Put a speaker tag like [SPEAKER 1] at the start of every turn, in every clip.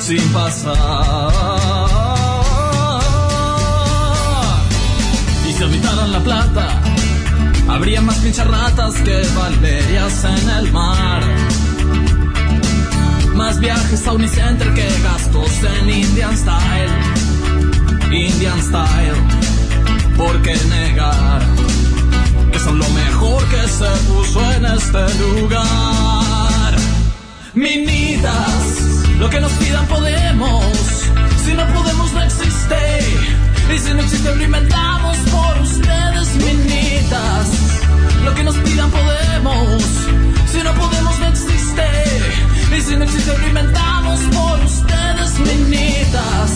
[SPEAKER 1] Sin pasar. Y si habitaran La Plata, habría más pincharratas que valerias en el mar. Más viajes a Unicenter que gastos en Indian Style. Indian Style, ¿por qué negar? Que son lo mejor que se puso en este lugar. Minitas, lo que nos pidan podemos. Si no podemos, no existe. Y si no existe, lo inventamos por ustedes, minitas. Lo que nos pidan podemos. Si no podemos, no existe. Y si no existe, lo inventamos por ustedes, minitas.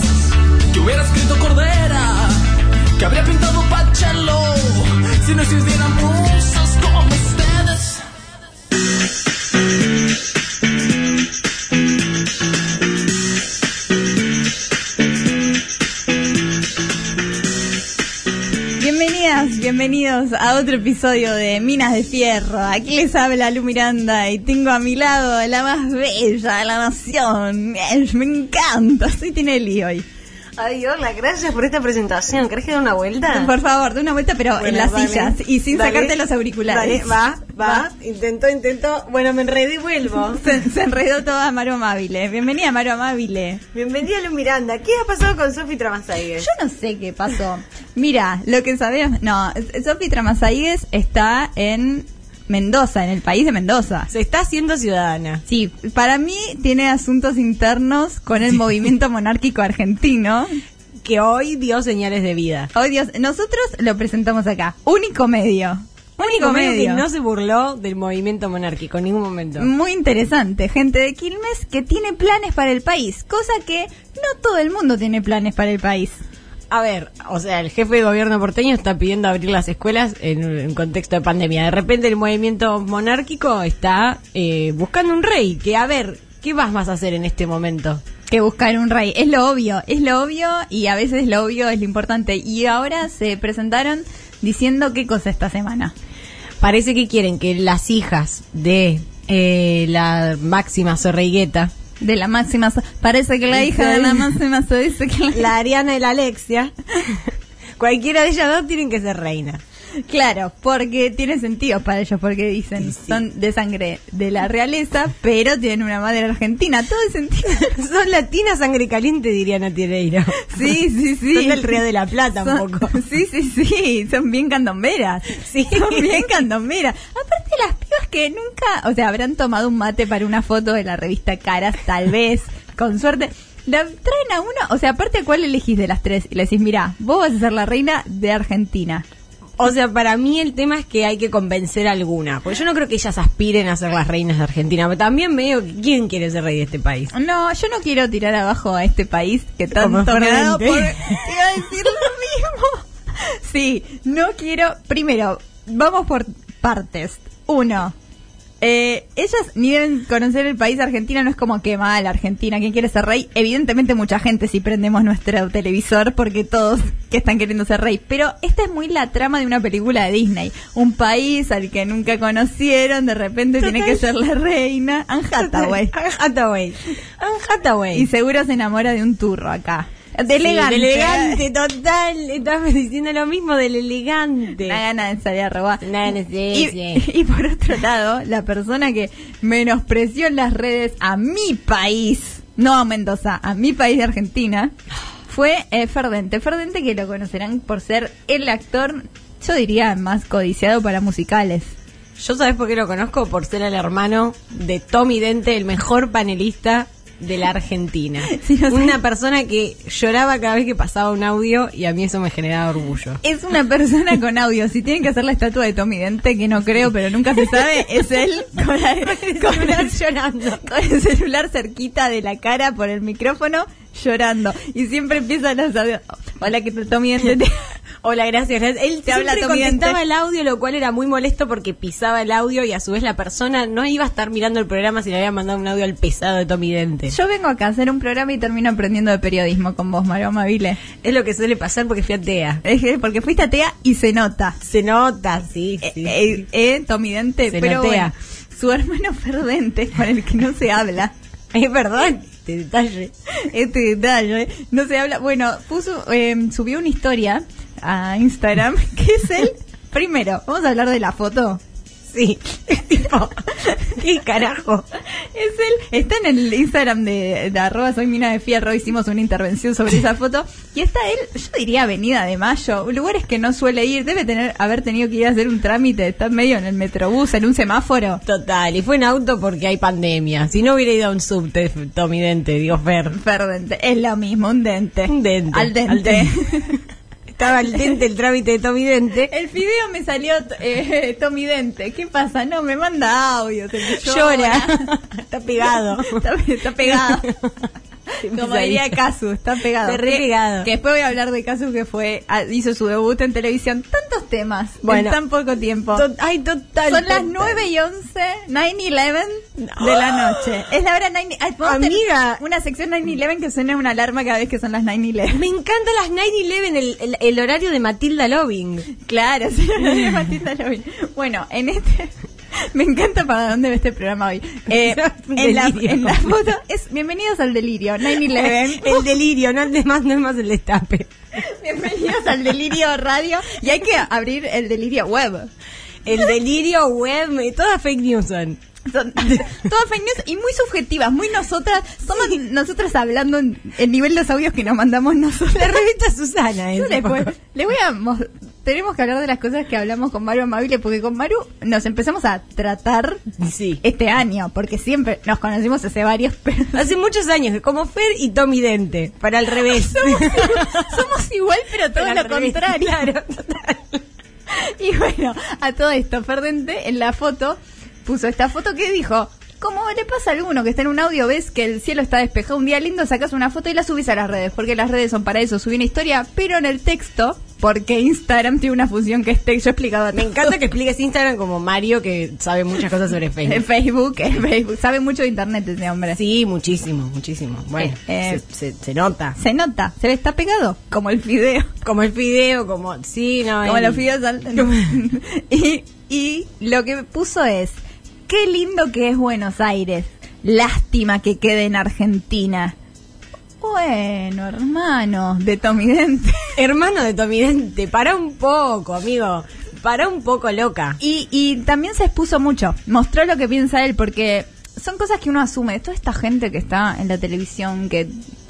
[SPEAKER 1] Que hubiera escrito Cordera, que habría pintado Pachelo. Si no existieran musas como ustedes.
[SPEAKER 2] Bienvenidas, bienvenidos a otro episodio de Minas de Fierro. Aquí les habla Lu Miranda y tengo a mi lado a la más bella de la nación. Ay, Me encanta, soy Tinelli hoy.
[SPEAKER 3] Ay, hola, gracias por esta presentación. ¿Querés que dé una vuelta?
[SPEAKER 2] Por favor, de una vuelta, pero en
[SPEAKER 3] Ah. Bueno,
[SPEAKER 2] las
[SPEAKER 3] dale.
[SPEAKER 2] sillas y sin
[SPEAKER 3] Dale,
[SPEAKER 2] sacarte los auriculares.
[SPEAKER 3] dale, va, va, intento, intento. Bueno, me enredé y vuelvo.
[SPEAKER 2] Se, se enredó toda Maro Amabile. Bienvenida, Maro Amabile.
[SPEAKER 3] Bienvenida, Lu Miranda. ¿Qué ha pasado con Sofi Tramasague?
[SPEAKER 2] Yo no sé qué pasó. Mira, lo que sabemos. No, Sofi Tramasaigues está en Mendoza, en el país de Mendoza.
[SPEAKER 3] Se está haciendo ciudadana.
[SPEAKER 2] Sí, para mí tiene asuntos internos con el movimiento monárquico argentino.
[SPEAKER 3] Que hoy dio señales de vida.
[SPEAKER 2] Oh Dios, nosotros lo presentamos acá. Único medio. Único medio.
[SPEAKER 3] no se burló del movimiento monárquico en ningún momento.
[SPEAKER 2] Muy interesante, gente de Quilmes que tiene planes para el país, cosa que no todo el mundo tiene planes para el país.
[SPEAKER 3] A ver, o sea, el jefe de gobierno porteño está pidiendo abrir las escuelas en un en contexto de pandemia. De repente el movimiento monárquico está eh, buscando un rey. Que, a ver, ¿qué vas más a hacer en este momento?
[SPEAKER 2] que buscar un rey. Es lo obvio, es lo obvio y a veces lo obvio es lo importante. Y ahora se presentaron diciendo qué cosa esta semana.
[SPEAKER 3] Parece que quieren que las hijas de eh, la máxima Sorreigueta,
[SPEAKER 2] De la máxima, so- parece que la hija de la máxima se dice que la-
[SPEAKER 3] la Ariana y la Alexia, cualquiera de ellas dos tienen que ser reina.
[SPEAKER 2] Claro, porque tiene sentido para ellos, porque dicen, son de sangre de la realeza, pero tienen una madre argentina, todo es sentido.
[SPEAKER 3] Son latinas sangre caliente, diría Natireira.
[SPEAKER 2] Sí, sí, sí.
[SPEAKER 3] Son del Río de la Plata un
[SPEAKER 2] Son-
[SPEAKER 3] poco.
[SPEAKER 2] Sí, sí, sí, son bien candomberas.
[SPEAKER 3] Sí.
[SPEAKER 2] Son bien candomberas. Aparte las pibas que nunca, o sea, habrán tomado un mate para una foto de la revista Caras, tal vez, con suerte. La traen a uno, o sea, aparte a cuál elegís de las tres y le decís, mira, vos vas a ser la reina de Argentina.
[SPEAKER 3] O sea, para mí el tema es que hay que convencer a alguna. Porque yo no creo que ellas aspiren a ser las reinas de Argentina. Pero también veo quién quiere ser rey de este país.
[SPEAKER 2] No, yo no quiero tirar abajo a este país que tanto
[SPEAKER 3] Como
[SPEAKER 2] me ha dado por...
[SPEAKER 3] frente.
[SPEAKER 2] Iba a decir lo mismo. Sí, no quiero... Primero, vamos por partes. Uno, eh, ellas ni deben conocer el país argentino, no es como que mal Argentina, ¿quién quiere ser rey? Evidentemente mucha gente si prendemos nuestro televisor porque todos que están queriendo ser rey, pero esta es muy la trama de una película de Disney, un país al que nunca conocieron, de repente tiene que ser la reina, Anne Hathaway.
[SPEAKER 3] Anne Hathaway. Anne Hathaway.
[SPEAKER 2] Y seguro se enamora de un turro acá. De elegante.
[SPEAKER 3] Sí, del elegante, total. Estás diciendo lo mismo del elegante.
[SPEAKER 2] Una gana de salir a robar.
[SPEAKER 3] Una gana, sí,
[SPEAKER 2] y,
[SPEAKER 3] sí.
[SPEAKER 2] y por otro lado, la persona que menospreció en las redes a mi país, no a Mendoza, a mi país de Argentina, fue eh, Ferdente. Ferdente que lo conocerán por ser el actor, yo diría, más codiciado para musicales.
[SPEAKER 3] Yo sabes por qué lo conozco, por ser el hermano de Tommy Dente, el mejor panelista de la Argentina.
[SPEAKER 2] Sí, no sé.
[SPEAKER 3] Una persona que lloraba cada vez que pasaba un audio y a mí eso me generaba orgullo.
[SPEAKER 2] Es una persona con audio. Si tienen que hacer la estatua de Tommy Dente, que no creo, pero nunca se sabe, es él con, la- con el, con el celular cerquita de la cara por el micrófono llorando. Y siempre empiezan los audios. Hola, que tal Tommy Dente? Te-
[SPEAKER 3] Hola, gracias. gracias. Él
[SPEAKER 2] Te
[SPEAKER 3] te
[SPEAKER 2] habla
[SPEAKER 3] habla
[SPEAKER 2] Tommy Dente.
[SPEAKER 3] contestaba el audio, lo cual era muy molesto porque pisaba el audio y a su vez la persona no iba a estar mirando el programa si le había mandado un audio al pesado de Tommy Dente.
[SPEAKER 2] Yo vengo acá a hacer un programa y termino aprendiendo de periodismo con vos, Maroma Vile.
[SPEAKER 3] Es lo que suele pasar porque fui atea.
[SPEAKER 2] Es que- porque fuiste atea y se nota.
[SPEAKER 3] Se nota, sí.
[SPEAKER 2] Eh,
[SPEAKER 3] sí.
[SPEAKER 2] eh, eh, Tommy Dente,
[SPEAKER 3] Se
[SPEAKER 2] pero
[SPEAKER 3] notea.
[SPEAKER 2] bueno, su hermano Ferdente, con el que no se habla.
[SPEAKER 3] Eh, perdón, este detalle.
[SPEAKER 2] este detalle. No se habla. Bueno, puso, eh, subió una historia a Instagram que es el primero. Vamos a hablar de la foto.
[SPEAKER 3] Sí. tipo, ¿qué carajo?
[SPEAKER 2] Es el, está en el Instagram de, de arroba soy mina de fierro, hicimos una intervención sobre esa foto. Y está él, yo diría Avenida de Mayo, lugares que no suele ir, debe tener, haber tenido que ir a hacer un trámite, está medio en el metrobús, en un semáforo.
[SPEAKER 3] Total, y fue en auto porque hay pandemia. Si no hubiera ido a un subte, Tommy Dente, digo, Fer.
[SPEAKER 2] Ferdente, es lo mismo, un dente.
[SPEAKER 3] Un dente.
[SPEAKER 2] Al dente.
[SPEAKER 3] Al dente. Estaba al dente el trámite de Tommy Dente.
[SPEAKER 2] El fideo me salió eh, Tommy Dente. ¿Qué pasa? No, me manda audio.
[SPEAKER 3] Llora. Está pegado.
[SPEAKER 2] está, está pegado. Como
[SPEAKER 3] empieza
[SPEAKER 2] diría
[SPEAKER 3] ahí.
[SPEAKER 2] Casu, está pegado.
[SPEAKER 3] Está re
[SPEAKER 2] Que-
[SPEAKER 3] pegado.
[SPEAKER 2] Que después voy a hablar de Casu que fue ah, hizo su debut en televisión. Tantos temas en
[SPEAKER 3] Bueno.
[SPEAKER 2] tan poco tiempo.
[SPEAKER 3] To- Ay, total.
[SPEAKER 2] Son las
[SPEAKER 3] total.
[SPEAKER 2] 9 y 11, 9-11 de la noche. Es la hora 9 Ay, podemos tener
[SPEAKER 3] Amiga.
[SPEAKER 2] Una sección 9-11 que suena una alarma cada vez que son las 9-11.
[SPEAKER 3] Me encanta las 9-11, el, el, el horario de Matilda Loving.
[SPEAKER 2] Claro, sí, lo de Matita Lovin. Bueno, en este. Me encanta para dónde ve este programa hoy. Eh, en, la,
[SPEAKER 3] Delirio.
[SPEAKER 2] en la foto es Bienvenidos al Delirio, 9-11.
[SPEAKER 3] El delirio, no el de más, no es más el destape.
[SPEAKER 2] Bienvenidos al Delirio Radio. Y hay que abrir el Delirio Web.
[SPEAKER 3] El delirio web, me- todas fake news son.
[SPEAKER 2] Son todas fake news y muy subjetivas, muy nosotras. Somos nosotras hablando en el nivel de los audios que nos mandamos
[SPEAKER 3] La
[SPEAKER 2] nosotras.
[SPEAKER 3] revista Susana,
[SPEAKER 2] Yo
[SPEAKER 3] es
[SPEAKER 2] le,
[SPEAKER 3] un poco.
[SPEAKER 2] voy- le voy a mos- tenemos que hablar de las cosas que hablamos con Maru Amabile porque con Maru nos empezamos a tratar
[SPEAKER 3] Sí.
[SPEAKER 2] este año, porque siempre nos conocimos hace varios, pero
[SPEAKER 3] Hace muchos años, que como Fer y Tommy Dente, para el revés.
[SPEAKER 2] somos, somos igual, pero todo
[SPEAKER 3] Pero
[SPEAKER 2] lo
[SPEAKER 3] al revés,
[SPEAKER 2] contrario.
[SPEAKER 3] claro, total.
[SPEAKER 2] Y bueno, a todo esto, Ferdente en la foto puso esta foto que dijo, como le pasa a alguno que está en un audio, ves que el cielo está despejado, un día lindo sacas una foto y la subís a las redes, porque las redes son para eso, subí una historia, pero en el texto, porque Instagram tiene una función que es texto, yo explicaba
[SPEAKER 3] Me encanta que expliques Instagram como Mario, que sabe muchas cosas sobre
[SPEAKER 2] En
[SPEAKER 3] Facebook.
[SPEAKER 2] Facebook, en Facebook, sabe mucho de internet ese hombre.
[SPEAKER 3] Sí, muchísimo, muchísimo. Bueno,
[SPEAKER 2] Eh,
[SPEAKER 3] se, se- se nota.
[SPEAKER 2] Se nota, se le está pegado, como el fideo.
[SPEAKER 3] Como el fideo, como... Sí, no...
[SPEAKER 2] Como
[SPEAKER 3] el-
[SPEAKER 2] los fideos al- y, y lo que puso es, qué lindo que es Buenos Aires. Lástima que quede en Argentina. Bueno, hermanos, de Tommy Dente.
[SPEAKER 3] Hermano de Tommy Dente, para un poco, amigo. Para un poco, loca.
[SPEAKER 2] Y, y también se expuso mucho, mostró lo que piensa él, porque son cosas que uno asume. Toda esta gente que está en la televisión, que,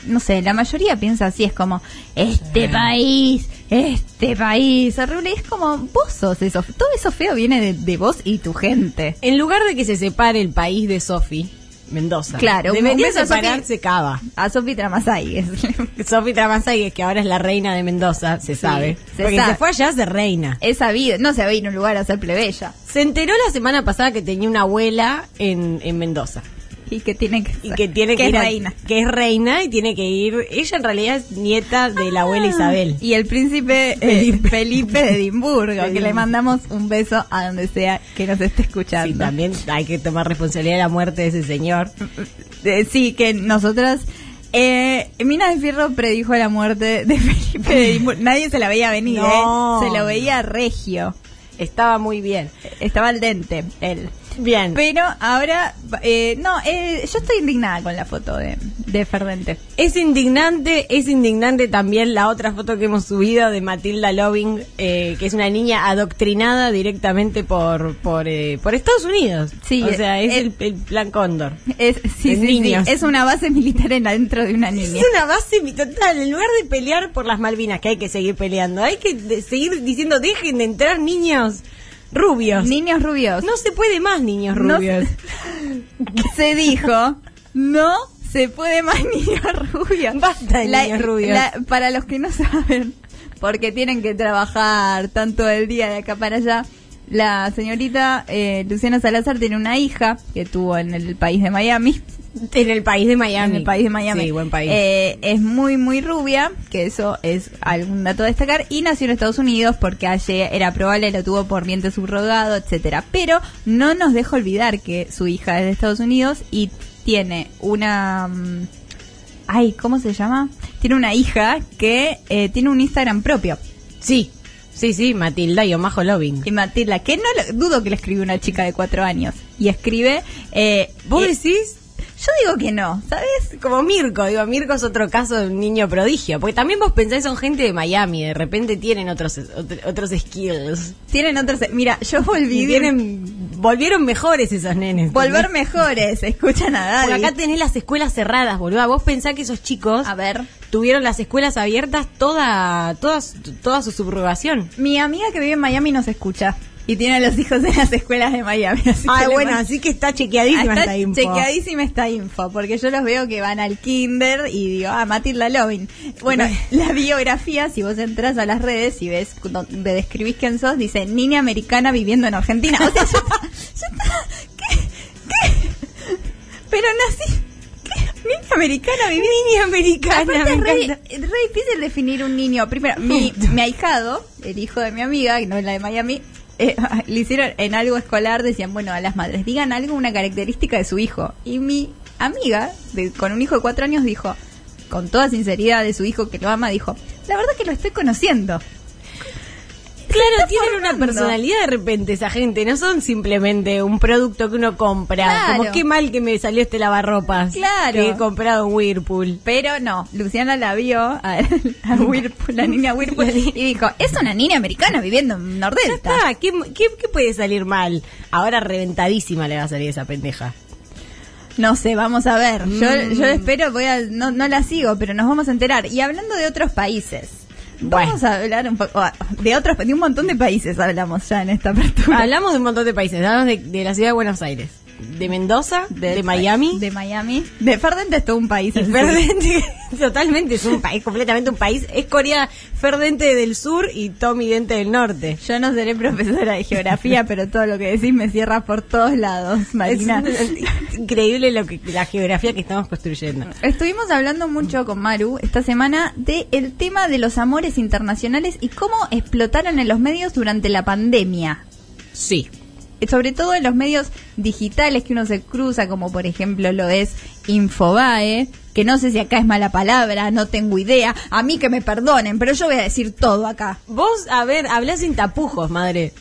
[SPEAKER 2] no sé, la mayoría piensa así, es como, este país, este país, horrible. Y es como, vos sos eso, todo eso feo viene de, de vos y tu gente.
[SPEAKER 3] En lugar de que se separe el país de Sofi, Mendoza.
[SPEAKER 2] Claro, un
[SPEAKER 3] Debería
[SPEAKER 2] beso a Sofi.
[SPEAKER 3] separarse Cava.
[SPEAKER 2] A Sofi Tramasay. es-
[SPEAKER 3] Sofi Tramasay, que ahora es la reina de Mendoza, se sabe.
[SPEAKER 2] se
[SPEAKER 3] porque
[SPEAKER 2] sabe.
[SPEAKER 3] se fue allá de reina.
[SPEAKER 2] Es sabido, no se va a ir a un lugar a ser plebeya.
[SPEAKER 3] Se enteró la semana pasada que tenía una abuela en, en Mendoza.
[SPEAKER 2] Y que tiene que,
[SPEAKER 3] Y que tiene que,
[SPEAKER 2] es
[SPEAKER 3] ir a-
[SPEAKER 2] reina.
[SPEAKER 3] que es reina y tiene que ir. Ella en realidad es nieta de la
[SPEAKER 2] Ah.
[SPEAKER 3] abuela Isabel.
[SPEAKER 2] Y el príncipe eh, Felipe,
[SPEAKER 3] Felipe.
[SPEAKER 2] de Edimburgo, que le
[SPEAKER 3] Edimburgo.
[SPEAKER 2] mandamos un beso a donde sea que nos esté escuchando.
[SPEAKER 3] Sí, también hay que tomar responsabilidad de la muerte de ese señor.
[SPEAKER 2] Eh, sí, que nosotras. Eh, Minas de Fierro predijo la muerte de Felipe de Edimburgo. Nadie se la veía venir,
[SPEAKER 3] No.
[SPEAKER 2] ¿eh? Se lo veía regio.
[SPEAKER 3] Estaba muy bien.
[SPEAKER 2] Estaba al dente, él.
[SPEAKER 3] Bien.
[SPEAKER 2] Pero ahora, eh, no, eh, yo estoy indignada con la foto de, de Ferdente.
[SPEAKER 3] Es indignante, es indignante también la otra foto que hemos subido de Matilda Loving, eh, que es una niña adoctrinada directamente por por, eh, por Estados Unidos.
[SPEAKER 2] Sí,
[SPEAKER 3] o sea, es
[SPEAKER 2] eh,
[SPEAKER 3] el, el plan Cóndor.
[SPEAKER 2] Es, sí,
[SPEAKER 3] En
[SPEAKER 2] sí, sí,
[SPEAKER 3] niños.
[SPEAKER 2] es una base militar en adentro de una niña.
[SPEAKER 3] Es una base mi- total. En lugar de pelear por las Malvinas, que hay que seguir peleando, hay que de- seguir diciendo dejen de entrar niños rubios.
[SPEAKER 2] Niños rubios.
[SPEAKER 3] no se puede más niños
[SPEAKER 2] No
[SPEAKER 3] rubios.
[SPEAKER 2] se dijo, no se puede más niño rubio.
[SPEAKER 3] Basta de niños rubios.
[SPEAKER 2] para los que no saben, porque tienen que trabajar tanto el día de acá para allá, la señorita eh, Luciana Salazar tiene una hija que tuvo en el país de Miami.
[SPEAKER 3] En el país de Miami.
[SPEAKER 2] En el país de Miami.
[SPEAKER 3] Sí, buen país.
[SPEAKER 2] Eh, es muy, muy rubia, que eso es algún dato a destacar. Y nació en Estados Unidos porque ayer era probable, lo tuvo por vientre subrogado, etcétera. Pero no nos deja olvidar que su hija es de Estados Unidos y tiene una. mm, Ay, ¿cómo se llama? Tiene una hija que eh, tiene un Instagram propio.
[SPEAKER 3] Sí, sí, sí, Matilda y Omajo Loving.
[SPEAKER 2] Y Matilda, que no lo- dudo que le escribe una chica de cuatro años. Y escribe. Eh,
[SPEAKER 3] ¿Vos
[SPEAKER 2] eh,
[SPEAKER 3] decís?
[SPEAKER 2] Yo digo que no, ¿sabes?
[SPEAKER 3] Como Mirko, digo, Mirko es otro caso de un niño prodigio, porque también vos pensáis son gente de Miami, de repente tienen otros otro- otros skills.
[SPEAKER 2] Tienen otros. Mira, yo volví.
[SPEAKER 3] Y tienen, volvieron mejores esos nenes.
[SPEAKER 2] Volver mejores, escuchan a
[SPEAKER 3] Por
[SPEAKER 2] Daddy.
[SPEAKER 3] acá tenés las escuelas cerradas, boluda. Vos pensás que esos chicos
[SPEAKER 2] A ver.
[SPEAKER 3] tuvieron las escuelas abiertas toda, toda, su- toda su subrogación.
[SPEAKER 2] Mi amiga que vive en Miami nos escucha. Y tiene los hijos en las escuelas de Miami. Así que le mando-
[SPEAKER 3] así que está
[SPEAKER 2] Ah,
[SPEAKER 3] chequeadísima
[SPEAKER 2] está chequeadísima esta info, porque yo los veo que van al kinder y digo, ah, Matilda Lovin. Bueno, la biografía, si vos entras a las redes y ves, donde describís quién sos, dice niña americana viviendo en Argentina. O sea, yo, yo- ¿qué? ¿Qué? Pero nací, ¿qué? Niña americana viviendo.
[SPEAKER 3] Niña americana,
[SPEAKER 2] Aparte
[SPEAKER 3] me
[SPEAKER 2] es re,
[SPEAKER 3] encanta.
[SPEAKER 2] es re difícil definir un niño. Primero, mi, mi ahijado, el hijo de mi amiga, que no es la de Miami, eh, le hicieron en algo escolar, decían, bueno, a las madres, digan algo, una característica de su hijo. Y mi amiga, de- con un hijo de cuatro años, dijo, con toda sinceridad de su hijo que lo ama, dijo, la verdad que lo estoy conociendo.
[SPEAKER 3] Claro, tienen una
[SPEAKER 2] formando.
[SPEAKER 3] personalidad de repente esa gente, no son simplemente un producto que uno compra.
[SPEAKER 2] Claro.
[SPEAKER 3] Como qué mal que me salió este lavarropas.
[SPEAKER 2] Claro.
[SPEAKER 3] Que he comprado en Whirlpool.
[SPEAKER 2] Pero no, Luciana la vio a, a Whirlpool, la niña Whirlpool, y dijo, es una niña americana viviendo en
[SPEAKER 3] Ya
[SPEAKER 2] Nordelta.
[SPEAKER 3] está, ¿Qué, qué, qué puede salir mal? Ahora reventadísima le va a salir esa pendeja.
[SPEAKER 2] No sé, vamos a ver. Yo,
[SPEAKER 3] Mm.
[SPEAKER 2] yo espero, voy a, no, no la sigo, pero nos vamos a enterar. Y hablando de otros países, vamos a hablar un poco ah, de otros, de un montón de países hablamos ya en esta apertura.
[SPEAKER 3] Hablamos de un montón de países, hablamos de, de la ciudad de Buenos Aires, de Mendoza, de, Miami.
[SPEAKER 2] De Miami. De Ferdente es todo un país.
[SPEAKER 3] y
[SPEAKER 2] en sí.
[SPEAKER 3] Ferdente, totalmente, es un país, completamente un país. Es Corea Ferdente del Sur y Tommy Dente del Norte.
[SPEAKER 2] Yo no seré profesora de geografía, pero todo lo que decís me cierra por todos lados, Marina.
[SPEAKER 3] Es increíble lo que, la geografía que estamos construyendo.
[SPEAKER 2] Estuvimos hablando mucho con Maru esta semana de el tema de los amores internacionales y cómo explotaron en los medios durante la pandemia. Eh,
[SPEAKER 3] Sí.
[SPEAKER 2] sobre todo en los medios digitales que uno se cruza, como por ejemplo lo es Infobae, que no sé si acá es mala palabra, no tengo idea, a mí que me perdonen, pero yo voy a decir todo acá.
[SPEAKER 3] Vos, a ver, hablás sin tapujos, madre.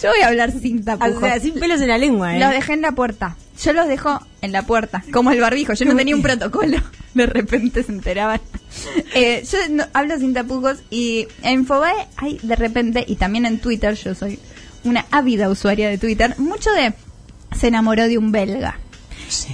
[SPEAKER 2] Yo voy a hablar sin tapujos.
[SPEAKER 3] O sea, sin pelos en la lengua, ¿eh?
[SPEAKER 2] Los dejé en la puerta. Yo los dejo en la puerta, como el barbijo. Yo no tenía un protocolo. De repente se enteraban. Eh, yo no- hablo sin tapujos y en Infobae hay de repente, y también en Twitter, yo soy una ávida usuaria de Twitter, mucho de se enamoró de un belga.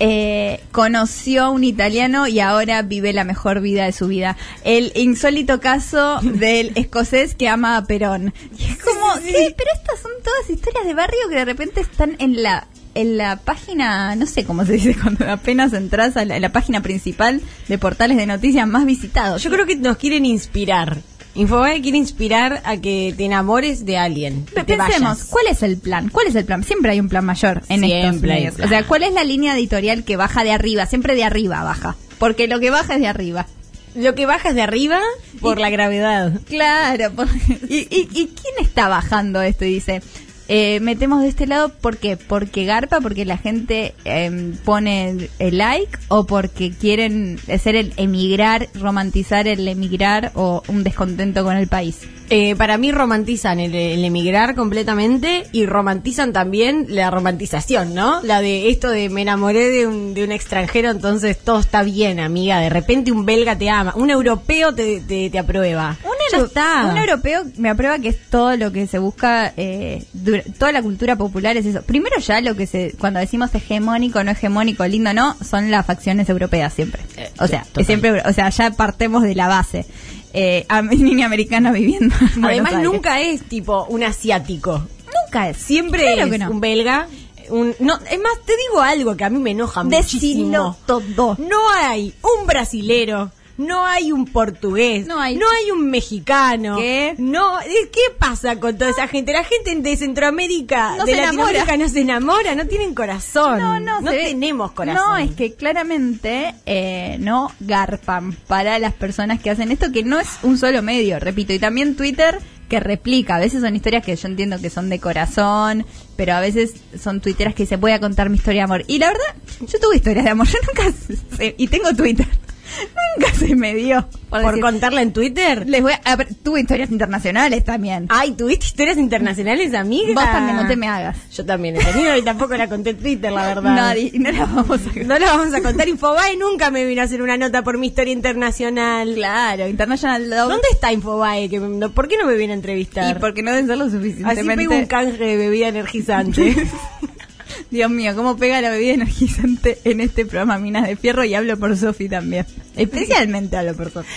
[SPEAKER 2] Eh, conoció a un italiano y ahora vive la mejor vida de su vida. El insólito caso del escocés que ama a Perón. Y es como, ¿qué? Pero estas son todas historias de barrio que de repente están en la en la página, no sé cómo se dice, cuando apenas entras a la, en la página principal de portales de noticias más visitados.
[SPEAKER 3] Yo creo que nos quieren inspirar. Infobae quiere inspirar a que te enamores de alguien. que
[SPEAKER 2] Pe-
[SPEAKER 3] te
[SPEAKER 2] Pensemos,
[SPEAKER 3] vayas.
[SPEAKER 2] ¿cuál es el plan? ¿Cuál es el plan? Siempre hay un plan mayor en estos
[SPEAKER 3] Siempre hay
[SPEAKER 2] medios.
[SPEAKER 3] plan.
[SPEAKER 2] O sea, ¿cuál es la línea editorial que baja de arriba? Siempre de arriba baja. Porque lo que baja es de arriba.
[SPEAKER 3] Lo que bajas de arriba por la gravedad.
[SPEAKER 2] Claro, porque- y, y- y quién está bajando esto? Y dice, eh, metemos de este lado, ¿por qué? ¿Porque garpa? ¿Porque la gente em, pone el- el like? ¿O porque quieren hacer el emigrar, romantizar el emigrar o un descontento con el país?
[SPEAKER 3] Eh, para mí romantizan el, el emigrar completamente y romantizan también la romantización, ¿no? La de esto de me enamoré de un, de un extranjero, entonces todo está bien, amiga. De repente un belga te ama, un europeo te, te, te aprueba.
[SPEAKER 2] Un,
[SPEAKER 3] Ya
[SPEAKER 2] euro-
[SPEAKER 3] está.
[SPEAKER 2] un europeo me aprueba que es todo lo que se busca, eh, dura- toda la cultura popular es eso. Primero ya lo que se, cuando decimos hegemónico, no hegemónico, lindo, no, son las facciones europeas siempre.
[SPEAKER 3] Eh,
[SPEAKER 2] o sea,
[SPEAKER 3] sí, total.
[SPEAKER 2] siempre, euro- o sea, ya partimos de la base. Eh, a mi niña americana viviendo. en Buenos
[SPEAKER 3] Además
[SPEAKER 2] Aires.
[SPEAKER 3] nunca es tipo un asiático.
[SPEAKER 2] nunca es.
[SPEAKER 3] Siempre
[SPEAKER 2] Claro
[SPEAKER 3] es
[SPEAKER 2] que no.
[SPEAKER 3] un belga. un- no, es más, te digo algo que a mí me enoja
[SPEAKER 2] Decilo
[SPEAKER 3] muchísimo.
[SPEAKER 2] todo.
[SPEAKER 3] No hay un brasilero, no hay un portugués,
[SPEAKER 2] No hay.
[SPEAKER 3] un mexicano.
[SPEAKER 2] ¿Qué?
[SPEAKER 3] No, eh, ¿qué pasa con toda esa gente? La gente de Centroamérica,
[SPEAKER 2] No
[SPEAKER 3] de
[SPEAKER 2] se
[SPEAKER 3] Latinoamérica
[SPEAKER 2] enamora.
[SPEAKER 3] no se enamora, no tienen corazón.
[SPEAKER 2] No, no, se ve-
[SPEAKER 3] tenemos corazón.
[SPEAKER 2] No, es que claramente eh, no garpan para las personas que hacen esto, que no es un solo medio, repito. Y también Twitter que replica. A veces son historias que yo entiendo que son de corazón, pero a veces son tuiteras que dicen, voy a contar mi historia de amor. Y la verdad, yo tuve historias de amor, yo nunca... se- y tengo Twitter. Nunca se me dio.
[SPEAKER 3] Por,
[SPEAKER 2] decir,
[SPEAKER 3] contarla en Twitter.
[SPEAKER 2] les voy a, a ver, tuve historias internacionales también.
[SPEAKER 3] Ay, ¿tuviste historias internacionales, amiga?
[SPEAKER 2] Vos también, no te me hagas.
[SPEAKER 3] Yo también he tenido y tampoco la conté en Twitter, la verdad.
[SPEAKER 2] Nadie, no las vamos a...
[SPEAKER 3] No la vamos a contar. Infobae nunca me vino a hacer una nota por mi historia internacional.
[SPEAKER 2] Claro, International Love.
[SPEAKER 3] ¿Dónde está Infobae? Que me- no- ¿Por qué no me viene a entrevistar?
[SPEAKER 2] Y porque no deben ser lo
[SPEAKER 3] Así pego un
[SPEAKER 2] suficientemente.
[SPEAKER 3] canje de bebida energizante.
[SPEAKER 2] Dios mío, cómo pega la bebida energizante en este programa Minas de Fierro y hablo por Sofi también. Especialmente hablo por Sofi.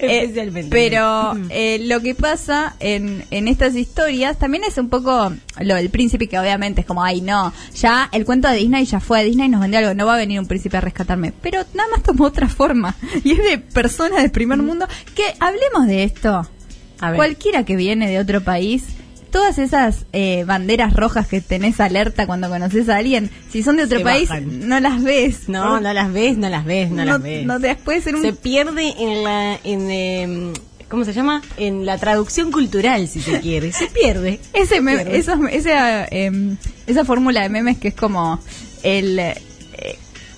[SPEAKER 2] Eh,
[SPEAKER 3] Especialmente.
[SPEAKER 2] pero eh, lo que pasa en, en estas historias también es un poco lo del príncipe que obviamente es como, ay no, ya el cuento de Disney ya fue, Disney nos vendió algo, no va a venir un príncipe a rescatarme. Pero nada más tomó otra forma. Y es de personas del primer mundo que hablemos de esto.
[SPEAKER 3] A ver.
[SPEAKER 2] Cualquiera que viene de otro país, todas esas eh, banderas rojas que tenés alerta cuando conoces a alguien, si son de otro
[SPEAKER 3] Se
[SPEAKER 2] país,
[SPEAKER 3] bajan.
[SPEAKER 2] no las ves.
[SPEAKER 3] No, no las ves, no las ves, no,
[SPEAKER 2] No-
[SPEAKER 3] las ves.
[SPEAKER 2] no te- puede ser un-
[SPEAKER 3] Se pierde en la... En, em, ¿Cómo se llama? En la traducción cultural, si se quiere. Se pierde.
[SPEAKER 2] Ese meme-
[SPEAKER 3] Pierde.
[SPEAKER 2] esos- esa, em, esa fórmula de memes que es como el... eh,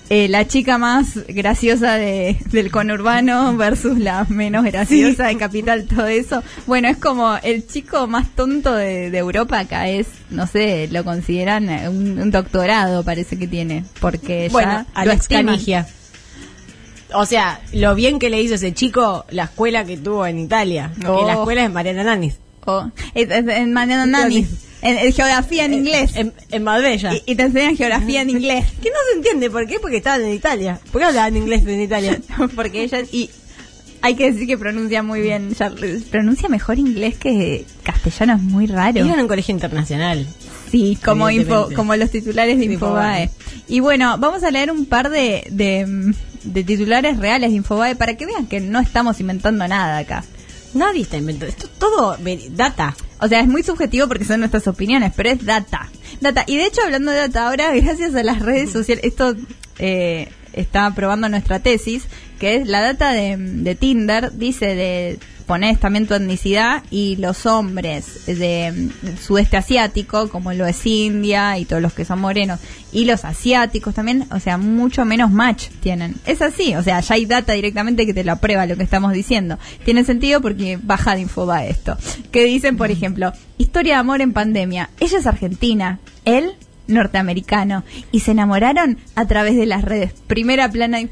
[SPEAKER 2] eh, la chica más graciosa de- del conurbano versus la menos graciosa de Capital, todo eso. Bueno, es como el chico más tonto de, de Europa acá es, no sé, lo consideran eh, un, un doctorado parece que tiene, porque
[SPEAKER 3] Bueno,
[SPEAKER 2] ya lo
[SPEAKER 3] Alex
[SPEAKER 2] estiman.
[SPEAKER 3] Canigia. O sea, lo bien que le hizo ese chico la escuela que tuvo en Italia.
[SPEAKER 2] Oh.
[SPEAKER 3] Que la escuela es Mariana Nanis.
[SPEAKER 2] O- es- es- en Mariano Nani, en, en geografía en inglés.
[SPEAKER 3] Eh, En, Ah, en Marbella.
[SPEAKER 2] Y, y te enseñan geografía en inglés.
[SPEAKER 3] que no se entiende, ¿por qué? Porque estaban en Italia. ¿Por qué hablaban inglés en Italia?
[SPEAKER 2] Porque ella y hay que decir que pronuncia muy bien, ya- pronuncia mejor inglés que castellano, es muy raro.
[SPEAKER 3] Iban a un colegio internacional.
[SPEAKER 2] Sí, como info,
[SPEAKER 3] Evidentemente.
[SPEAKER 2] como los titulares de
[SPEAKER 3] De Infobae.
[SPEAKER 2] Infobae. Y bueno, vamos a leer un par de, de, mm, de titulares reales de Infobae para que vean que no estamos inventando nada acá.
[SPEAKER 3] Nadie está inventando. Esto es todo ver- data.
[SPEAKER 2] O sea, es muy subjetivo porque son nuestras opiniones, pero es data. Data. Y de hecho, hablando de data ahora, gracias a las redes sociales, esto eh, está probando nuestra tesis, que es la data de, de Tinder, dice de pones también tu etnicidad y los hombres de mm, sudeste asiático, como lo es India y todos los que son morenos, y los asiáticos también, o sea, mucho menos match tienen. Es así, o sea, ya hay data directamente que te lo aprueba lo que estamos diciendo. Tiene sentido porque baja de infoba esto. Que dicen, por ejemplo, historia de amor en pandemia. Ella es argentina, él norteamericano, y se enamoraron a través de las redes. Primera plana. ¿Quién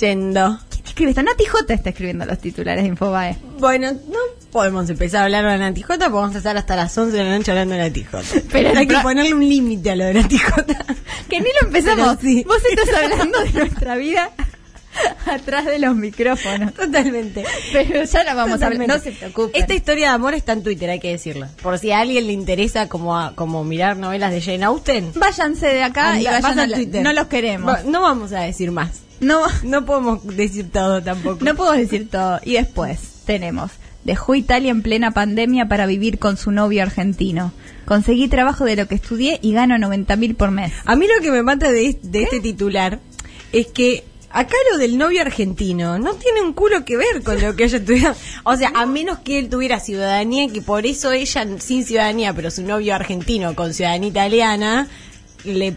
[SPEAKER 3] Yendo.
[SPEAKER 2] escribe esto? Nati J está escribiendo los titulares de Infobae.
[SPEAKER 3] Bueno, no podemos empezar a hablar de la tijota, porque vamos a estar hasta las 11 de la noche hablando de la tijota.
[SPEAKER 2] Pero
[SPEAKER 3] hay que
[SPEAKER 2] no-
[SPEAKER 3] ponerle un límite a lo de la tijota.
[SPEAKER 2] Que ni lo empezamos.
[SPEAKER 3] Pero sí.
[SPEAKER 2] Vos estás hablando de nuestra vida atrás de los micrófonos.
[SPEAKER 3] Totalmente.
[SPEAKER 2] Pero ya la vamos
[SPEAKER 3] Totalmente.
[SPEAKER 2] a hablar. No se preocupen.
[SPEAKER 3] Esta historia de amor está en Twitter, hay que decirlo. Por si a alguien le interesa como, a- como mirar novelas de Jane Austen.
[SPEAKER 2] Váyanse de acá y
[SPEAKER 3] anda-
[SPEAKER 2] vayan
[SPEAKER 3] vas Ah, a
[SPEAKER 2] a la-
[SPEAKER 3] Twitter.
[SPEAKER 2] No los queremos.
[SPEAKER 3] Va- No, vamos a decir más.
[SPEAKER 2] No,
[SPEAKER 3] No podemos decir todo tampoco.
[SPEAKER 2] no puedo decir todo. Y después tenemos. Dejó Italia en plena pandemia para vivir con su novio argentino. Conseguí trabajo de lo que estudié y gano 90 mil por mes.
[SPEAKER 3] A mí lo que me mata de, es- de este titular es que acá lo del novio argentino no tiene un culo que ver con lo que ella tuviera. O sea, a menos que él tuviera ciudadanía, que por eso ella sin ciudadanía, pero su novio argentino con ciudadanía italiana. Le,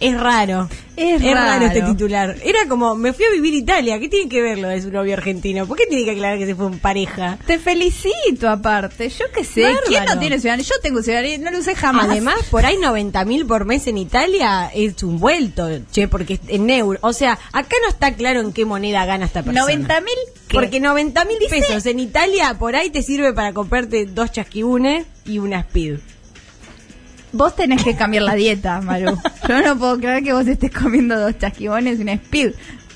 [SPEAKER 3] es raro.
[SPEAKER 2] Es raro.
[SPEAKER 3] este titular. Era como, me fui a vivir a Italia. ¿Qué tiene que ver lo de su novio argentino? ¿Por qué tiene que aclarar que se fue en pareja?
[SPEAKER 2] Te felicito aparte. Yo qué sé. ¿Quién no
[SPEAKER 3] Bárbaro.
[SPEAKER 2] tiene ciudadanía? Yo tengo ciudadanía. No lo usé jamás.
[SPEAKER 3] Además, por ahí 90 mil por mes en Italia es un vuelto, che, porque es en euro. O sea, acá no está claro en qué moneda gana esta persona.
[SPEAKER 2] 90.000 ¿qué?
[SPEAKER 3] Porque 90 mil
[SPEAKER 2] Dice-
[SPEAKER 3] pesos en Italia por ahí te sirve para comprarte dos chasquibunes y una speed.
[SPEAKER 2] Vos tenés que cambiar la dieta, Maru. Yo no puedo creer que vos estés comiendo dos chasquibones y una speed.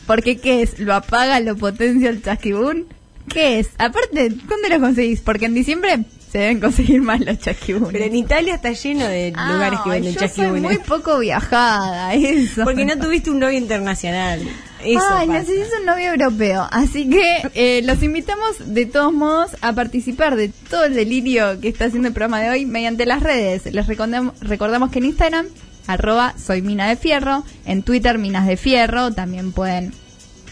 [SPEAKER 2] Porque ¿qué es? ¿Lo apaga, lo potencia el chasquibún? ¿Qué es? Aparte, ¿dónde lo conseguís? Porque en diciembre se deben conseguir más los chasquibunes.
[SPEAKER 3] Pero en Italia está lleno de
[SPEAKER 2] Ah,
[SPEAKER 3] lugares que venden
[SPEAKER 2] yo soy
[SPEAKER 3] chasquibunes.
[SPEAKER 2] muy poco viajada, eso.
[SPEAKER 3] Porque no tuviste un novio internacional. Eso
[SPEAKER 2] Ay,
[SPEAKER 3] pasa.
[SPEAKER 2] necesito un novio europeo. Así que eh, los invitamos de todos modos a participar de todo el delirio que está haciendo el programa de hoy mediante las redes. Les recordam- recordamos que en Instagram, arroba soy Mina de Fierro, en Twitter Minas de Fierro, también pueden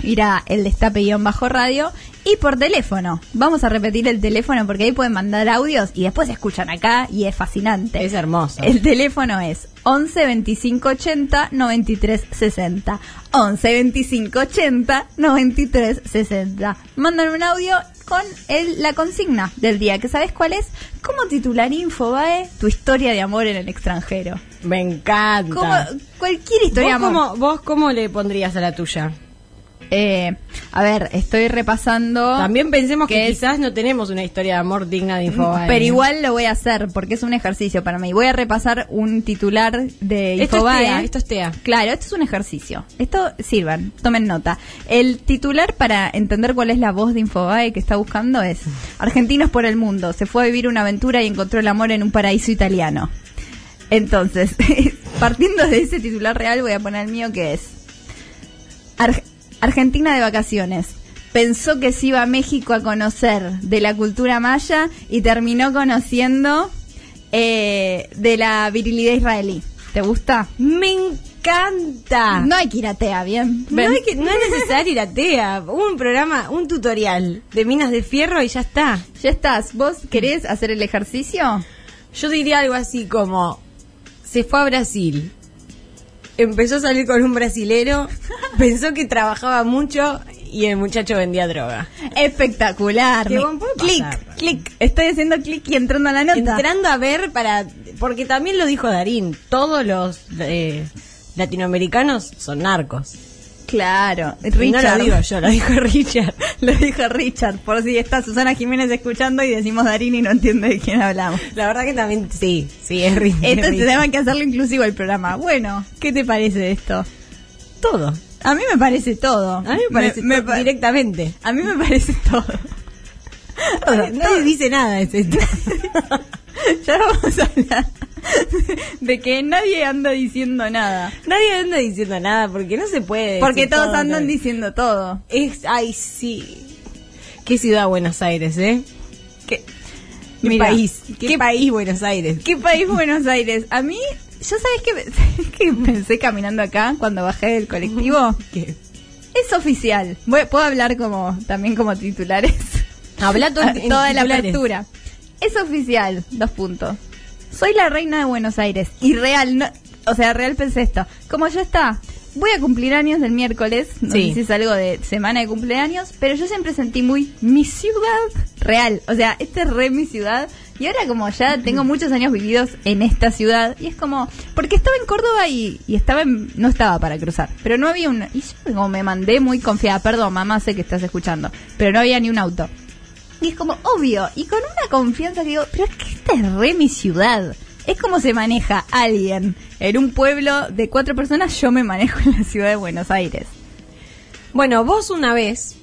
[SPEAKER 2] ir a el destape-bajo radio y por teléfono. Vamos a repetir el teléfono porque ahí pueden mandar audios y después se escuchan acá y es fascinante.
[SPEAKER 3] Es hermoso.
[SPEAKER 2] El teléfono es 11 25 80 93 60. 11 25 80 93 60. Mandan un audio con el- la consigna del día, que sabes cuál es? ¿Cómo titular Infobae tu historia de amor en el extranjero?
[SPEAKER 3] Me encanta.
[SPEAKER 2] ¿Cómo- cualquier
[SPEAKER 3] ¿Vos,
[SPEAKER 2] historia de amor.
[SPEAKER 3] cómo, ¿Vos cómo le pondrías a la tuya?
[SPEAKER 2] Eh, a ver, estoy repasando.
[SPEAKER 3] También pensemos que,
[SPEAKER 2] que es-
[SPEAKER 3] quizás no tenemos una historia de amor digna de Infobae. eh.
[SPEAKER 2] Pero
[SPEAKER 3] ¿no?
[SPEAKER 2] igual lo voy a hacer porque es un ejercicio para mí. Voy a repasar un titular de
[SPEAKER 3] Esto es
[SPEAKER 2] Infobae.
[SPEAKER 3] TEA, esto es TEA.
[SPEAKER 2] Claro, esto es un ejercicio. Esto sirvan, tomen nota. El titular para entender cuál es la voz de Infobae que está buscando es Argentinos por el mundo. Se fue a vivir una aventura y encontró el amor en un paraíso italiano. Entonces, partiendo de ese titular real, voy a poner el mío que es Ar- Argentina de vacaciones. Pensó que se iba a México a conocer de la cultura maya y terminó conociendo eh, de la virilidad israelí. ¿Te gusta?
[SPEAKER 3] Me encanta.
[SPEAKER 2] No hay que ir a TEA, bien.
[SPEAKER 3] No, hay que- no es necesario ir a TEA. Un programa, un tutorial de minas de fierro y ya está.
[SPEAKER 2] Ya estás. ¿Vos querés hacer el ejercicio?
[SPEAKER 3] Yo diría algo así como, se fue a Brasil, empezó a salir con un brasilero, pensó que trabajaba mucho y el muchacho vendía droga.
[SPEAKER 2] Espectacular.
[SPEAKER 3] Qué buen puede
[SPEAKER 2] clic,
[SPEAKER 3] pasar.
[SPEAKER 2] clic. Estoy haciendo clic y entrando a la nota.
[SPEAKER 3] Entrando a ver para... Porque también lo dijo Darín, todos los eh, latinoamericanos son narcos.
[SPEAKER 2] Claro.
[SPEAKER 3] Y No
[SPEAKER 2] Richard.
[SPEAKER 3] lo digo yo, lo dijo Richard.
[SPEAKER 2] Lo dijo Richard, por si está Susana Jiménez escuchando y decimos Darín y no entiende de quién hablamos.
[SPEAKER 3] La verdad que también, sí, sí, es Richard.
[SPEAKER 2] Esto se llama que hacerlo inclusivo al programa. Bueno, ¿qué te parece esto?
[SPEAKER 3] todo.
[SPEAKER 2] A mí me parece todo.
[SPEAKER 3] A mí me parece todo
[SPEAKER 2] pa-
[SPEAKER 3] directamente.
[SPEAKER 2] A mí me parece todo.
[SPEAKER 3] Nadie dice nada, es esto.
[SPEAKER 2] Ya vamos a hablar de que nadie anda diciendo nada.
[SPEAKER 3] Nadie anda diciendo nada porque no se puede.
[SPEAKER 2] Porque
[SPEAKER 3] decir
[SPEAKER 2] todos
[SPEAKER 3] todo,
[SPEAKER 2] andan
[SPEAKER 3] todo.
[SPEAKER 2] diciendo todo.
[SPEAKER 3] Es, ay, sí. Qué ciudad Buenos Aires, ¿eh?
[SPEAKER 2] ¿Qué,
[SPEAKER 3] Qué
[SPEAKER 2] Mira,
[SPEAKER 3] país. Qué,
[SPEAKER 2] qué-
[SPEAKER 3] país Buenos Aires.
[SPEAKER 2] ¿Qué país Buenos Aires? A mí, ¿yo sabes qué, pe- qué pensé caminando acá cuando bajé del colectivo?
[SPEAKER 3] ¿Qué?
[SPEAKER 2] Es oficial. Voy- Puedo hablar como también como titulares.
[SPEAKER 3] Habla todo
[SPEAKER 2] Ah,
[SPEAKER 3] en- en
[SPEAKER 2] toda la
[SPEAKER 3] titulares.
[SPEAKER 2] apertura. Es oficial, dos puntos. Soy la reina de Buenos Aires y real, no- o sea, real pensé esto. Como ya está, voy a cumplir años el miércoles, no
[SPEAKER 3] Sí.
[SPEAKER 2] sé si es algo de semana de cumpleaños, pero yo siempre sentí muy mi ciudad real, o sea, esta es re mi ciudad. Y ahora como ya tengo muchos años vividos en esta ciudad, y es como, porque estaba en Córdoba y, y estaba en- no estaba para cruzar, pero no había un, y yo como me mandé muy confiada, perdón mamá, sé que estás escuchando, pero no había ni un auto. Y es como, obvio, y con una confianza que digo, pero es que esta es re mi ciudad. Es como se maneja alguien. En un pueblo de cuatro personas yo me manejo en la ciudad de Buenos Aires.
[SPEAKER 3] Bueno, vos una vez,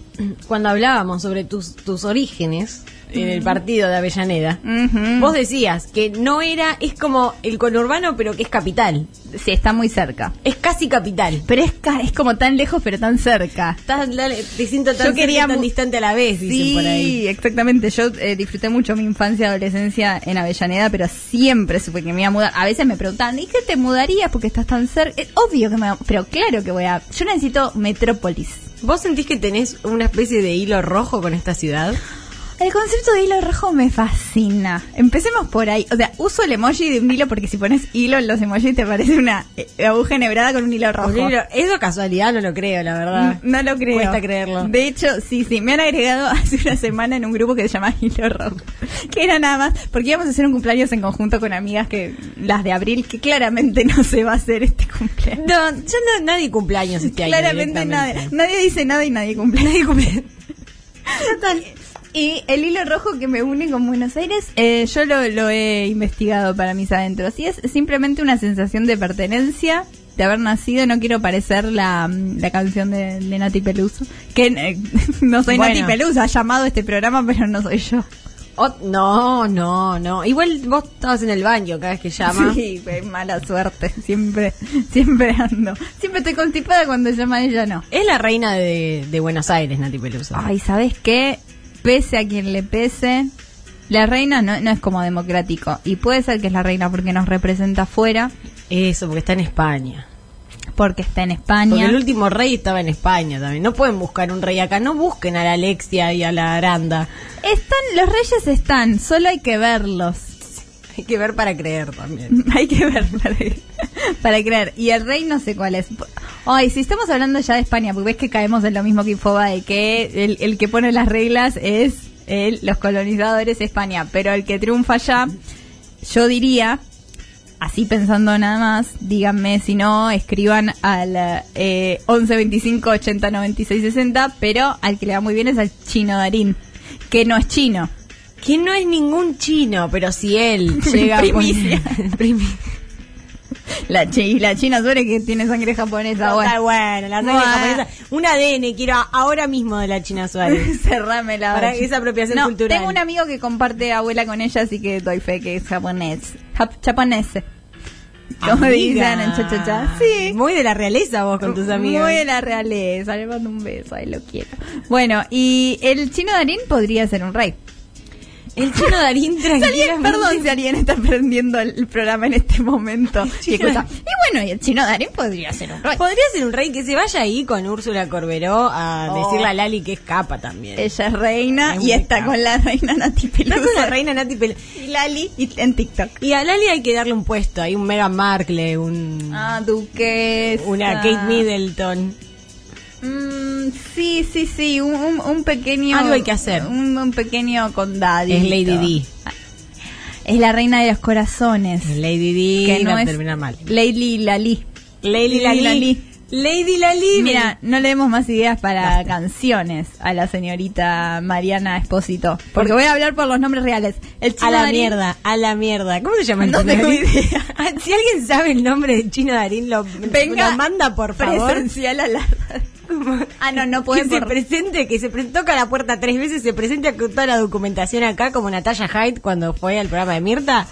[SPEAKER 3] cuando hablábamos sobre tus, tus orígenes en el partido de Avellaneda,
[SPEAKER 2] Ujú.
[SPEAKER 3] vos decías que no era, es como el conurbano, pero que es capital.
[SPEAKER 2] Sí, está muy cerca.
[SPEAKER 3] Es casi capital.
[SPEAKER 2] Pero es, ca- es como tan lejos pero tan cerca.
[SPEAKER 3] Estás- dale, te siento tan,
[SPEAKER 2] Yo
[SPEAKER 3] cerca y
[SPEAKER 2] quería
[SPEAKER 3] tan
[SPEAKER 2] mu-
[SPEAKER 3] distante a la vez, dicen
[SPEAKER 2] sí,
[SPEAKER 3] por ahí.
[SPEAKER 2] exactamente. Yo eh, disfruté mucho mi infancia y adolescencia en Avellaneda, pero siempre supe que me iba a mudar. A veces me preguntaban, ¿y qué te mudarías porque estás tan cerca? Es obvio que me... Pero claro que voy a... Yo necesito metrópolis.
[SPEAKER 3] ¿Vos sentís que tenés una especie de hilo rojo con esta ciudad?
[SPEAKER 2] El concepto de hilo rojo me fascina. Empecemos por ahí. O sea, uso el emoji de un hilo porque si pones hilo en los emojis te parece una eh, aguja enhebrada con un hilo rojo.
[SPEAKER 3] Porque lo- Eso casualidad no lo creo, la verdad.
[SPEAKER 2] Mm, No lo creo.
[SPEAKER 3] Cuesta creerlo.
[SPEAKER 2] De hecho, sí, sí. Me han agregado hace una semana en un grupo que se llama Hilo Rojo. Que era nada más. Porque íbamos a hacer un cumpleaños en conjunto con amigas que las de abril, que claramente no se va a hacer este cumpleaños.
[SPEAKER 3] No, yo no, nadie cumpleaños este año.
[SPEAKER 2] claramente nadie, nadie dice nada y nadie cumple. Nadie cumple. Y el hilo rojo que me une con Buenos Aires, eh, yo lo, lo he investigado para mis adentros. Y es simplemente una sensación de pertenencia, de haber nacido. No quiero parecer la, la canción de, de Nati Peluso. Que eh, no soy
[SPEAKER 3] Bueno.
[SPEAKER 2] Nati Peluso, ha llamado este programa, pero no soy yo.
[SPEAKER 3] Ot- Oh, no, no, no. Igual vos estabas en el baño cada vez que llama.
[SPEAKER 2] Sí, güey, mala suerte. Siempre, siempre ando. Siempre estoy constipada cuando llama ella, no.
[SPEAKER 3] Es la reina de, de Buenos Aires, Nati Peluso.
[SPEAKER 2] Ay, ¿sabes qué? Pese a quien le pese, la reina no, no es como democrático. Y puede ser que es la reina porque nos representa afuera,
[SPEAKER 3] Eso, porque está en España.
[SPEAKER 2] porque está en
[SPEAKER 3] Porque
[SPEAKER 2] España.
[SPEAKER 3] el último rey estaba en España también. No pueden buscar un rey acá. No busquen a la Alexia y a la Aranda.
[SPEAKER 2] Están, los reyes están, solo hay que verlos.
[SPEAKER 3] Hay que ver para creer también.
[SPEAKER 2] Hay que ver para, para creer. Y el rey no sé cuál es. Ay, si estamos hablando ya de España, porque ves que caemos en lo mismo que Infobae, que el, el que pone las reglas es el- los colonizadores de España, pero el que triunfa ya, yo diría, así pensando nada más, díganme si no, escriban al eh, 11 25 80 96 60, pero al que le va muy bien es al chino Darín, que no es chino.
[SPEAKER 3] Que no es ningún chino, pero si él llega a
[SPEAKER 2] Primicia.
[SPEAKER 3] poner- Primi-
[SPEAKER 2] La, chi- y la china suele que tiene sangre japonesa.
[SPEAKER 3] Está
[SPEAKER 2] Bueno.
[SPEAKER 3] bueno, la sangre
[SPEAKER 2] Bueno.
[SPEAKER 3] japonesa. Un ADN quiero ahora mismo de la China Suárez.
[SPEAKER 2] Cerrame la
[SPEAKER 3] Para
[SPEAKER 2] olla.
[SPEAKER 3] esa apropiación
[SPEAKER 2] No,
[SPEAKER 3] cultural.
[SPEAKER 2] Tengo un amigo que comparte abuela con ella, así que doy fe que es japonés. Jap- japonés. Como
[SPEAKER 3] Amiga.
[SPEAKER 2] dicen en cha Sí.
[SPEAKER 3] Muy de la realeza vos con tus amigos.
[SPEAKER 2] Muy de la realeza. Le mando un beso. Ahí lo quiero. Bueno, y el chino Darín podría ser un rey.
[SPEAKER 3] El chino Darín
[SPEAKER 2] Si
[SPEAKER 3] tranquila.
[SPEAKER 2] alguien- perdón si alguien está aprendiendo el programa en este momento. Y, escucha, y bueno, y el chino Darín podría ser un rey.
[SPEAKER 3] Podría ser un rey que se vaya ahí con Úrsula Corberó a
[SPEAKER 2] Oh.
[SPEAKER 3] decirle a Lali que escapa también.
[SPEAKER 2] Ella es reina
[SPEAKER 3] Es
[SPEAKER 2] y
[SPEAKER 3] muy
[SPEAKER 2] está
[SPEAKER 3] capa.
[SPEAKER 2] con la reina Nati
[SPEAKER 3] Está
[SPEAKER 2] Peluso.
[SPEAKER 3] con la reina Nati Pel-
[SPEAKER 2] y Lali y- en TikTok.
[SPEAKER 3] Y a Lali hay que darle un puesto, hay un Meghan Markle, un,
[SPEAKER 2] Ah, duquesa.
[SPEAKER 3] una Kate Middleton.
[SPEAKER 2] Mm, sí, sí, sí, un, un- un pequeño...
[SPEAKER 3] Algo hay que hacer.
[SPEAKER 2] Un, un pequeño condadito.
[SPEAKER 3] Es Lady D.
[SPEAKER 2] Es la reina de los corazones.
[SPEAKER 3] Es Lady D,
[SPEAKER 2] que no
[SPEAKER 3] la
[SPEAKER 2] es
[SPEAKER 3] termina mal.
[SPEAKER 2] Lady Lali.
[SPEAKER 3] Lady
[SPEAKER 2] Lali.
[SPEAKER 3] Lali. Lady Lali.
[SPEAKER 2] Mira, no le demos más ideas para canciones a la señorita Mariana Esposito. Porque voy a hablar por los nombres reales. El chino
[SPEAKER 3] A la
[SPEAKER 2] Darín-
[SPEAKER 3] mierda, a la mierda. ¿Cómo se llama el
[SPEAKER 2] No
[SPEAKER 3] chino
[SPEAKER 2] tengo
[SPEAKER 3] Darín?
[SPEAKER 2] idea.
[SPEAKER 3] Ah, Si alguien sabe el nombre de Chino Darín, lo,
[SPEAKER 2] Venga,
[SPEAKER 3] lo manda por favor.
[SPEAKER 2] Presencial a la... Ah, no, no
[SPEAKER 3] Que
[SPEAKER 2] pueden
[SPEAKER 3] se
[SPEAKER 2] por-
[SPEAKER 3] presente, que se pre- toca la puerta tres veces, se presente con toda la documentación acá, como Natalia Hyde cuando fue al programa de Mirta.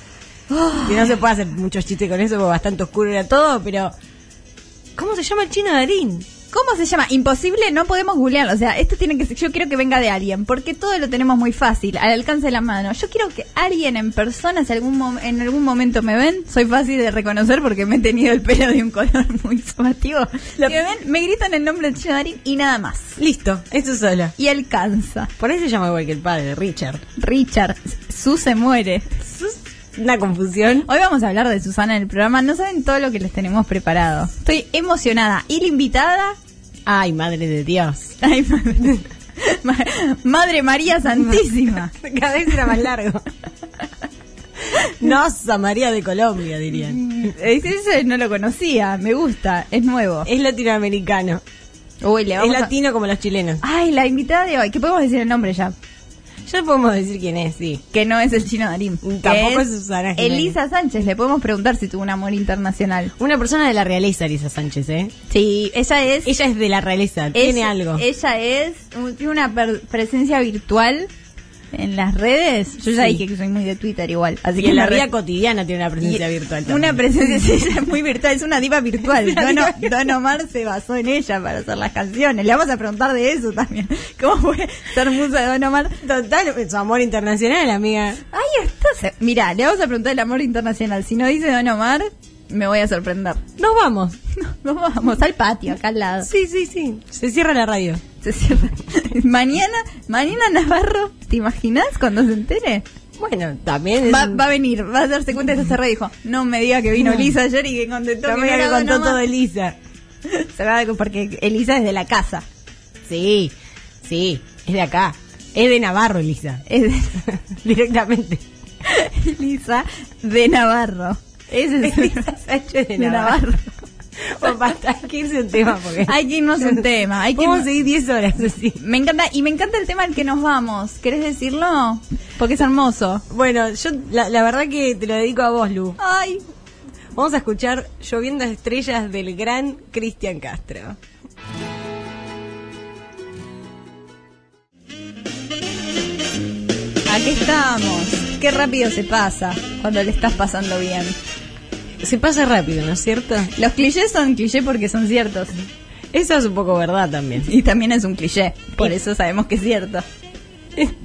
[SPEAKER 3] Y no se puede hacer muchos chistes con eso, porque bastante oscuro era todo, pero. ¿Cómo se llama el chino Darín?
[SPEAKER 2] ¿Cómo se llama? Imposible, no podemos googlearlo. O sea, esto tiene que ser- yo quiero que venga de alguien, porque todo lo tenemos muy fácil, al alcance de la mano. Yo quiero que alguien en persona, si algún mom- en algún momento me ven, soy fácil de reconocer porque me he tenido el pelo de un color muy llamativo. Si me ven, me gritan el nombre de Chino Darín y nada más.
[SPEAKER 3] Listo, eso solo.
[SPEAKER 2] Y alcanza.
[SPEAKER 3] Por ahí se llama igual que el padre, Richard.
[SPEAKER 2] Richard, Su se muere.
[SPEAKER 3] Es Una confusión.
[SPEAKER 2] Hoy vamos a hablar de Susana en el programa. No saben todo lo que les tenemos preparado. Estoy emocionada. Y la invitada
[SPEAKER 3] Ay, madre de Dios.
[SPEAKER 2] Ay, madre. Ma- Madre María Santísima.
[SPEAKER 3] Cada vez era más largo. Nossa, María de Colombia, dirían.
[SPEAKER 2] Eh, Ese no lo conocía, me gusta, es nuevo.
[SPEAKER 3] Es latinoamericano.
[SPEAKER 2] Uy, le
[SPEAKER 3] Es
[SPEAKER 2] vamos a-
[SPEAKER 3] latino como los chilenos.
[SPEAKER 2] Ay, la invitada de hoy, que podemos decir el nombre ya,
[SPEAKER 3] Ya podemos decir quién es, sí.
[SPEAKER 2] que no es el chino Darín. que
[SPEAKER 3] Uh, Tampoco es Susana Jiménez.
[SPEAKER 2] Elisa Sánchez, le podemos preguntar si tuvo un amor internacional.
[SPEAKER 3] Una persona de la realeza, Elisa Sánchez, ¿eh?
[SPEAKER 2] Sí, ella es...
[SPEAKER 3] Ella es de la realeza, tiene
[SPEAKER 2] ella-
[SPEAKER 3] algo.
[SPEAKER 2] Ella es, un- tiene una per- presencia virtual en las redes. Yo ya
[SPEAKER 3] Sí.
[SPEAKER 2] dije que soy muy de Twitter igual, así
[SPEAKER 3] Así
[SPEAKER 2] que
[SPEAKER 3] que en la
[SPEAKER 2] red-
[SPEAKER 3] vida cotidiana tiene una presencia
[SPEAKER 2] Y-
[SPEAKER 3] virtual.
[SPEAKER 2] Una
[SPEAKER 3] también.
[SPEAKER 2] presencia sí, ella es muy virtual, es una diva virtual. Don, O- Don Omar se basó en ella para hacer las canciones. Le vamos a preguntar de eso también. ¿Cómo fue ser musa de Don Omar?
[SPEAKER 3] Total, su amor internacional, amiga.
[SPEAKER 2] Ahí está. Se- Mirá, le vamos a preguntar el amor internacional. Si no dice Don Omar, me voy a sorprender.
[SPEAKER 3] Nos vamos.
[SPEAKER 2] Nos vamos al patio, acá al lado.
[SPEAKER 3] Sí, sí, sí. Se cierra la radio.
[SPEAKER 2] Se cierra. mañana, mañana Navarro, ¿te imaginas cuando se entere?
[SPEAKER 3] Bueno, también es
[SPEAKER 2] Va,
[SPEAKER 3] un-
[SPEAKER 2] va a venir, va a darse cuenta que se cerró y dijo, no me diga que vino Lisa ayer y que contestó
[SPEAKER 3] la
[SPEAKER 2] que no
[SPEAKER 3] amiga que
[SPEAKER 2] era Don
[SPEAKER 3] contó
[SPEAKER 2] Omar".
[SPEAKER 3] todo Elisa.
[SPEAKER 2] Se va a dar- porque Elisa es de la casa.
[SPEAKER 3] Sí, sí, es de acá. Es de Navarro, Elisa.
[SPEAKER 2] Es
[SPEAKER 3] Directamente.
[SPEAKER 2] de, Elisa de Navarro. Ese es
[SPEAKER 3] Elisa Sánchez de
[SPEAKER 2] de Navarro.
[SPEAKER 3] Navarro. O basta, hay que irse un tema porque.
[SPEAKER 2] Hay que irnos a un tema. Hay que
[SPEAKER 3] Podemos
[SPEAKER 2] irnos-
[SPEAKER 3] seguir 10 horas así.
[SPEAKER 2] Me encanta, y me encanta el tema al que nos vamos. ¿Querés decirlo? Porque es hermoso.
[SPEAKER 3] Bueno, yo la, la verdad que te lo dedico a vos, Lu.
[SPEAKER 2] Ay,
[SPEAKER 3] Vamos a escuchar Lloviendo Estrellas del gran Cristian Castro.
[SPEAKER 2] Aquí estamos. Qué rápido se pasa cuando le estás pasando bien.
[SPEAKER 3] Se pasa rápido, ¿no es cierto?
[SPEAKER 2] Los clichés son cliché porque son ciertos.
[SPEAKER 3] Eso es un poco verdad también.
[SPEAKER 2] Y también es un cliché. Por eso sabemos que es cierto.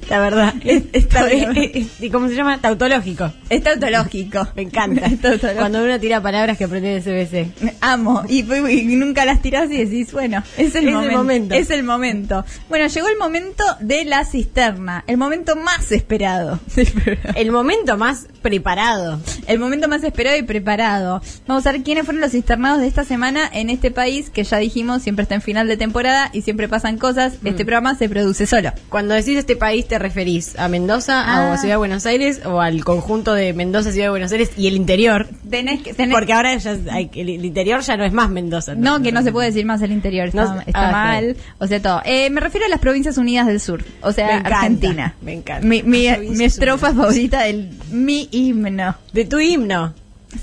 [SPEAKER 3] La verdad.
[SPEAKER 2] Es- está
[SPEAKER 3] es-
[SPEAKER 2] bien.
[SPEAKER 3] es- es- ¿Cómo se llama? Tautológico.
[SPEAKER 2] Es tautológico.
[SPEAKER 3] Me encanta.
[SPEAKER 2] Es tautológico.
[SPEAKER 3] Cuando uno tira palabras que aprende de CBC.
[SPEAKER 2] Amo. Y, y nunca las tirás y decís, bueno, es el,
[SPEAKER 3] Es el
[SPEAKER 2] momento,
[SPEAKER 3] momento.
[SPEAKER 2] Es el momento. Bueno, llegó el momento de la cisterna. El momento más esperado. del programa.
[SPEAKER 3] El momento más preparado.
[SPEAKER 2] El momento más esperado y preparado. Vamos a ver quiénes fueron los cisternados de esta semana en este país que ya dijimos siempre está en final de temporada y siempre pasan cosas. Este programa se produce solo.
[SPEAKER 3] Cuando decís este país, ¿te referís a Mendoza
[SPEAKER 2] Ah.
[SPEAKER 3] a o Ciudad de Buenos Aires o al conjunto de Mendoza, Ciudad de Buenos Aires y el interior?
[SPEAKER 2] Tenés que, tenés-
[SPEAKER 3] Porque ahora ya hay- el el interior ya no es más Mendoza.
[SPEAKER 2] no, que no se puede decir más el interior, está,
[SPEAKER 3] No se-
[SPEAKER 2] está
[SPEAKER 3] ah, está
[SPEAKER 2] mal,
[SPEAKER 3] bien.
[SPEAKER 2] o sea, todo. Eh, me refiero a las Provincias Unidas del Sur, o sea,
[SPEAKER 3] Me encanta,
[SPEAKER 2] Argentina.
[SPEAKER 3] me encanta.
[SPEAKER 2] Mi, mi-
[SPEAKER 3] Las Provincias
[SPEAKER 2] mi estrofa
[SPEAKER 3] Unidas.
[SPEAKER 2] favorita del mi himno.
[SPEAKER 3] De tu himno.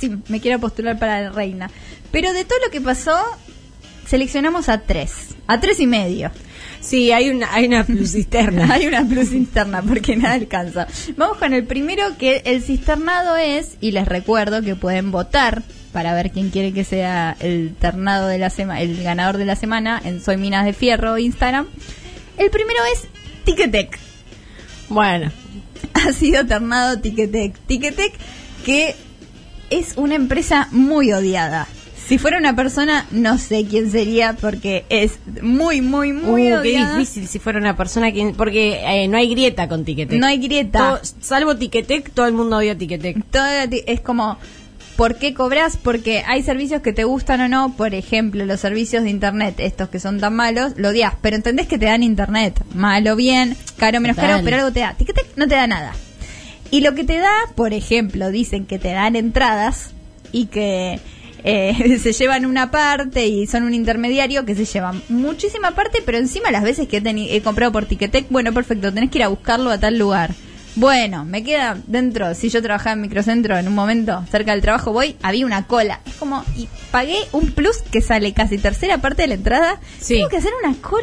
[SPEAKER 2] Sí, me quiero postular para la reina. Pero de todo lo que pasó, seleccionamos a tres, a tres y medio.
[SPEAKER 3] Sí, hay una, hay una cisterna.
[SPEAKER 2] Hay una plus interna porque nada alcanza. Vamos con el primero que el cisternado es, y les recuerdo que pueden votar para ver quién quiere que sea el ternado de la semana, el ganador de la semana en Soy Minas de Fierro Instagram. El primero es Ticketek.
[SPEAKER 3] bueno,
[SPEAKER 2] Ha sido ternado Ticketek. Ticketek que es una empresa muy odiada. Si fuera una persona, no sé quién sería porque es muy, muy, muy
[SPEAKER 3] Uh, qué
[SPEAKER 2] odiada.
[SPEAKER 3] difícil si fuera una persona que... Porque eh, no hay grieta con Tiquetec.
[SPEAKER 2] No hay grieta.
[SPEAKER 3] Todo- salvo Tiquetec, todo el mundo odia Tiquetec.
[SPEAKER 2] todo ti- es como ¿Por qué cobras? Porque hay servicios que te gustan o no, por ejemplo, los servicios de internet, estos que son tan malos, lo odias, pero entendés que te dan internet, malo bien, caro menos
[SPEAKER 3] Total.
[SPEAKER 2] caro, pero algo te da. Ticketek no te da nada. Y lo que te da, por ejemplo, dicen que te dan entradas y que eh, se llevan una parte y son un intermediario que se llevan muchísima parte, pero encima las veces que he, teni- he comprado por Ticketek, bueno, perfecto, tenés que ir a buscarlo a tal lugar. Bueno, me queda dentro, si yo trabajaba en microcentro en un momento, cerca del trabajo voy, había una cola. Es como, y pagué un plus que sale casi tercera parte de la entrada.
[SPEAKER 3] Sí.
[SPEAKER 2] Tengo que hacer una cola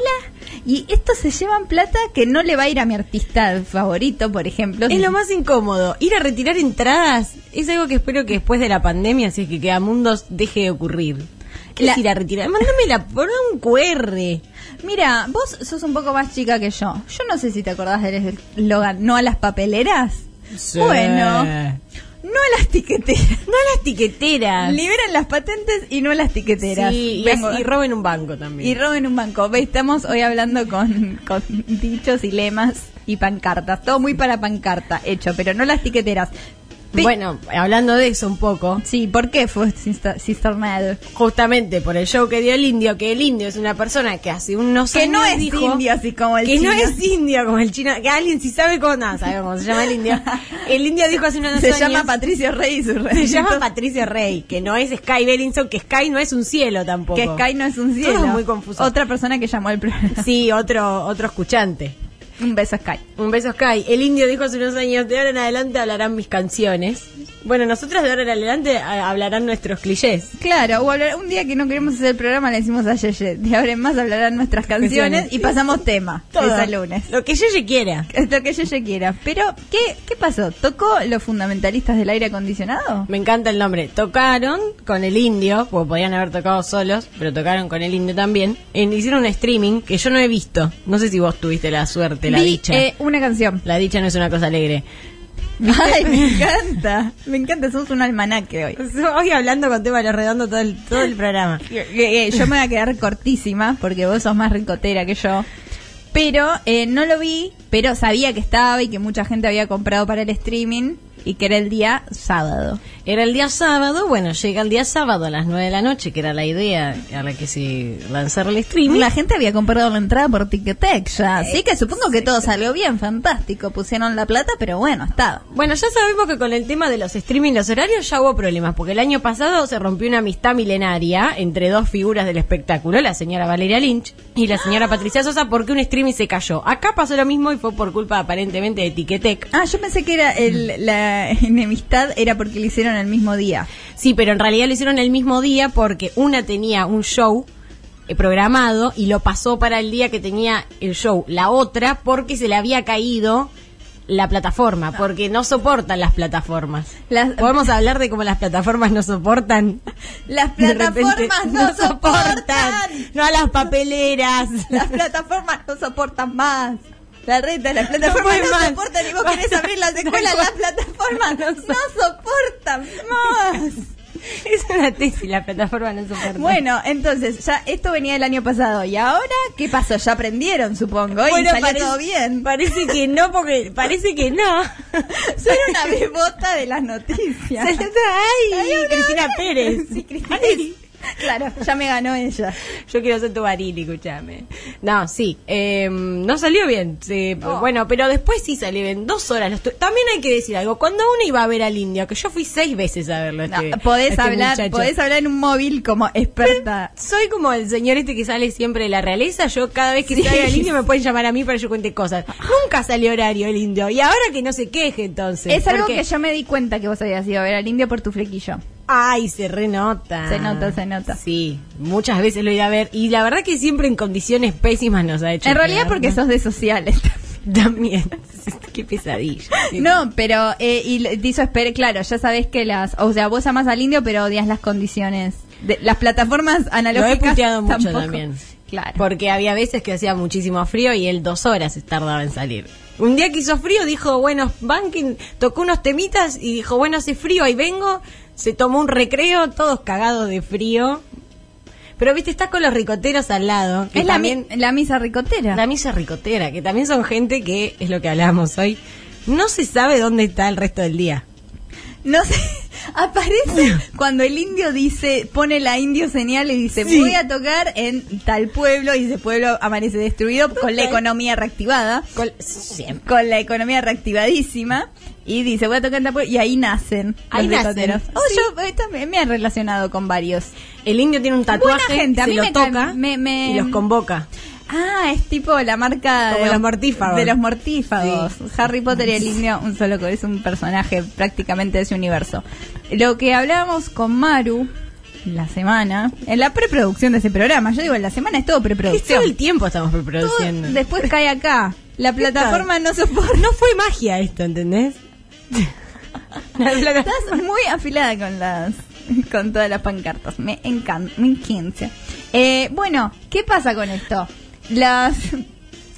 [SPEAKER 2] y estos se llevan plata que no le va a ir a mi artista favorito, por ejemplo.
[SPEAKER 3] Es lo más incómodo. Ir a retirar entradas es algo que espero que después de la pandemia, si es que queda mundos, deje de ocurrir. ¿Qué
[SPEAKER 2] La-
[SPEAKER 3] es ir a retirar? Mándame la por un QR.
[SPEAKER 2] Mira, vos sos un poco más chica que yo. Yo no sé si te acordás del eslogan, no a las papeleras. Bueno, no a las tiqueteras.
[SPEAKER 3] No a las tiqueteras.
[SPEAKER 2] Liberan las patentes y no a las tiqueteras.
[SPEAKER 3] Sí, y,
[SPEAKER 2] Vengo-
[SPEAKER 3] y roben un banco
[SPEAKER 2] y
[SPEAKER 3] también.
[SPEAKER 2] roben un banco. Ve, Estamos hoy hablando con, con dichos y lemas y pancartas. Todo muy para pancarta, hecho, pero no las tiqueteras. Pe-
[SPEAKER 3] bueno, hablando de eso un poco,
[SPEAKER 2] Sí, ¿por qué fue cista- cisternado?
[SPEAKER 3] justamente por el show que dio el indio, que el indio es una persona que hace unos
[SPEAKER 2] Que no
[SPEAKER 3] años
[SPEAKER 2] es
[SPEAKER 3] dijo
[SPEAKER 2] indio, así como el
[SPEAKER 3] que
[SPEAKER 2] chino.
[SPEAKER 3] no es indio como el chino, que alguien si sabe cómo, no, sabe cómo se llama el indio. El indio dijo hace unos
[SPEAKER 2] Se
[SPEAKER 3] años
[SPEAKER 2] llama Patricio Rey. Su
[SPEAKER 3] Se llama Patricia Rey, que no es Sky Bellinson, que Sky no es un cielo tampoco.
[SPEAKER 2] Que Sky no es un cielo.
[SPEAKER 3] Todo muy confuso.
[SPEAKER 2] Otra persona que llamó al programa.
[SPEAKER 3] Sí, otro, otro escuchante.
[SPEAKER 2] Un beso Sky.
[SPEAKER 3] Un beso Sky. El indio dijo hace unos años, de ahora en adelante hablarán mis canciones. Bueno, nosotras de ahora en adelante a- hablarán nuestros clichés.
[SPEAKER 2] Claro, o hablar- un día que no queremos hacer el programa le decimos a Yeye, de ahora en más hablarán nuestras canciones
[SPEAKER 3] Canciones.
[SPEAKER 2] y pasamos tema.
[SPEAKER 3] Todo.
[SPEAKER 2] Es el lunes.
[SPEAKER 3] Lo que Yeye quiera.
[SPEAKER 2] Es lo que Yeye quiera. Pero, ¿qué, ¿qué pasó? ¿Tocó los fundamentalistas del aire acondicionado?
[SPEAKER 3] Me encanta el nombre. Tocaron con el indio, porque podían haber tocado solos, pero tocaron con el indio también. En- hicieron un streaming que yo no he visto. No sé si vos tuviste la suerte, la
[SPEAKER 2] Vi,
[SPEAKER 3] dicha.
[SPEAKER 2] eh, una canción.
[SPEAKER 3] La dicha no es una cosa alegre.
[SPEAKER 2] Ay, me encanta. Me encanta, somos un almanaque hoy.
[SPEAKER 3] Hoy hablando con temas redondos todo el, todo el programa.
[SPEAKER 2] Eh, eh, yo me voy a quedar cortísima porque vos sos más ricotera que yo. Pero eh, no lo vi, pero sabía que estaba y que mucha gente había comprado para el streaming y que era el día sábado.
[SPEAKER 3] Era el día sábado, bueno, llega el día sábado a las 9 de la noche, que era la idea a la que se lanzara el streaming.
[SPEAKER 2] La gente había comprado la entrada por Ticketek ya, así que supongo que todo salió bien, fantástico. Pusieron la plata, pero bueno, estaba.
[SPEAKER 3] Bueno, ya sabemos que con el tema de los streaming y los horarios ya hubo problemas, porque el año pasado se rompió una amistad milenaria entre dos figuras del espectáculo, la señora Valeria Lynch y la señora Patricia Sosa, porque un streaming se cayó. Acá pasó lo mismo y fue por culpa aparentemente de Ticketek.
[SPEAKER 2] Ah, yo pensé que era el- la enemistad era porque le hicieron el mismo día.
[SPEAKER 3] Sí, pero en realidad lo hicieron el mismo día porque una tenía un show eh, programado y lo pasó para el día que tenía el show. La otra porque se le había caído la
[SPEAKER 2] Ah.
[SPEAKER 3] plataforma, porque no soportan las plataformas.
[SPEAKER 2] Las-
[SPEAKER 3] Podemos hablar de cómo las plataformas no soportan.
[SPEAKER 2] Las
[SPEAKER 3] De repente,
[SPEAKER 2] plataformas no soportan.
[SPEAKER 3] No a las papeleras.
[SPEAKER 2] Las plataformas no soportan más. La reta, las plataformas
[SPEAKER 3] pueden
[SPEAKER 2] no,
[SPEAKER 3] más.
[SPEAKER 2] soportan y vos querés abrir las
[SPEAKER 3] Tal
[SPEAKER 2] escuelas,
[SPEAKER 3] cual.
[SPEAKER 2] las plataformas no, soportan más.
[SPEAKER 3] Es una tesis, las plataformas no soportan.
[SPEAKER 2] Bueno, entonces, ya esto venía el año pasado y ahora, ¿qué pasó? Ya aprendieron, supongo, y salió
[SPEAKER 3] parece-
[SPEAKER 2] todo bien.
[SPEAKER 3] Parece que no, porque parece que no.
[SPEAKER 2] Soy una bebota de las noticias.
[SPEAKER 3] Ay,
[SPEAKER 2] una
[SPEAKER 3] Cristina
[SPEAKER 2] vez.
[SPEAKER 3] Pérez.
[SPEAKER 2] Sí, Cristina Pérez. Claro, ya me ganó ella.
[SPEAKER 3] Yo quiero ser tu baril, escúchame. No, sí, eh, no salió bien. sí,
[SPEAKER 2] Oh.
[SPEAKER 3] Bueno, pero después sí salió bien. Dos horas. lo estu- También hay que decir algo. Cuando uno iba a ver al indio, que yo fui seis veces a verlo. a
[SPEAKER 2] No,
[SPEAKER 3] este- a
[SPEAKER 2] podés
[SPEAKER 3] este
[SPEAKER 2] hablar,
[SPEAKER 3] muchacho.
[SPEAKER 2] podés hablar en un móvil como experta.
[SPEAKER 3] Soy como el señor este que sale siempre de la realeza. Yo cada vez que
[SPEAKER 2] Sí.
[SPEAKER 3] salga el indio me pueden llamar a mí para que yo cuente cosas. Nunca salió horario el indio. Y ahora que no se queje entonces.
[SPEAKER 2] es algo
[SPEAKER 3] porque-
[SPEAKER 2] que yo me di cuenta que vos habías ido a ver al indio por tu flequillo.
[SPEAKER 3] Ay, se renota.
[SPEAKER 2] Se nota, se nota.
[SPEAKER 3] Sí, muchas veces lo he ido a ver. Y la verdad que siempre en condiciones pésimas nos ha hecho.
[SPEAKER 2] en realidad
[SPEAKER 3] quedarnos.
[SPEAKER 2] porque sos de sociales.
[SPEAKER 3] También. Qué pesadilla.
[SPEAKER 2] No, pero, eh, y le- te hizo esperar, claro, ya sabés que las, o sea, vos amás al indio, pero odias las condiciones. de- las plataformas
[SPEAKER 3] Lo he
[SPEAKER 2] analógicas.
[SPEAKER 3] puteado mucho
[SPEAKER 2] tampoco.
[SPEAKER 3] también.
[SPEAKER 2] Claro.
[SPEAKER 3] Porque había veces que hacía muchísimo frío y él dos horas tardaba en salir. Un día que hizo frío dijo, bueno, banking, tocó unos temitas y dijo, bueno, hace frío, ahí vengo. Se tomó un recreo, todos cagados de frío. Pero viste, estás con los ricoteros al lado. que
[SPEAKER 2] es la,
[SPEAKER 3] también-
[SPEAKER 2] mi- eh, la misa ricotera.
[SPEAKER 3] La misa ricotera, que también son gente que, es lo que hablábamos hoy, no se sabe dónde está el resto del día.
[SPEAKER 2] No sé, aparece cuando el indio dice, pone la indio señal y dice,
[SPEAKER 3] Sí.
[SPEAKER 2] voy a tocar en tal pueblo y ese pueblo amanece destruido con la
[SPEAKER 3] Ok.
[SPEAKER 2] economía reactivada,
[SPEAKER 3] Col- siempre.
[SPEAKER 2] con la economía reactivadísima y dice, voy a tocar en tal pueblo y ahí nacen. los
[SPEAKER 3] Ahí nacen,
[SPEAKER 2] ricoteros. Oh,
[SPEAKER 3] sí.
[SPEAKER 2] yo eh, también me he relacionado con varios.
[SPEAKER 3] El indio tiene un tatuaje,
[SPEAKER 2] Buena gente, a
[SPEAKER 3] se
[SPEAKER 2] mí
[SPEAKER 3] lo
[SPEAKER 2] me cae-
[SPEAKER 3] toca
[SPEAKER 2] me- me-
[SPEAKER 3] y los convoca.
[SPEAKER 2] Ah, es tipo la marca
[SPEAKER 3] Como
[SPEAKER 2] de
[SPEAKER 3] los mortífagos.
[SPEAKER 2] De los mortífagos.
[SPEAKER 3] Sí.
[SPEAKER 2] Harry Potter y el indio, un solo co- es un personaje prácticamente de ese universo. Lo que hablábamos con Maru la semana, en la preproducción de ese programa, yo digo, en la semana es todo
[SPEAKER 3] Es todo el
[SPEAKER 2] preproducción.
[SPEAKER 3] tiempo estamos
[SPEAKER 2] Todo
[SPEAKER 3] reproduciendo.
[SPEAKER 2] después cae acá. La plataforma no soporta.
[SPEAKER 3] No fue magia esto, ¿entendés? La plata-
[SPEAKER 2] Estás muy afilada con las con todas las pancartas. Me encanta, me encanta. Eh, bueno, ¿qué pasa con esto? Las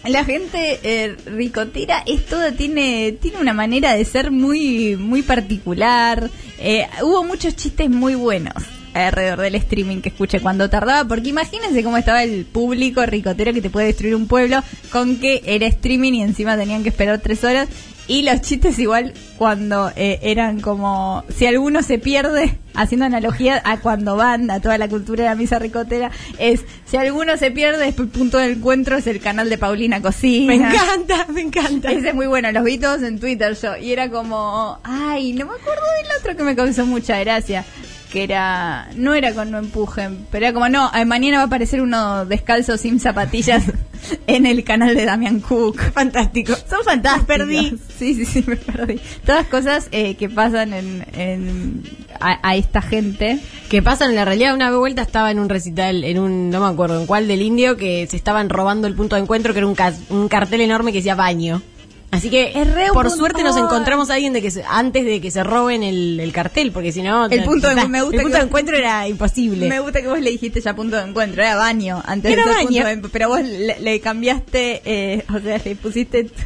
[SPEAKER 2] la gente eh, ricotera es toda tiene tiene una manera de ser muy muy particular. Eh, hubo muchos chistes muy buenos alrededor del streaming que escuché cuando tardaba, porque imagínense cómo estaba el público ricotero que te puede destruir un pueblo con que era streaming y encima tenían que esperar tres horas. Y los chistes igual cuando eh, eran como, si alguno se pierde, haciendo analogía a cuando van a toda la cultura de la misa ricotera, es, si alguno se pierde, después punto de encuentro es el canal de Paulina Cocina.
[SPEAKER 3] Me encanta, me encanta.
[SPEAKER 2] Ese es muy bueno, los vi todos en Twitter yo. Y era como, ay, no me acuerdo del otro que me causó mucha gracia. Que era, no era con no empujen, pero era como, no, eh, mañana va a aparecer uno descalzo sin zapatillas en el canal de Damian Cook.
[SPEAKER 3] Fantástico.
[SPEAKER 2] Son fantásticos.
[SPEAKER 3] Me perdí.
[SPEAKER 2] Sí, sí, sí, me perdí. Todas cosas eh, que pasan en, en- a, a esta gente.
[SPEAKER 3] Que pasa en la realidad, una vuelta estaba en un recital, en un, no me acuerdo en cuál del indio, que se estaban robando el punto de encuentro, que era un, cas- un cartel enorme que decía baño. Así que,
[SPEAKER 2] Es re un
[SPEAKER 3] por
[SPEAKER 2] punto-
[SPEAKER 3] suerte, nos encontramos a alguien de que se- antes de que se roben el, el cartel, porque si no.
[SPEAKER 2] El punto de-
[SPEAKER 3] quizá-
[SPEAKER 2] me gusta
[SPEAKER 3] el
[SPEAKER 2] que-
[SPEAKER 3] punto de encuentro era imposible.
[SPEAKER 2] Me gusta que vos le dijiste ya punto de encuentro, era baño. Antes
[SPEAKER 3] Era
[SPEAKER 2] de ser
[SPEAKER 3] baño.
[SPEAKER 2] punto de encuentro, pero vos le, le cambiaste, eh, o sea, le pusiste tu,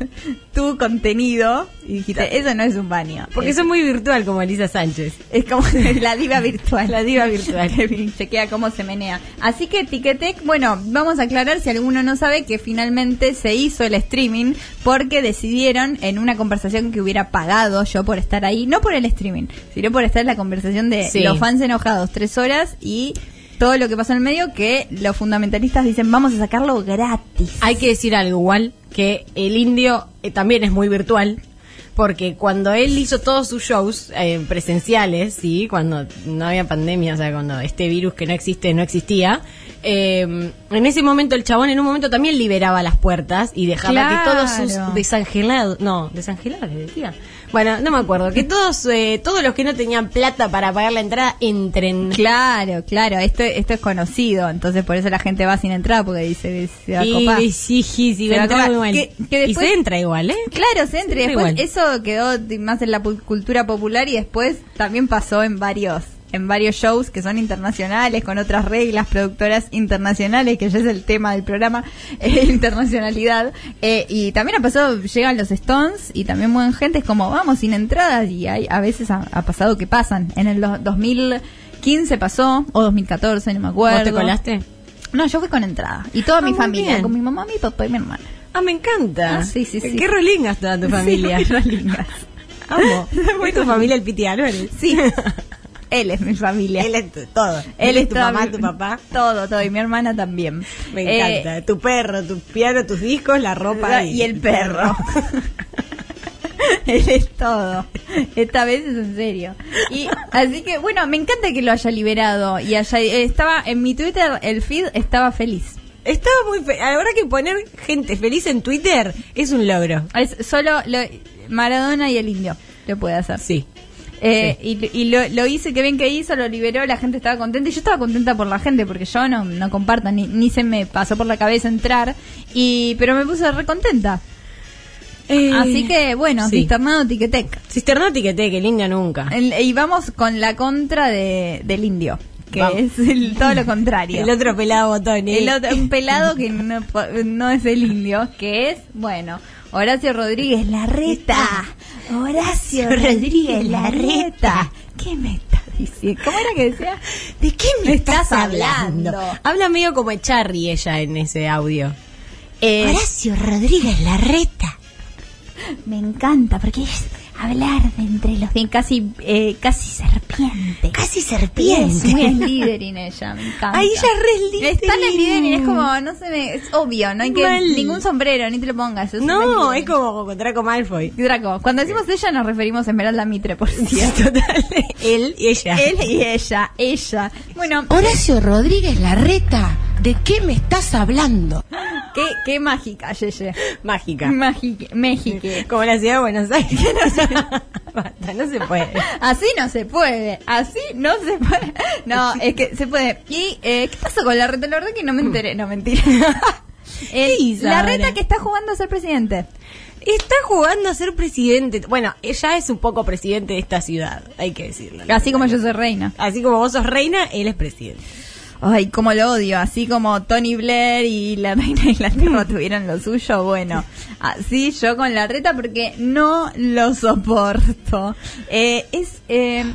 [SPEAKER 2] tu contenido y dijiste, eso no es un baño.
[SPEAKER 3] Porque
[SPEAKER 2] es,
[SPEAKER 3] soy muy virtual, como Elisa Sánchez.
[SPEAKER 2] es como la diva virtual.
[SPEAKER 3] La diva virtual.
[SPEAKER 2] Kevin chequea cómo se menea. Así que Ticketek, bueno, vamos a aclarar si alguno no sabe que finalmente se hizo el streaming porque decidieron en una conversación que hubiera pagado yo por estar ahí, no por el streaming, sino por estar en la conversación de
[SPEAKER 3] Sí.
[SPEAKER 2] los fans enojados, tres horas y todo lo que pasó en el medio que los fundamentalistas dicen vamos a sacarlo gratis.
[SPEAKER 3] Hay que decir algo igual, que el indio eh, también es muy virtual, porque cuando él hizo todos sus shows eh, presenciales, ¿sí? cuando no había pandemia, o sea, cuando este virus que no existe no existía, eh, en ese momento el chabón en un momento también liberaba las puertas y dejaba que todos
[SPEAKER 2] Claro.
[SPEAKER 3] sus desangelados, no, desangelados, le decía, Bueno, no me acuerdo. Que todos, eh, todos los que no tenían plata para pagar la entrada entren.
[SPEAKER 2] Claro, claro, esto, esto es conocido, entonces por eso la gente va sin entrada porque dice se va a copar.
[SPEAKER 3] Y sí, sí, sí,
[SPEAKER 2] Se va a
[SPEAKER 3] entra
[SPEAKER 2] copar.
[SPEAKER 3] igual.
[SPEAKER 2] Que- que después-
[SPEAKER 3] Y se entra igual, ¿eh?
[SPEAKER 2] Claro, se entra y
[SPEAKER 3] Sí,
[SPEAKER 2] después
[SPEAKER 3] igual.
[SPEAKER 2] eso quedó t- más en la pu- cultura popular y después también pasó en varios en varios shows que son internacionales con otras reglas productoras internacionales que ya es el tema del programa eh, internacionalidad Eh, y también ha pasado llegan los Stones y también mueven gente es como vamos sin entradas y hay a veces ha, ha pasado que pasan en el do- 2015 pasó o 2014 no me acuerdo
[SPEAKER 3] ¿Vos te colaste?
[SPEAKER 2] no yo fui con entrada y toda
[SPEAKER 3] Ah,
[SPEAKER 2] mi
[SPEAKER 3] muy
[SPEAKER 2] familia
[SPEAKER 3] bien.
[SPEAKER 2] con mi mamá mi papá y mi hermana
[SPEAKER 3] Ah, me encanta.
[SPEAKER 2] Ah, sí, sí, sí.
[SPEAKER 3] Qué rolingas toda tu familia.
[SPEAKER 2] Sí, muy lindas.
[SPEAKER 3] Amo.
[SPEAKER 2] Muy
[SPEAKER 3] Es tu familia el Piti Álvarez.
[SPEAKER 2] Sí. Él es mi familia.
[SPEAKER 3] Él es tu- todo.
[SPEAKER 2] Él
[SPEAKER 3] es tu
[SPEAKER 2] toda
[SPEAKER 3] mamá,
[SPEAKER 2] mi-
[SPEAKER 3] tu papá.
[SPEAKER 2] Todo, todo. Y mi hermana también.
[SPEAKER 3] Me
[SPEAKER 2] Eh,
[SPEAKER 3] encanta. tu perro, tu piano, tus discos, la ropa
[SPEAKER 2] y el perro. Él es todo. Esta vez es en serio. Y así que bueno, me encanta que lo haya liberado y haya eh, estaba en mi Twitter el feed estaba feliz.
[SPEAKER 3] Estaba muy fe- Habrá que poner gente feliz en Twitter. Es un logro.
[SPEAKER 2] Es solo lo- Maradona y el indio lo puede hacer.
[SPEAKER 3] Sí.
[SPEAKER 2] Eh, Y, y lo, lo hice, que bien que hizo, lo liberó, la gente estaba contenta. Y yo estaba contenta por la gente, porque yo no, no comparto, ni, ni se me pasó por la cabeza entrar. y Pero me puse re contenta. Así que, bueno,
[SPEAKER 3] sí.
[SPEAKER 2] cisternado tiquetec.
[SPEAKER 3] Cisterno tiquete, Eh, que linda nunca.
[SPEAKER 2] El- y vamos con la contra de, del indio, que
[SPEAKER 3] Vamos.
[SPEAKER 2] es el- todo lo contrario.
[SPEAKER 3] El otro pelado botón. ¿eh?
[SPEAKER 2] El otro- un pelado que no, po- no es el indio, que es, bueno, Horacio Rodríguez Larreta. Horacio Rodríguez Larreta. ¿Qué me estás diciendo? ¿Cómo era que decía?
[SPEAKER 3] ¿De qué me
[SPEAKER 2] Me
[SPEAKER 3] estás,
[SPEAKER 2] estás
[SPEAKER 3] hablando?
[SPEAKER 2] hablando.
[SPEAKER 3] Habla medio como Charry ella en ese audio.
[SPEAKER 2] Eh,
[SPEAKER 3] Horacio Rodríguez Larreta.
[SPEAKER 2] me encanta, porque es hablar de entre los bien, casi, eh, casi serpiente.
[SPEAKER 3] Casi
[SPEAKER 2] Es muy líder en ella, me encanta.
[SPEAKER 3] Ay, ella es re líder.
[SPEAKER 2] Es tan líder es como, no se me, es obvio, no hay que,
[SPEAKER 3] Mal.
[SPEAKER 2] ningún sombrero, ni te lo pongas. es
[SPEAKER 3] No,
[SPEAKER 2] re Slytherin.
[SPEAKER 3] es como con Draco Malfoy.
[SPEAKER 2] Draco, cuando decimos ella nos referimos a Esmeralda Mitre, por cierto.
[SPEAKER 3] Total. Él y ella.
[SPEAKER 2] Él y ella, ella. Bueno,
[SPEAKER 4] Horacio Rodríguez Larreta, ¿de qué me estás hablando?
[SPEAKER 2] qué, qué mágica, Yeye.
[SPEAKER 3] Mágica.
[SPEAKER 2] Mágica, México.
[SPEAKER 3] Como la ciudad de Buenos Aires. Basta, no se puede.
[SPEAKER 2] Así no se puede, así no se puede. No, es que se puede. ¿Y eh, qué pasó con la reta? La verdad que no me enteré, no mentira. El-
[SPEAKER 3] ¿Qué hizo
[SPEAKER 2] la
[SPEAKER 3] ahora?
[SPEAKER 2] reta que está jugando a ser presidente.
[SPEAKER 3] Está jugando a ser presidente. Bueno, ella es un poco presidente de esta ciudad, hay que decirlo.
[SPEAKER 2] Así como yo soy reina.
[SPEAKER 3] Así como vos sos reina, él es presidente.
[SPEAKER 2] Ay, cómo lo odio. Así como Tony Blair y la reina de Inglaterra tuvieron lo suyo, bueno, así yo con la reta porque no lo soporto. Eh, es eh,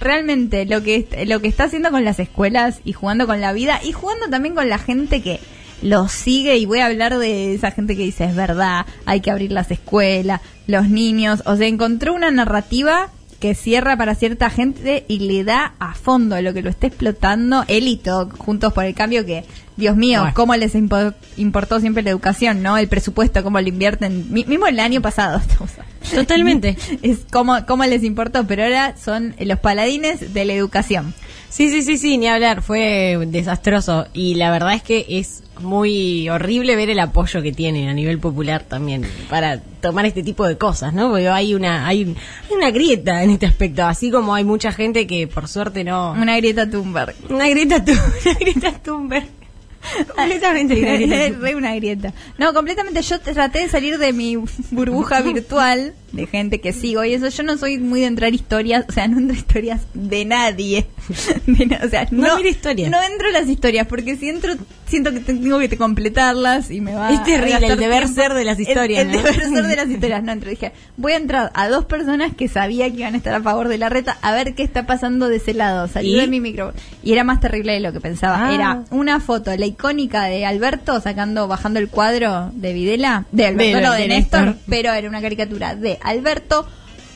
[SPEAKER 2] realmente lo que, est- lo que está haciendo con las escuelas y jugando con la vida y jugando también con la gente que lo sigue y voy a hablar de esa gente que dice es verdad, hay que abrir las escuelas, los niños, o sea, encontró una narrativa que cierra para cierta gente y le da a fondo lo que lo está explotando él y todo, juntos por el cambio que, Dios mío,
[SPEAKER 3] Bueno.
[SPEAKER 2] cómo les impo- importó siempre la educación, ¿no? El presupuesto, cómo lo invierten, mi- mismo el año pasado. estamos
[SPEAKER 3] Totalmente.
[SPEAKER 2] es cómo, cómo les importó, pero ahora son los paladines de la educación.
[SPEAKER 3] Sí, sí, sí, sí, ni hablar, fue desastroso. Y la verdad es que es muy horrible ver el apoyo que tiene a nivel popular también para tomar este tipo de cosas, ¿no? Porque hay una, hay, un- hay una grieta en este aspecto, así como hay mucha gente que por suerte no...
[SPEAKER 2] Una grieta Thunberg.
[SPEAKER 3] Una grieta, tu, una grieta Thunberg. Completamente una grieta
[SPEAKER 2] Es
[SPEAKER 3] Thunberg.
[SPEAKER 2] re una grieta. No, completamente. Yo traté de salir de mi burbuja virtual de gente que sigo y eso. Yo no soy muy de entrar historias, o sea, no entro a historias de nadie. De na- o sea,
[SPEAKER 3] No
[SPEAKER 2] no,
[SPEAKER 3] mira historias.
[SPEAKER 2] No entro a las historias porque si entro, siento que tengo que te- completarlas y me va
[SPEAKER 3] Es terrible
[SPEAKER 2] a gastar
[SPEAKER 3] el deber ser de las
[SPEAKER 2] El-
[SPEAKER 3] historias,
[SPEAKER 2] El,
[SPEAKER 3] ¿no?
[SPEAKER 2] deber ser de las historias. No entro. Dije, voy a entrar a dos personas que sabía que iban a estar a favor de la reta a ver qué está pasando de ese lado. Salí
[SPEAKER 3] ¿Y?
[SPEAKER 2] de mi micro. Y era más terrible de lo que pensaba.
[SPEAKER 3] Ah.
[SPEAKER 2] Era una foto, la icónica de Alberto sacando, bajando el cuadro de Videla, de Alberto,
[SPEAKER 3] De-
[SPEAKER 2] no, de,
[SPEAKER 3] de
[SPEAKER 2] Néstor,
[SPEAKER 3] Néstor.
[SPEAKER 2] pero era una caricatura de Alberto,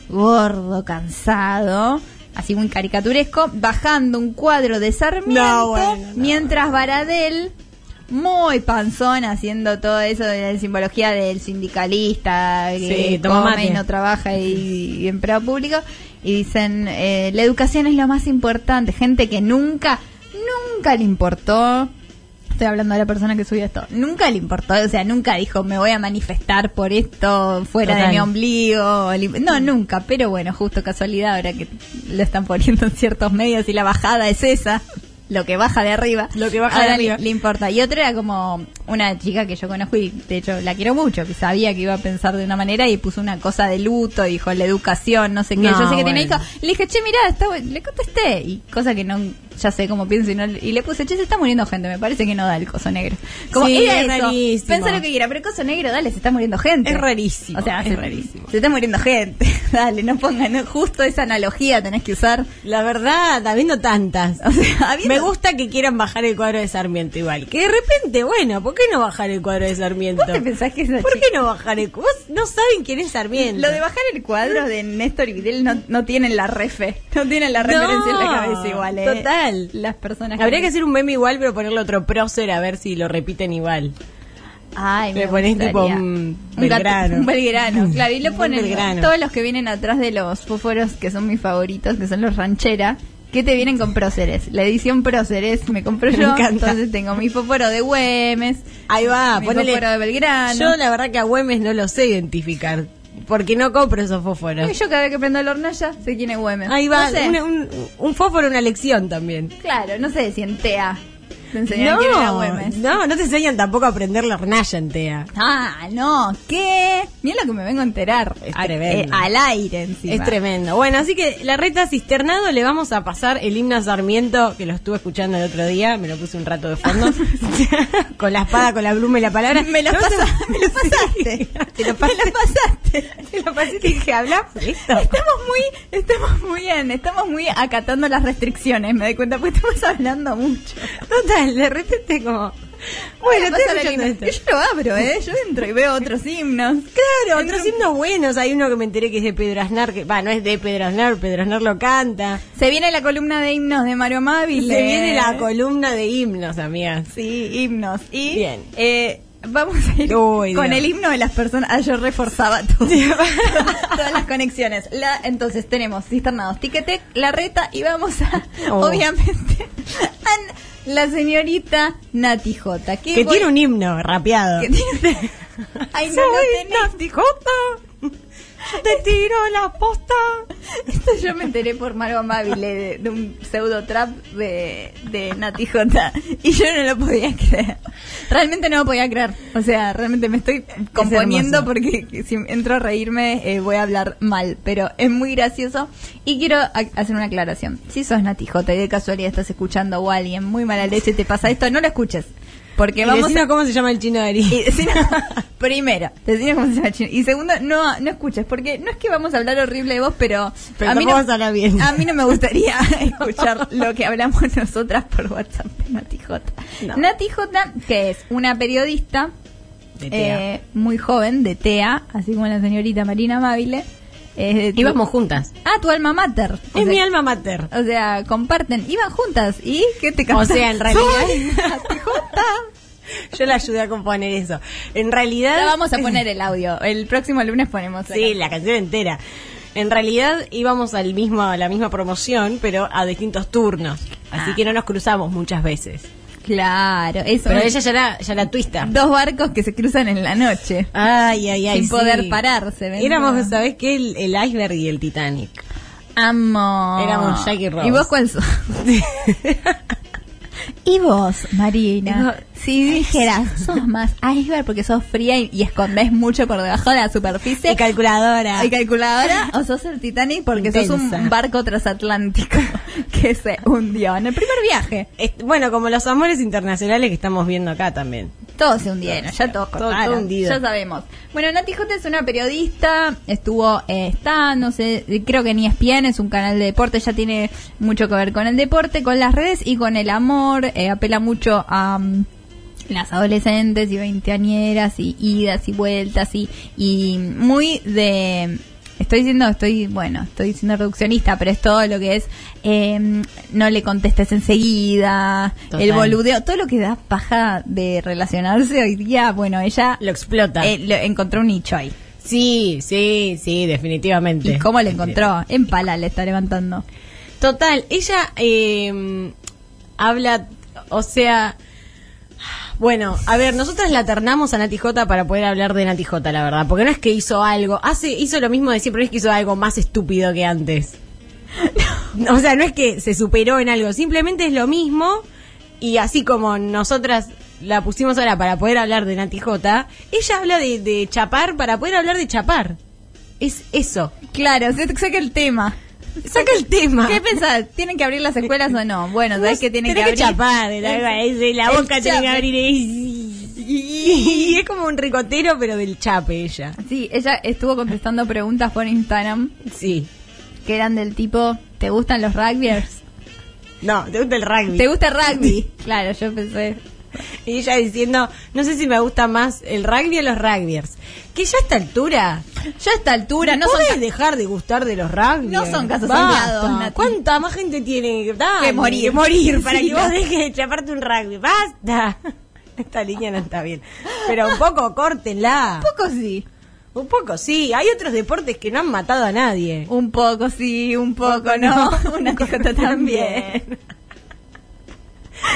[SPEAKER 2] gordo, cansado, así muy caricaturesco, bajando un cuadro de Sarmiento,
[SPEAKER 3] No, bueno, no,
[SPEAKER 2] mientras Varadel, muy panzón, haciendo todo eso de la simbología del sindicalista, que
[SPEAKER 3] Sí, toma
[SPEAKER 2] come
[SPEAKER 3] mate.
[SPEAKER 2] y no trabaja y, y empleado público y dicen eh, la educación es lo más importante gente que nunca nunca le importó estoy hablando de la persona que subió esto, nunca le importó, o sea, nunca dijo, me voy a manifestar por esto, fuera
[SPEAKER 3] Total.
[SPEAKER 2] de mi ombligo. li- No, nunca, pero bueno, justo casualidad ahora que lo están poniendo en ciertos medios y la bajada es esa. Lo que baja de arriba.
[SPEAKER 3] Lo que baja de
[SPEAKER 2] Ahora
[SPEAKER 3] arriba.
[SPEAKER 2] Le, le importa. Y otra era como una chica que yo conozco y de hecho la quiero mucho, que sabía que iba a pensar de una manera y puso una cosa de luto, dijo la educación, no sé qué.
[SPEAKER 3] No,
[SPEAKER 2] yo sé que tiene
[SPEAKER 3] bueno.
[SPEAKER 2] hijos. Le dije, che, mirá, está bu- le contesté. Y cosa que no, ya sé cómo pienso. Y, no, y le puse, che, se está muriendo gente. Me parece que no da el coso negro. Como
[SPEAKER 3] Sí,
[SPEAKER 2] era
[SPEAKER 3] es
[SPEAKER 2] eso.
[SPEAKER 3] rarísimo.
[SPEAKER 2] Pensá lo que quiera, pero coso negro, dale, se está muriendo gente.
[SPEAKER 3] Es rarísimo,
[SPEAKER 2] O sea,
[SPEAKER 3] es
[SPEAKER 2] se,
[SPEAKER 3] rarísimo.
[SPEAKER 2] Se está muriendo gente. dale, no pongan no, justo esa analogía tenés que usar.
[SPEAKER 3] La verdad, habiendo tantas.
[SPEAKER 2] O sea, habiendo-
[SPEAKER 3] Me gusta que quieran bajar el cuadro de Sarmiento igual. Que de repente, bueno, ¿por qué no bajar el cuadro de Sarmiento?
[SPEAKER 2] ¿Vos te pensás que es
[SPEAKER 3] ¿Por qué no bajar el cuadro? No saben quién es Sarmiento.
[SPEAKER 2] Lo de bajar el cuadro de Néstor y Videl no, no tienen la refe. No tienen la referencia en la cabeza igual, eh.
[SPEAKER 3] Total.
[SPEAKER 2] Las personas
[SPEAKER 3] Habría que hacer un meme igual, pero ponerle otro prócer a ver si lo repiten igual.
[SPEAKER 2] Ay,
[SPEAKER 3] Le
[SPEAKER 2] me
[SPEAKER 3] ponés
[SPEAKER 2] gustaría.
[SPEAKER 3] tipo un Belgrano.
[SPEAKER 2] gato- un Belgrano, claro. Y lo
[SPEAKER 3] Un
[SPEAKER 2] ponen
[SPEAKER 3] Belgrano.
[SPEAKER 2] todos los que vienen atrás de los fósforos, que son mis favoritos, que son los ranchera, que te vienen con próceres. La edición próceres me compré
[SPEAKER 3] Me
[SPEAKER 2] yo.
[SPEAKER 3] encanta.
[SPEAKER 2] Entonces tengo mi fósforo de Güemes.
[SPEAKER 3] Ahí va,
[SPEAKER 2] mi
[SPEAKER 3] ponele.
[SPEAKER 2] fósforo de Belgrano.
[SPEAKER 3] Yo la verdad que a Güemes no lo sé identificar, porque no compro esos fósforos.
[SPEAKER 2] Yo cada vez que prendo la hornalla sé quién es Güemes.
[SPEAKER 3] Ahí va,
[SPEAKER 2] No sé.
[SPEAKER 3] una- un, un fósforo, una lección también.
[SPEAKER 2] Claro, no sé si en TEA te enseñan quién era
[SPEAKER 3] No,
[SPEAKER 2] Güemes.
[SPEAKER 3] no, no te enseñan tampoco a aprender la hornalla entera.
[SPEAKER 2] Ah, no, ¿qué? Mira lo que me vengo a enterar.
[SPEAKER 3] Es
[SPEAKER 2] A-
[SPEAKER 3] tremendo.
[SPEAKER 2] eh, al aire encima.
[SPEAKER 3] Es tremendo. Bueno, así que la reta cisternado le vamos a pasar el himno a Sarmiento, que lo estuve escuchando el otro día, me lo puse un rato de fondo, con la espada, con la pluma y la palabra.
[SPEAKER 2] Me lo,
[SPEAKER 3] Vamos a-
[SPEAKER 2] pasa- me lo pasaste.
[SPEAKER 3] Te
[SPEAKER 2] Me
[SPEAKER 3] lo
[SPEAKER 2] lo pasaste.
[SPEAKER 3] Te lo pasé y te dije, habla por esto.
[SPEAKER 2] Estamos muy, estamos muy bien, estamos muy acatando las restricciones, me doy cuenta, porque estamos hablando mucho.
[SPEAKER 3] Total, de repente como... Bueno,
[SPEAKER 2] Voy a
[SPEAKER 3] estoy
[SPEAKER 2] pasar al
[SPEAKER 3] escuchando
[SPEAKER 2] himno.
[SPEAKER 3] esto.
[SPEAKER 2] Y Yo lo abro, ¿eh? Yo entro y veo otros himnos.
[SPEAKER 3] Claro,
[SPEAKER 2] Entro-
[SPEAKER 3] otros himnos buenos. Hay uno que me enteré que es de Pedro Aznar, que va, no es de Pedro Aznar, Pedro Aznar lo canta.
[SPEAKER 2] Se viene la columna de himnos de Mario
[SPEAKER 3] Y
[SPEAKER 2] Mávila.
[SPEAKER 3] se viene la columna de himnos, amigas.
[SPEAKER 2] Sí, himnos. Y
[SPEAKER 3] Bien.
[SPEAKER 2] eh, vamos a ir
[SPEAKER 3] Uy,
[SPEAKER 2] con
[SPEAKER 3] Dios.
[SPEAKER 2] el himno de las personas. Ah, yo reforzaba todo. todas las conexiones. La, entonces tenemos cisternados, tiquetec, la reta y vamos a,
[SPEAKER 3] Oh.
[SPEAKER 2] obviamente, a la señorita Nati Jota.
[SPEAKER 3] Que
[SPEAKER 2] voy-
[SPEAKER 3] tiene un himno rapeado.
[SPEAKER 2] que tiene- Ay, no lo tenés.
[SPEAKER 3] te tiro la posta.
[SPEAKER 2] Esto yo me enteré por Margo Amabile de, de un pseudo trap de, de Nati J. Y yo no lo podía creer. Realmente no lo podía creer. O sea, realmente me estoy componiendo
[SPEAKER 3] hermoso.
[SPEAKER 2] porque si entro a reírme eh, voy a hablar mal. Pero es muy gracioso. Y quiero a- hacer una aclaración. Si sos Nati J y de casualidad estás escuchando o alguien muy mala leche y te pasa esto, no lo escuches. Porque
[SPEAKER 3] Y
[SPEAKER 2] vamos
[SPEAKER 3] decinos
[SPEAKER 2] a...
[SPEAKER 3] cómo se llama el chino de
[SPEAKER 2] Y,
[SPEAKER 3] Ari.
[SPEAKER 2] si no, primero, te decimos cómo se llama el chino. Y segundo, no, no escuches, porque no es que vamos a hablar horrible de vos, pero,
[SPEAKER 3] Pero
[SPEAKER 2] a, mí
[SPEAKER 3] tampoco
[SPEAKER 2] no,
[SPEAKER 3] vas a hablar bien.
[SPEAKER 2] a mí no me gustaría escuchar lo que hablamos nosotras por WhatsApp de Nati J.
[SPEAKER 3] No.
[SPEAKER 2] Nati J, que es una periodista
[SPEAKER 3] De Tea.
[SPEAKER 2] eh, muy joven de TEA, así como la señorita Marina Mabile. eh, tu-
[SPEAKER 3] Íbamos juntas.
[SPEAKER 2] Ah, tu alma mater. O
[SPEAKER 3] Es
[SPEAKER 2] sea,
[SPEAKER 3] mi alma mater.
[SPEAKER 2] o sea, comparten, iban juntas y ¿qué te
[SPEAKER 3] O
[SPEAKER 2] cantas?
[SPEAKER 3] sea, en realidad-
[SPEAKER 2] Soy Nati J.
[SPEAKER 3] Yo la ayudé a componer eso. En realidad.
[SPEAKER 2] Ya vamos a poner el audio. El próximo lunes ponemos. la
[SPEAKER 3] Sí,
[SPEAKER 2] canción.
[SPEAKER 3] la canción entera. En realidad íbamos al mismo, a la misma promoción, pero a distintos turnos. Así
[SPEAKER 2] Ah.
[SPEAKER 3] que no nos cruzamos muchas veces.
[SPEAKER 2] Claro, eso.
[SPEAKER 3] Pero ella ya la, ya la twista.
[SPEAKER 2] Dos barcos que se cruzan en la noche.
[SPEAKER 3] Ay, ay, ay.
[SPEAKER 2] Sin
[SPEAKER 3] sí.
[SPEAKER 2] poder pararse. ¿ven?
[SPEAKER 3] Éramos, ¿sabés qué? El, el iceberg y el Titanic.
[SPEAKER 2] Amo.
[SPEAKER 3] Éramos Jack y Rose.
[SPEAKER 2] ¿Y vos cuál sos? ¿Y vos, Marina?
[SPEAKER 3] Digo,
[SPEAKER 2] Si dijeras, sos más iceberg porque sos fría y, y escondés mucho por debajo de la superficie.
[SPEAKER 3] Y calculadora.
[SPEAKER 2] y calculadora o sos el Titanic porque sos
[SPEAKER 3] Intensa.
[SPEAKER 2] un barco transatlántico que se hundió en el primer viaje.
[SPEAKER 3] Es- bueno, como los amores internacionales que estamos viendo acá también.
[SPEAKER 2] Todos se hundieron, ya todos
[SPEAKER 3] Todo- todo
[SPEAKER 2] cortaron,
[SPEAKER 3] hundido.
[SPEAKER 2] ya sabemos. Bueno, Nati Jota es una periodista, estuvo, eh, está, no sé, creo que E en ESPN es un canal de deporte, ya tiene mucho que ver con el deporte, con las redes y con el amor, eh, apela mucho a mm, las adolescentes y veinteañeras y idas y vueltas y, y muy de... Estoy diciendo, estoy, bueno, estoy siendo reduccionista, pero es todo lo que es, eh, no le contestes enseguida, el
[SPEAKER 3] Total.
[SPEAKER 2] boludeo de- todo lo que da paja de relacionarse hoy día, bueno, ella
[SPEAKER 3] Lo explota.
[SPEAKER 2] eh, lo- encontró un nicho ahí.
[SPEAKER 3] sí, sí, sí, definitivamente.
[SPEAKER 2] ¿Y cómo lo encontró? En pala le está levantando.
[SPEAKER 3] em, Total, ella eh, habla, o sea, Bueno, a ver, nosotras la ternamos a Nati Jota para poder hablar de Nati Jota, la verdad. Porque no es que hizo algo, hace, hizo lo mismo de siempre, no es que hizo algo más estúpido que antes. O sea, no es que se superó en algo, simplemente es lo mismo. Y así como nosotras la pusimos ahora para poder hablar de Nati Jota, ella habla de, de chapar para poder hablar de chapar. Es eso.
[SPEAKER 2] Claro, se saca el tema.
[SPEAKER 3] Saca el tema.
[SPEAKER 2] ¿Qué pensás? ¿Tienen que abrir las escuelas o no? Bueno,
[SPEAKER 3] No
[SPEAKER 2] sabés que
[SPEAKER 3] sé,
[SPEAKER 2] tienen que
[SPEAKER 3] tenés
[SPEAKER 2] abrir.
[SPEAKER 3] chapar, la, es- la
[SPEAKER 2] El
[SPEAKER 3] boca tiene
[SPEAKER 2] chape.
[SPEAKER 3] que abrir. es- Y es como un ricotero, pero del chape ella.
[SPEAKER 2] Sí, ella estuvo contestando preguntas por Instagram
[SPEAKER 3] Sí.
[SPEAKER 2] que eran del tipo, ¿te gustan los rugbyers?
[SPEAKER 3] No, te gusta el rugby.
[SPEAKER 2] ¿Te gusta el rugby? Claro, yo pensé.
[SPEAKER 3] Y ella diciendo, no sé si me gusta más el rugby o los rugbyers. Que ya a esta altura.
[SPEAKER 2] Ya a esta altura no son
[SPEAKER 3] podés dejar de gustar de los rugbyers.
[SPEAKER 2] No son casos
[SPEAKER 3] Basta.
[SPEAKER 2] aislados, Nati.
[SPEAKER 3] ¿Cuánta más gente tiene que, Dale,
[SPEAKER 2] Que morir.
[SPEAKER 3] que morir para
[SPEAKER 2] Sí,
[SPEAKER 3] que vos
[SPEAKER 2] Nati.
[SPEAKER 3] dejes de chaparte un rugby? ¡Basta! Esta línea no está bien. Pero un poco córtenla.
[SPEAKER 2] Un poco sí.
[SPEAKER 3] Un poco sí. Hay otros deportes que no han matado a nadie.
[SPEAKER 2] Un poco sí, un poco no. Una cojota también.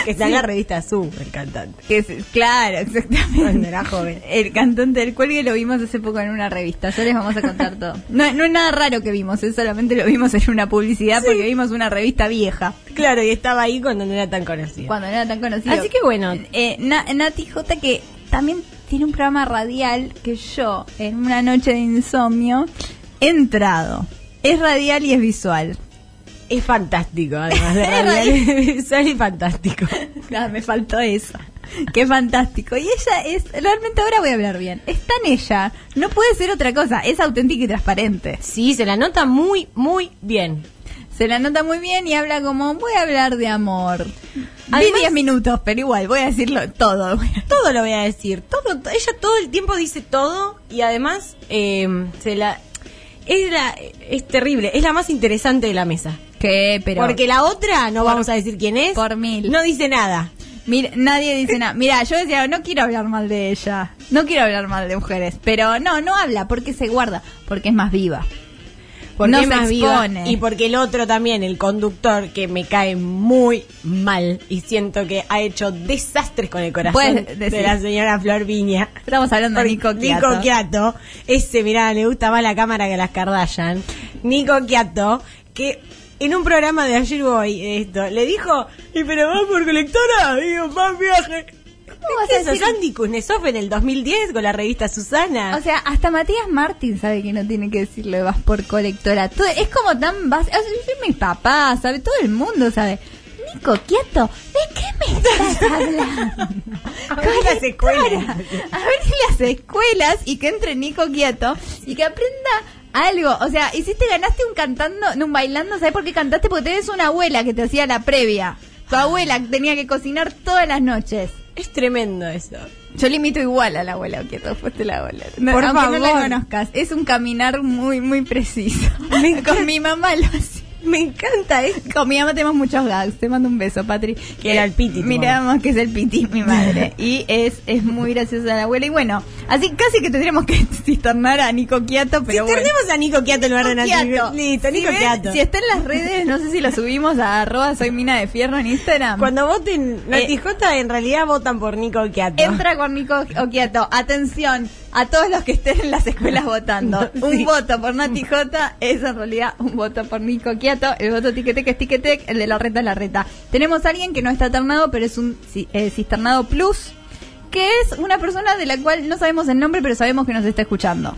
[SPEAKER 3] Que está en la revista Zoom, el cantante.
[SPEAKER 2] Que es- claro, exactamente.
[SPEAKER 3] Cuando era joven.
[SPEAKER 2] El cantante del cuelgue lo vimos hace poco en una revista. Ya les vamos a contar todo. No, no es nada raro que vimos, es solamente lo vimos en una publicidad
[SPEAKER 3] Sí.
[SPEAKER 2] porque vimos una revista vieja.
[SPEAKER 3] Claro, y estaba ahí cuando no era tan conocido.
[SPEAKER 2] Cuando no era tan conocido.
[SPEAKER 3] Así que bueno.
[SPEAKER 2] Eh, Na- Nati J, que también tiene un programa radial que yo, en una noche de insomnio, he entrado. Es radial y es visual.
[SPEAKER 3] Es fantástico, además. De
[SPEAKER 2] Es
[SPEAKER 3] realidad, sale fantástico.
[SPEAKER 2] Ah, me faltó eso. Qué fantástico. Y ella es, realmente ahora voy a hablar bien. Es tan ella. No puede ser otra cosa. Es auténtica y transparente.
[SPEAKER 3] Sí, se la nota muy, muy bien.
[SPEAKER 2] Se la nota muy bien y habla como, voy a hablar de amor. Vi
[SPEAKER 3] Además-
[SPEAKER 2] 10 minutos, pero igual, voy a decirlo todo.
[SPEAKER 3] Todo lo voy a decir. Todo, to- ella todo el tiempo dice todo y además eh, se la, es la- es terrible. Es la más interesante de la mesa.
[SPEAKER 2] ¿Qué? Pero...
[SPEAKER 3] Porque la otra, no vamos a decir quién es,
[SPEAKER 2] por mil.
[SPEAKER 3] no dice nada.
[SPEAKER 2] Mira, nadie dice nada. Mira, yo decía, no quiero hablar mal de ella. No quiero hablar mal de mujeres. Pero no, no habla porque se guarda. Porque es más viva.
[SPEAKER 3] Porque
[SPEAKER 2] No
[SPEAKER 3] es
[SPEAKER 2] se
[SPEAKER 3] más viva.
[SPEAKER 2] expone.
[SPEAKER 3] Y porque el otro también, el conductor, que me cae muy mal y siento que ha hecho desastres con el corazón
[SPEAKER 2] Puedes decir.
[SPEAKER 3] de la señora Flor Viña.
[SPEAKER 2] Estamos hablando de Nico Quiato.
[SPEAKER 3] Nico Quiato, ese mirá, le gusta más la cámara que las Kardashian. Nico Quiato, que en un programa de ayer voy, esto, le dijo, y pero vas por colectora, digo, más viaje.
[SPEAKER 2] ¿Cómo vas
[SPEAKER 3] ¿Qué
[SPEAKER 2] a
[SPEAKER 3] es eso?
[SPEAKER 2] decir-
[SPEAKER 3] Andy Kuznetsov en el 2010 con la revista Susana.
[SPEAKER 2] O sea, hasta Matías Martín sabe que no tiene que decirle vas por colectora. Todo- es como tan básico. mi papá, sabe, todo el mundo sabe. Nico, quieto, ¿de qué me estás hablando?
[SPEAKER 3] Abrí las escuelas.
[SPEAKER 2] Abrir las escuelas y que entre Nico quieto y que aprenda algo. O sea, hiciste, ganaste un cantando, no, un bailando, ¿sabes por qué cantaste? Porque tenés una abuela que te hacía la previa. Tu abuela que tenía que cocinar todas las noches.
[SPEAKER 3] es tremendo eso.
[SPEAKER 2] Yo le imito igual a la abuela Oquieto, después te este la abuela. No,
[SPEAKER 3] Por
[SPEAKER 2] aunque no la
[SPEAKER 3] favor.
[SPEAKER 2] conozcas, es un caminar muy, muy preciso.
[SPEAKER 3] Me encanta.
[SPEAKER 2] Con mi mamá lo hacía.
[SPEAKER 3] Me encanta esto.
[SPEAKER 2] Con mi mamá tenemos muchos gags. Te mando un beso, Patri.
[SPEAKER 3] Que era el Piti, tu
[SPEAKER 2] Miramos que es el piti, mi madre. Y es, es muy graciosa la abuela. Y bueno, así casi que tendríamos que cisternar a Nico Quiato, pero
[SPEAKER 3] si
[SPEAKER 2] bueno.
[SPEAKER 3] tenemos a Nico Quiato en lugar de Nati.
[SPEAKER 2] Quiato.
[SPEAKER 3] Listo,
[SPEAKER 2] si,
[SPEAKER 3] Nico
[SPEAKER 2] ven-
[SPEAKER 3] Quiato.
[SPEAKER 2] si está en las redes, no sé si lo subimos a arroba soy mina de fierro en Instagram.
[SPEAKER 3] Cuando voten Nati
[SPEAKER 2] Eh,
[SPEAKER 3] Jota, en realidad votan por Nico Quiato.
[SPEAKER 2] Entra con Nico Oquieto. Atención a todos los que estén en las escuelas votando.
[SPEAKER 3] No,
[SPEAKER 2] Un
[SPEAKER 3] sí.
[SPEAKER 2] voto por Nati J es en realidad un voto por Nico Oquieto. El voto tiquetec es tiquetec, el de la reta es la reta. Tenemos a alguien que no está ternado, pero es un ci- eh, cisternado plus, que es una persona de la cual no sabemos el nombre, pero sabemos que nos está escuchando.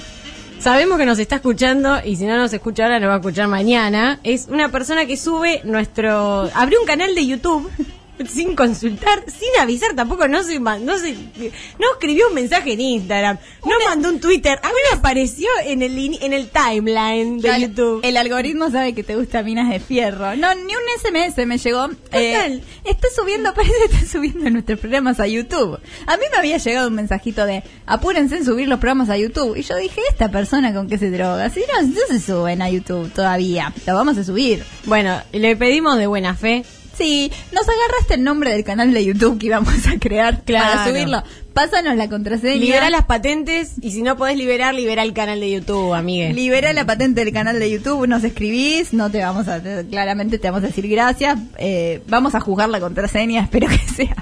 [SPEAKER 3] Sabemos que nos está escuchando y si no nos escucha ahora nos va a escuchar mañana. Es una persona que sube nuestro... Abrió un canal de YouTube sin consultar, sin avisar tampoco, no se, ma- no se- no escribió un mensaje en Instagram, no mandó un Twitter, a mí me apareció en el in- en el timeline de
[SPEAKER 2] Ya, el-
[SPEAKER 3] YouTube.
[SPEAKER 2] El algoritmo sabe que te gusta minas de fierro. No, ni un SMS me llegó. eh,
[SPEAKER 3] Total.
[SPEAKER 2] está subiendo, parece que está subiendo nuestros programas a YouTube. A mí me había llegado un mensajito de apúrense en subir los programas a YouTube. Y yo dije, esta persona con qué se droga. Si no, no se suben a YouTube todavía. Lo vamos a subir.
[SPEAKER 3] Bueno, le pedimos de buena fe.
[SPEAKER 2] Sí, nos agarraste el nombre del canal de YouTube que íbamos a crear para
[SPEAKER 3] Claro.
[SPEAKER 2] subirlo. Pásanos la contraseña.
[SPEAKER 3] Libera las patentes y si no podés liberar, libera el canal de YouTube, amigue.
[SPEAKER 2] Libera la patente del canal de YouTube, nos escribís, no te vamos a, claramente te vamos a decir gracias, eh, vamos a juzgar la contraseña, espero que sea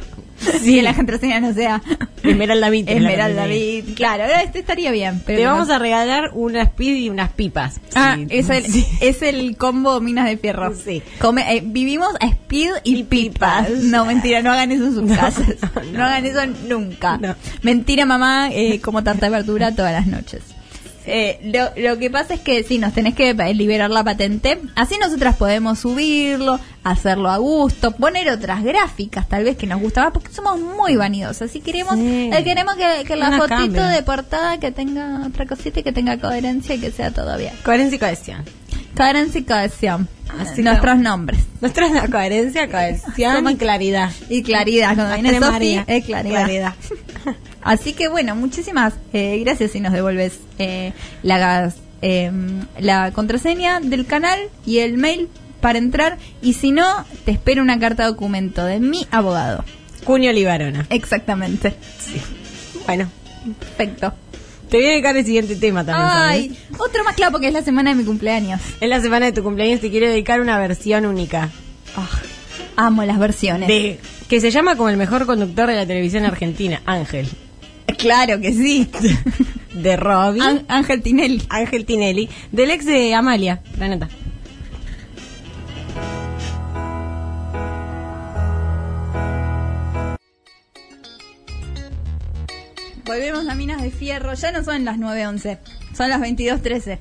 [SPEAKER 2] Si la contraseña no sea
[SPEAKER 3] Esmeralda Beat.
[SPEAKER 2] Esmeralda Beat. Claro, este estaría bien. Pero
[SPEAKER 3] Te vamos a regalar una speed y unas pipas.
[SPEAKER 2] Ah,
[SPEAKER 3] Sí.
[SPEAKER 2] es, el,
[SPEAKER 3] Sí.
[SPEAKER 2] es el combo Minas de Fierro.
[SPEAKER 3] Sí.
[SPEAKER 2] Come- eh, vivimos a speed y, pipas. No, mentira, no hagan eso en sus casas. No, hagan eso nunca.
[SPEAKER 3] No.
[SPEAKER 2] Mentira, mamá, eh, como tarta de verdura todas las noches. Eh, lo, lo que pasa es que sí, nos tenés que eh, liberar la patente. Así nosotras podemos subirlo, hacerlo a gusto, poner otras gráficas tal vez que nos gusta más, porque somos muy vanidosas. Así queremos,
[SPEAKER 3] Sí.
[SPEAKER 2] eh, queremos que, que la
[SPEAKER 3] No nos
[SPEAKER 2] fotito
[SPEAKER 3] cambien.
[SPEAKER 2] de portada que tenga otra cosita y que tenga coherencia y que sea todo bien.
[SPEAKER 3] Coherencia y cohesión.
[SPEAKER 2] Coherencia y cohesión.
[SPEAKER 3] Así
[SPEAKER 2] Nuestros
[SPEAKER 3] que-
[SPEAKER 2] nombres.
[SPEAKER 3] Nosotros la coherencia, cohesión y claridad.
[SPEAKER 2] Y claridad. Cuando viene
[SPEAKER 3] Tres
[SPEAKER 2] Sofi,
[SPEAKER 3] María.
[SPEAKER 2] es claridad.
[SPEAKER 3] Claridad.
[SPEAKER 2] Así que bueno, muchísimas eh, gracias si nos devuelves eh, la, gas- eh, la contraseña del canal y el mail para entrar. Y si no, te espero una carta documento de mi abogado.
[SPEAKER 3] Cuño Libarona.
[SPEAKER 2] Exactamente.
[SPEAKER 3] Bueno,
[SPEAKER 2] Perfecto.
[SPEAKER 3] te voy a dedicar el siguiente tema también. ¿sabes?
[SPEAKER 2] Ay, otro más claro porque es la semana de mi cumpleaños.
[SPEAKER 3] Es la semana de tu cumpleaños, te quiero dedicar una versión única.
[SPEAKER 2] Ah, amo las versiones.
[SPEAKER 3] De, que se llama como el mejor conductor de la televisión argentina, Ángel.
[SPEAKER 2] Claro que sí.
[SPEAKER 3] De Robin.
[SPEAKER 2] An- Ángel Tinelli.
[SPEAKER 3] Ángel Tinelli, del ex de Amalia, la neta.
[SPEAKER 2] Volvemos a Minas de Fierro. Ya no son las 9.11, son las 22.13.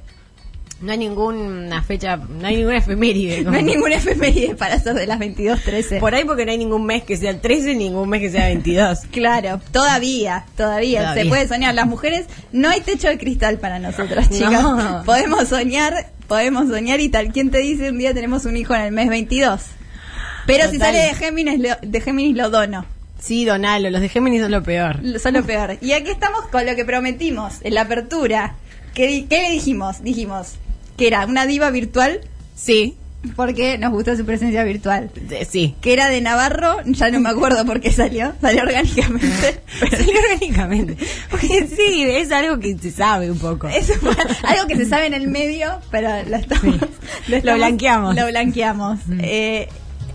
[SPEAKER 3] No hay ninguna fecha, no hay ninguna efeméride.
[SPEAKER 2] No
[SPEAKER 3] como-
[SPEAKER 2] hay ninguna efeméride para esos de las 22.13.
[SPEAKER 3] Por ahí porque no hay ningún mes que sea el 13, ningún mes que sea 22.
[SPEAKER 2] Claro, todavía, todavía,
[SPEAKER 3] Todavía.
[SPEAKER 2] se puede soñar. Las mujeres no hay techo de cristal para nosotras, chicas.
[SPEAKER 3] No.
[SPEAKER 2] Podemos soñar, podemos soñar y tal quien te dice un día tenemos un hijo en el mes 22. Pero si
[SPEAKER 3] Total.
[SPEAKER 2] sale de Géminis, lo- de Géminis lo dono.
[SPEAKER 3] Sí, Donalo, los de Géminis son lo peor.
[SPEAKER 2] Lo- Son lo peor. Y aquí estamos con lo que prometimos en la apertura. ¿Qué, di- qué le dijimos? Dijimos que era una diva virtual
[SPEAKER 3] Sí,
[SPEAKER 2] porque nos gustó su presencia virtual.
[SPEAKER 3] de- sí.
[SPEAKER 2] Que era de Navarro, ya no me acuerdo por qué salió, salió orgánicamente.
[SPEAKER 3] Salió orgánicamente. Porque sí, es algo que se sabe un poco.
[SPEAKER 2] Es algo que se sabe en el medio, pero lo estamos.
[SPEAKER 3] Lo
[SPEAKER 2] estamos-
[SPEAKER 3] blanqueamos.
[SPEAKER 2] Lo blanqueamos. Eh,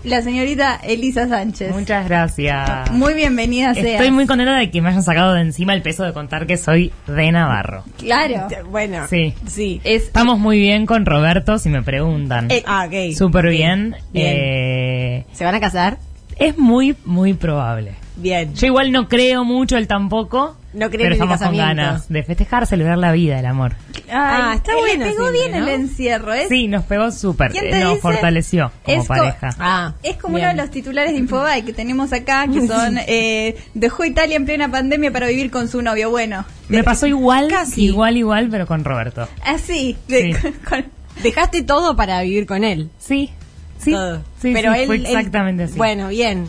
[SPEAKER 2] la señorita Elisa Sánchez.
[SPEAKER 5] Mm. Muchas gracias.
[SPEAKER 2] Muy bienvenida sea.
[SPEAKER 5] Estoy muy contenta de que me hayan sacado de encima el peso de contar que soy de Navarro.
[SPEAKER 2] Claro.
[SPEAKER 3] Bueno,
[SPEAKER 5] Sí.
[SPEAKER 3] sí.
[SPEAKER 2] Es,
[SPEAKER 5] Estamos muy bien con Roberto, si me preguntan.
[SPEAKER 2] Eh,
[SPEAKER 3] Ah, ok.
[SPEAKER 5] Súper bien.
[SPEAKER 3] Bien.
[SPEAKER 5] Eh,
[SPEAKER 3] ¿Se van a casar?
[SPEAKER 5] es muy, muy probable.
[SPEAKER 3] Bien.
[SPEAKER 5] Yo igual no creo mucho, él tampoco.
[SPEAKER 3] No cree en
[SPEAKER 5] pero
[SPEAKER 3] el
[SPEAKER 5] estamos con
[SPEAKER 3] casamiento.
[SPEAKER 5] ganas de festejar, celebrar la vida, el amor.
[SPEAKER 3] Ah, está
[SPEAKER 2] eh, le
[SPEAKER 3] bueno
[SPEAKER 2] pegó
[SPEAKER 3] siempre,
[SPEAKER 2] bien
[SPEAKER 3] ¿no?
[SPEAKER 2] el encierro, ¿eh?
[SPEAKER 5] Sí, nos pegó súper.
[SPEAKER 2] ¿Quién
[SPEAKER 5] eh,
[SPEAKER 2] te
[SPEAKER 5] Nos
[SPEAKER 2] dice?
[SPEAKER 5] fortaleció como
[SPEAKER 2] Es co-
[SPEAKER 5] pareja.
[SPEAKER 3] Ah,
[SPEAKER 2] Es como
[SPEAKER 3] bien.
[SPEAKER 2] uno de los titulares de Infobae que tenemos acá, que son, eh, dejó Italia en plena pandemia para vivir con su novio. Bueno,
[SPEAKER 5] me pasó igual,
[SPEAKER 3] Casi.
[SPEAKER 5] igual, igual, pero con Roberto.
[SPEAKER 2] así. de-
[SPEAKER 5] Sí.
[SPEAKER 2] con-
[SPEAKER 3] Dejaste todo para vivir con él.
[SPEAKER 5] Sí, sí.
[SPEAKER 3] Todo.
[SPEAKER 5] sí,
[SPEAKER 3] Pero
[SPEAKER 5] sí,
[SPEAKER 3] él,
[SPEAKER 5] fue
[SPEAKER 3] él-
[SPEAKER 5] exactamente así.
[SPEAKER 3] Bueno, bien.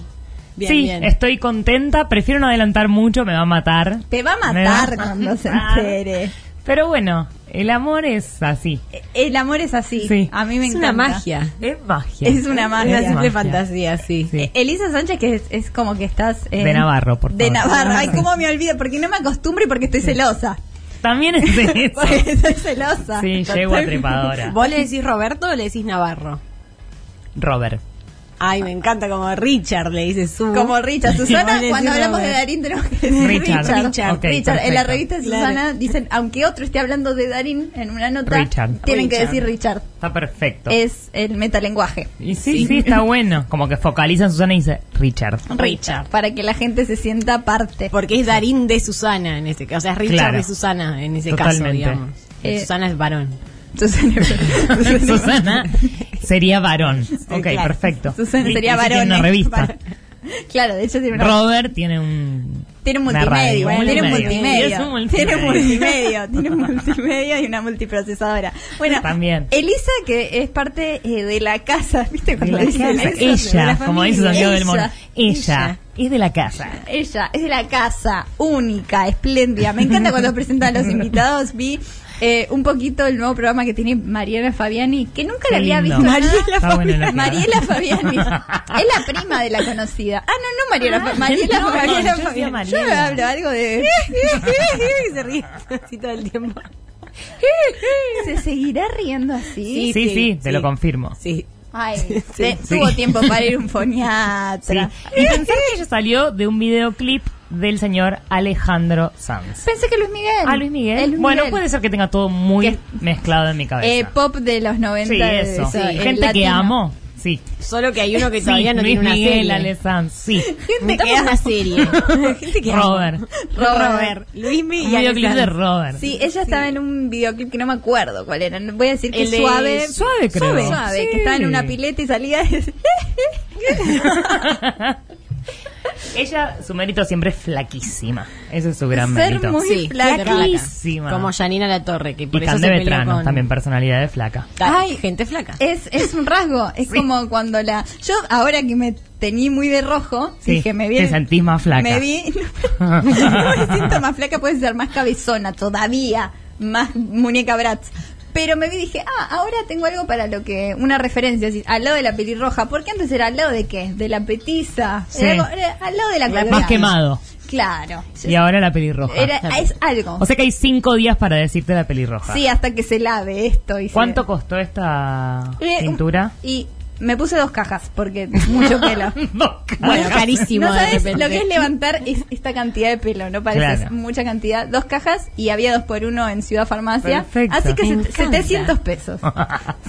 [SPEAKER 3] Bien,
[SPEAKER 5] sí,
[SPEAKER 3] bien.
[SPEAKER 5] estoy contenta. Prefiero no adelantar mucho, me va a matar.
[SPEAKER 2] te va a
[SPEAKER 5] Me va a
[SPEAKER 2] matar cuando se
[SPEAKER 5] matar. Ah.
[SPEAKER 2] entere. E,
[SPEAKER 5] Pero bueno, el amor es así.
[SPEAKER 2] El amor es así.
[SPEAKER 5] Sí.
[SPEAKER 2] A mí me
[SPEAKER 3] es
[SPEAKER 2] encanta.
[SPEAKER 3] una magia.
[SPEAKER 5] Es magia.
[SPEAKER 2] Es una magia.
[SPEAKER 3] Una simple
[SPEAKER 5] Magia.
[SPEAKER 3] fantasía, sí.
[SPEAKER 5] Sí.
[SPEAKER 2] Eh, Elisa Sánchez, que es, es como que estás. eh,
[SPEAKER 5] De Navarro, por
[SPEAKER 2] De
[SPEAKER 5] favor.
[SPEAKER 2] Navarro. Ay, cómo me olvido, porque no me acostumbro y porque estoy celosa.
[SPEAKER 5] También es eso.
[SPEAKER 2] Porque estoy celosa.
[SPEAKER 5] Sí, llego a trepadora.
[SPEAKER 3] ¿Vos le decís Roberto o le decís Navarro?
[SPEAKER 5] Robert.
[SPEAKER 3] Ay, me encanta como Richard le dices su.
[SPEAKER 2] Como Richard.
[SPEAKER 3] Vos le
[SPEAKER 2] Susana,
[SPEAKER 3] decís
[SPEAKER 2] cuando hablamos de
[SPEAKER 3] Robert.
[SPEAKER 2] Darín, tenemos que decir
[SPEAKER 5] Richard.
[SPEAKER 2] Richard.
[SPEAKER 5] Richard. Ok,
[SPEAKER 2] Richard. En la
[SPEAKER 5] perfecto.
[SPEAKER 2] revista de
[SPEAKER 3] Claro.
[SPEAKER 2] Susana dicen, aunque otro esté hablando de Darín en una nota,
[SPEAKER 5] Richard.
[SPEAKER 2] tienen que
[SPEAKER 3] Richard.
[SPEAKER 2] decir Richard.
[SPEAKER 5] Está perfecto.
[SPEAKER 2] Es el metalenguaje.
[SPEAKER 5] Y sí, sí, está bueno. Como que focaliza en Susana y dice Richard.
[SPEAKER 3] Richard.
[SPEAKER 2] Para que la gente se sienta parte.
[SPEAKER 3] Porque es Darín de Susana en ese caso. O sea, es Richard
[SPEAKER 5] Claro.
[SPEAKER 3] de Susana en ese caso,
[SPEAKER 5] Totalmente.
[SPEAKER 3] digamos.
[SPEAKER 2] Eh,
[SPEAKER 3] Susana es varón.
[SPEAKER 2] Susana,
[SPEAKER 5] Susana sería varón. ok,
[SPEAKER 3] claro.
[SPEAKER 5] perfecto.
[SPEAKER 2] Susana
[SPEAKER 5] Y-
[SPEAKER 2] sería
[SPEAKER 5] y sí
[SPEAKER 2] varón.
[SPEAKER 5] Tiene una
[SPEAKER 2] eh.
[SPEAKER 5] revista.
[SPEAKER 2] Claro, de hecho tiene una
[SPEAKER 5] Robert tiene un.
[SPEAKER 2] Tiene un
[SPEAKER 5] una
[SPEAKER 2] multimedia,
[SPEAKER 5] radio, un
[SPEAKER 2] tiene un
[SPEAKER 5] multimedia. Y es
[SPEAKER 2] multimedia.
[SPEAKER 5] un
[SPEAKER 2] Tiene un
[SPEAKER 5] multimedia.
[SPEAKER 2] multimedia, tiene un multimedia y una multiprocesadora. Bueno,
[SPEAKER 5] También.
[SPEAKER 2] Elisa, que es parte eh, de la casa, ¿viste?
[SPEAKER 5] De
[SPEAKER 2] Cuando
[SPEAKER 5] la
[SPEAKER 2] dicen
[SPEAKER 5] casa.
[SPEAKER 2] eso, de la
[SPEAKER 5] Ella, como dice
[SPEAKER 2] familia.
[SPEAKER 5] Santiago del Moro.
[SPEAKER 2] Ella,
[SPEAKER 5] Ella es de la casa.
[SPEAKER 2] Ella es de la casa, única, espléndida. Me encanta cuando presentan a los invitados. Vi eh, un poquito el nuevo programa que tiene Mariana Fabiani, que nunca la
[SPEAKER 5] Qué
[SPEAKER 2] había
[SPEAKER 5] lindo.
[SPEAKER 2] visto. nada.
[SPEAKER 5] Mariela Está bueno el aclarar.
[SPEAKER 2] Mariela Fabiani. Es la prima de la conocida. Ah, no, no, Mariela, Fa- Mariela
[SPEAKER 5] no,
[SPEAKER 2] Fabiani.
[SPEAKER 5] yo decía
[SPEAKER 2] Yo
[SPEAKER 5] Mariela.
[SPEAKER 2] hablo algo de.
[SPEAKER 3] y se ríe así todo el tiempo.
[SPEAKER 2] ¿Se seguirá riendo así?
[SPEAKER 5] Sí, sí, te lo confirmo.
[SPEAKER 3] Sí.
[SPEAKER 2] Ay, te- tuvo tiempo para ir a un foniatra.
[SPEAKER 5] Y pensar que ella salió de un videoclip del señor Alejandro Sanz.
[SPEAKER 2] Pensé que Luis Miguel.
[SPEAKER 5] Ah, Luis Miguel.
[SPEAKER 2] Es Luis
[SPEAKER 5] bueno,
[SPEAKER 2] Miguel.
[SPEAKER 5] puede ser que tenga todo muy
[SPEAKER 2] Que-
[SPEAKER 5] mezclado en mi
[SPEAKER 2] Eh,
[SPEAKER 5] cabeza.
[SPEAKER 2] pop de los 90.
[SPEAKER 5] sí,
[SPEAKER 2] de-
[SPEAKER 5] eso.
[SPEAKER 2] o sea,
[SPEAKER 5] Sí.
[SPEAKER 2] el
[SPEAKER 5] Gente que
[SPEAKER 2] latino.
[SPEAKER 5] amo. Sí.
[SPEAKER 3] Solo que hay uno que
[SPEAKER 5] Sí,
[SPEAKER 3] todavía no
[SPEAKER 5] Luis
[SPEAKER 3] tiene una
[SPEAKER 5] Miguel,
[SPEAKER 3] serie.
[SPEAKER 5] Ale Sanz, sí.
[SPEAKER 2] Gente que
[SPEAKER 3] Necesitamos
[SPEAKER 2] amo.
[SPEAKER 3] una serie. Gente que ama.
[SPEAKER 5] Robert.
[SPEAKER 2] Robert.
[SPEAKER 3] Luis
[SPEAKER 5] Un
[SPEAKER 3] Miguel.
[SPEAKER 5] videoclip de Robert.
[SPEAKER 2] Sí, ella estaba en un videoclip que no me acuerdo cuál era. Voy a decir que
[SPEAKER 3] El de-
[SPEAKER 2] suave.
[SPEAKER 5] Suave, creo.
[SPEAKER 2] Suave, suave, que estaba en
[SPEAKER 5] Sí.
[SPEAKER 2] una pileta y salía. de-
[SPEAKER 5] Ella, su mérito siempre es flaquísima. Ese es su gran
[SPEAKER 2] Ser
[SPEAKER 5] mérito.
[SPEAKER 2] muy
[SPEAKER 3] Sí,
[SPEAKER 2] flaca.
[SPEAKER 5] Flaquísima.
[SPEAKER 3] Como Janina La Torre, que por
[SPEAKER 5] Y
[SPEAKER 3] eso
[SPEAKER 5] Cande
[SPEAKER 3] se peleó
[SPEAKER 5] Vetrano,
[SPEAKER 3] con...
[SPEAKER 5] también personalidad de flaca.
[SPEAKER 3] Ta-
[SPEAKER 2] Ay.
[SPEAKER 3] gente flaca.
[SPEAKER 2] Es, es un rasgo. Es como cuando la. Yo, ahora que me teñí muy de rojo,
[SPEAKER 5] Sí,
[SPEAKER 2] dije, me vi.
[SPEAKER 5] te sentís más flaca.
[SPEAKER 2] Me vi. No, me siento más flaca, puede ser más cabezona todavía. Más muñeca Bratz. Pero me vi y dije, ah, ahora tengo algo para lo que. Una referencia. así, al lado de la pelirroja. Porque antes era al lado de qué? De la petiza.
[SPEAKER 5] Sí.
[SPEAKER 2] Era algo- era al lado de la colorada.
[SPEAKER 5] Más quemado.
[SPEAKER 2] Claro.
[SPEAKER 5] Y ahora la pelirroja.
[SPEAKER 2] Era- es algo.
[SPEAKER 5] O sea que hay cinco días para decirte la pelirroja.
[SPEAKER 2] sí, hasta que se lave esto. Y se-
[SPEAKER 5] ¿Cuánto costó esta
[SPEAKER 2] Eh, un-
[SPEAKER 5] pintura?
[SPEAKER 2] Y me puse dos cajas porque mucho pelo.
[SPEAKER 5] No,
[SPEAKER 3] Bueno, carísimo
[SPEAKER 2] No
[SPEAKER 3] de
[SPEAKER 2] sabes
[SPEAKER 3] repente.
[SPEAKER 2] lo que es levantar es- esta cantidad de pelo, ¿no? Parece
[SPEAKER 5] Claro.
[SPEAKER 2] es mucha cantidad. Dos cajas y había dos por uno en Ciudad Farmacia.
[SPEAKER 5] Perfecto.
[SPEAKER 2] Así que
[SPEAKER 3] Me
[SPEAKER 2] se-
[SPEAKER 3] encanta.
[SPEAKER 2] 700 pesos.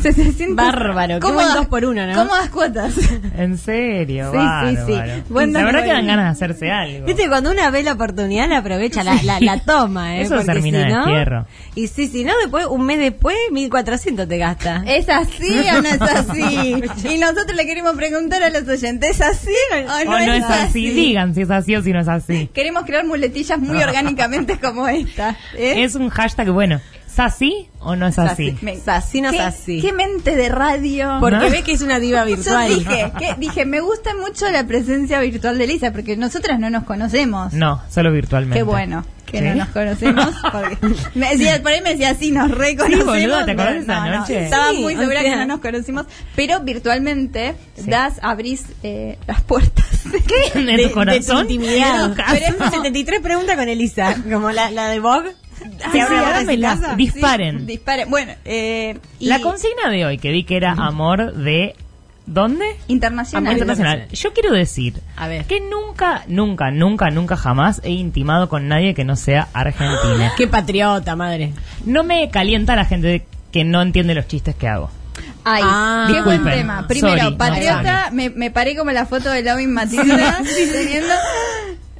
[SPEAKER 2] 700.
[SPEAKER 3] Bárbaro, qué buen dos por uno, ¿no?
[SPEAKER 2] Cómodas cuotas.
[SPEAKER 5] en serio,
[SPEAKER 2] Sí,
[SPEAKER 5] bárbaro.
[SPEAKER 2] sí, sí. Buen
[SPEAKER 5] la verdad
[SPEAKER 2] dato.
[SPEAKER 5] que dan ganas de hacerse algo.
[SPEAKER 3] Viste, cuando una ve la oportunidad, la aprovecha, la, la, la toma, ¿eh?
[SPEAKER 5] Eso
[SPEAKER 3] Porque
[SPEAKER 5] termina
[SPEAKER 3] si
[SPEAKER 5] de
[SPEAKER 3] no-
[SPEAKER 5] fierro.
[SPEAKER 3] Y sí, si no, después, un mes después, 1400 te gasta.
[SPEAKER 2] ¿Es así o no es así? Y nosotros le queremos preguntar a los oyentes, ¿es así o no,
[SPEAKER 5] o no, es así. Digan si es así o si no es así.
[SPEAKER 2] Queremos crear muletillas muy orgánicamente como esta. ¿eh?
[SPEAKER 5] Es un hashtag, bueno, ¿es así o no es así?
[SPEAKER 2] Me-
[SPEAKER 3] Es así, no es
[SPEAKER 2] ¿Qué-
[SPEAKER 3] así.
[SPEAKER 2] ¿Qué mente de radio?
[SPEAKER 3] Porque
[SPEAKER 5] ¿No?
[SPEAKER 3] ve que es una diva virtual.
[SPEAKER 2] Yo dije, que- dije, me gusta mucho la presencia virtual de Lisa, porque nosotras no nos conocemos.
[SPEAKER 5] No, solo virtualmente.
[SPEAKER 2] Qué bueno que
[SPEAKER 5] ¿Sí?
[SPEAKER 2] no nos conocemos. Porque me decía, por ahí me decía, sí, nos reconocemos.
[SPEAKER 5] Sí, boluda, ¿te acordás
[SPEAKER 2] pero
[SPEAKER 5] esa noche?
[SPEAKER 2] estaba
[SPEAKER 3] Sí,
[SPEAKER 2] muy
[SPEAKER 3] o
[SPEAKER 2] segura
[SPEAKER 3] sea.
[SPEAKER 2] que no nos conocimos, pero virtualmente das, abrís eh, las puertas. ¿Qué?
[SPEAKER 5] ¿De tu corazón?
[SPEAKER 3] intimidad.
[SPEAKER 2] Pero es como-
[SPEAKER 3] 73 preguntas con Elisa, como la, la de Vogue. abre
[SPEAKER 5] Sí,
[SPEAKER 3] la puerta de su
[SPEAKER 5] dámela.
[SPEAKER 3] casa.
[SPEAKER 5] Disparen.
[SPEAKER 2] disparen. Bueno, eh, y
[SPEAKER 5] La consigna de hoy que vi que era amor de... ¿Dónde?
[SPEAKER 2] internacional.
[SPEAKER 5] Amor Ah, internacional. Yo quiero decir
[SPEAKER 3] A ver.
[SPEAKER 5] que nunca, nunca, nunca, nunca jamás he intimado con nadie que no sea argentina.
[SPEAKER 3] Qué patriota, madre.
[SPEAKER 5] No me calienta la gente que no entiende los chistes que hago.
[SPEAKER 2] Ay,
[SPEAKER 3] Ah.
[SPEAKER 2] qué buen
[SPEAKER 5] Disculpen.
[SPEAKER 2] tema. Primero,
[SPEAKER 5] Sorry, no,
[SPEAKER 2] patriota, me, me paré como la foto de Lovin Matilda teniendo-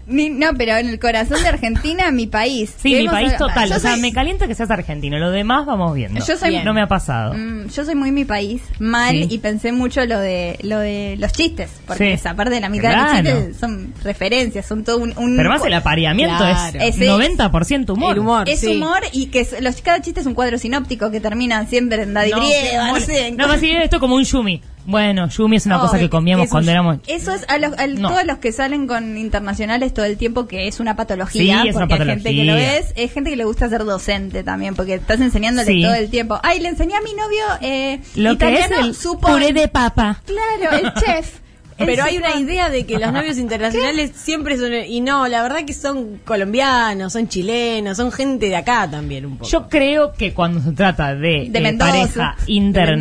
[SPEAKER 2] Mi- no, pero en el corazón de Argentina, mi país.
[SPEAKER 5] Sí, mi
[SPEAKER 2] Queremos
[SPEAKER 5] país
[SPEAKER 2] hablar-
[SPEAKER 5] total.
[SPEAKER 2] Yo
[SPEAKER 5] o sea,
[SPEAKER 2] soy-
[SPEAKER 5] me calienta que seas argentino. Lo demás vamos viendo.
[SPEAKER 2] Yo soy- Bien.
[SPEAKER 5] No me ha pasado.
[SPEAKER 2] Mm, yo soy muy mi país, mal,
[SPEAKER 5] Sí.
[SPEAKER 2] y pensé mucho lo de lo de los chistes, porque
[SPEAKER 5] Sí.
[SPEAKER 2] esa parte de la mitad de
[SPEAKER 5] Claro.
[SPEAKER 2] los chistes son referencias, son todo un... un-
[SPEAKER 5] Pero más el apareamiento
[SPEAKER 3] Claro.
[SPEAKER 5] es
[SPEAKER 2] Ese es-
[SPEAKER 5] 90% humor.
[SPEAKER 3] El humor.
[SPEAKER 2] es
[SPEAKER 3] sí.
[SPEAKER 2] humor y que es- los, cada chiste es un cuadro sinóptico que termina siempre en Daddy
[SPEAKER 5] No, qué
[SPEAKER 2] Brieva, no,
[SPEAKER 5] humor.
[SPEAKER 2] sé, en
[SPEAKER 5] No, pues más bien esto como un yumi. Bueno, yumi es una
[SPEAKER 2] No,
[SPEAKER 5] cosa que
[SPEAKER 2] es-
[SPEAKER 5] comíamos
[SPEAKER 3] es un
[SPEAKER 5] cuando
[SPEAKER 3] yu-
[SPEAKER 5] éramos...
[SPEAKER 2] Eso es a, los, a
[SPEAKER 5] No.
[SPEAKER 2] todos los que salen con internacionales todo el tiempo que es una patología,
[SPEAKER 5] Sí, es una
[SPEAKER 2] porque hay gente que lo
[SPEAKER 5] patología.
[SPEAKER 2] es, es gente que le gusta ser docente también, porque estás enseñándole
[SPEAKER 5] Sí.
[SPEAKER 2] todo el tiempo. Ay, le enseñé a mi novio eh,
[SPEAKER 5] Lo que es
[SPEAKER 2] italiano
[SPEAKER 5] el
[SPEAKER 2] supone".
[SPEAKER 5] puré de papa.
[SPEAKER 2] Claro, el chef. El
[SPEAKER 3] Pero hay una
[SPEAKER 2] supone.
[SPEAKER 3] idea de que los novios internacionales siempre son... Y no, la verdad que son colombianos, son chilenos, son gente de acá también un poco.
[SPEAKER 5] Yo creo que cuando se trata de,
[SPEAKER 2] De
[SPEAKER 5] eh,
[SPEAKER 2] Mendoza.
[SPEAKER 5] pareja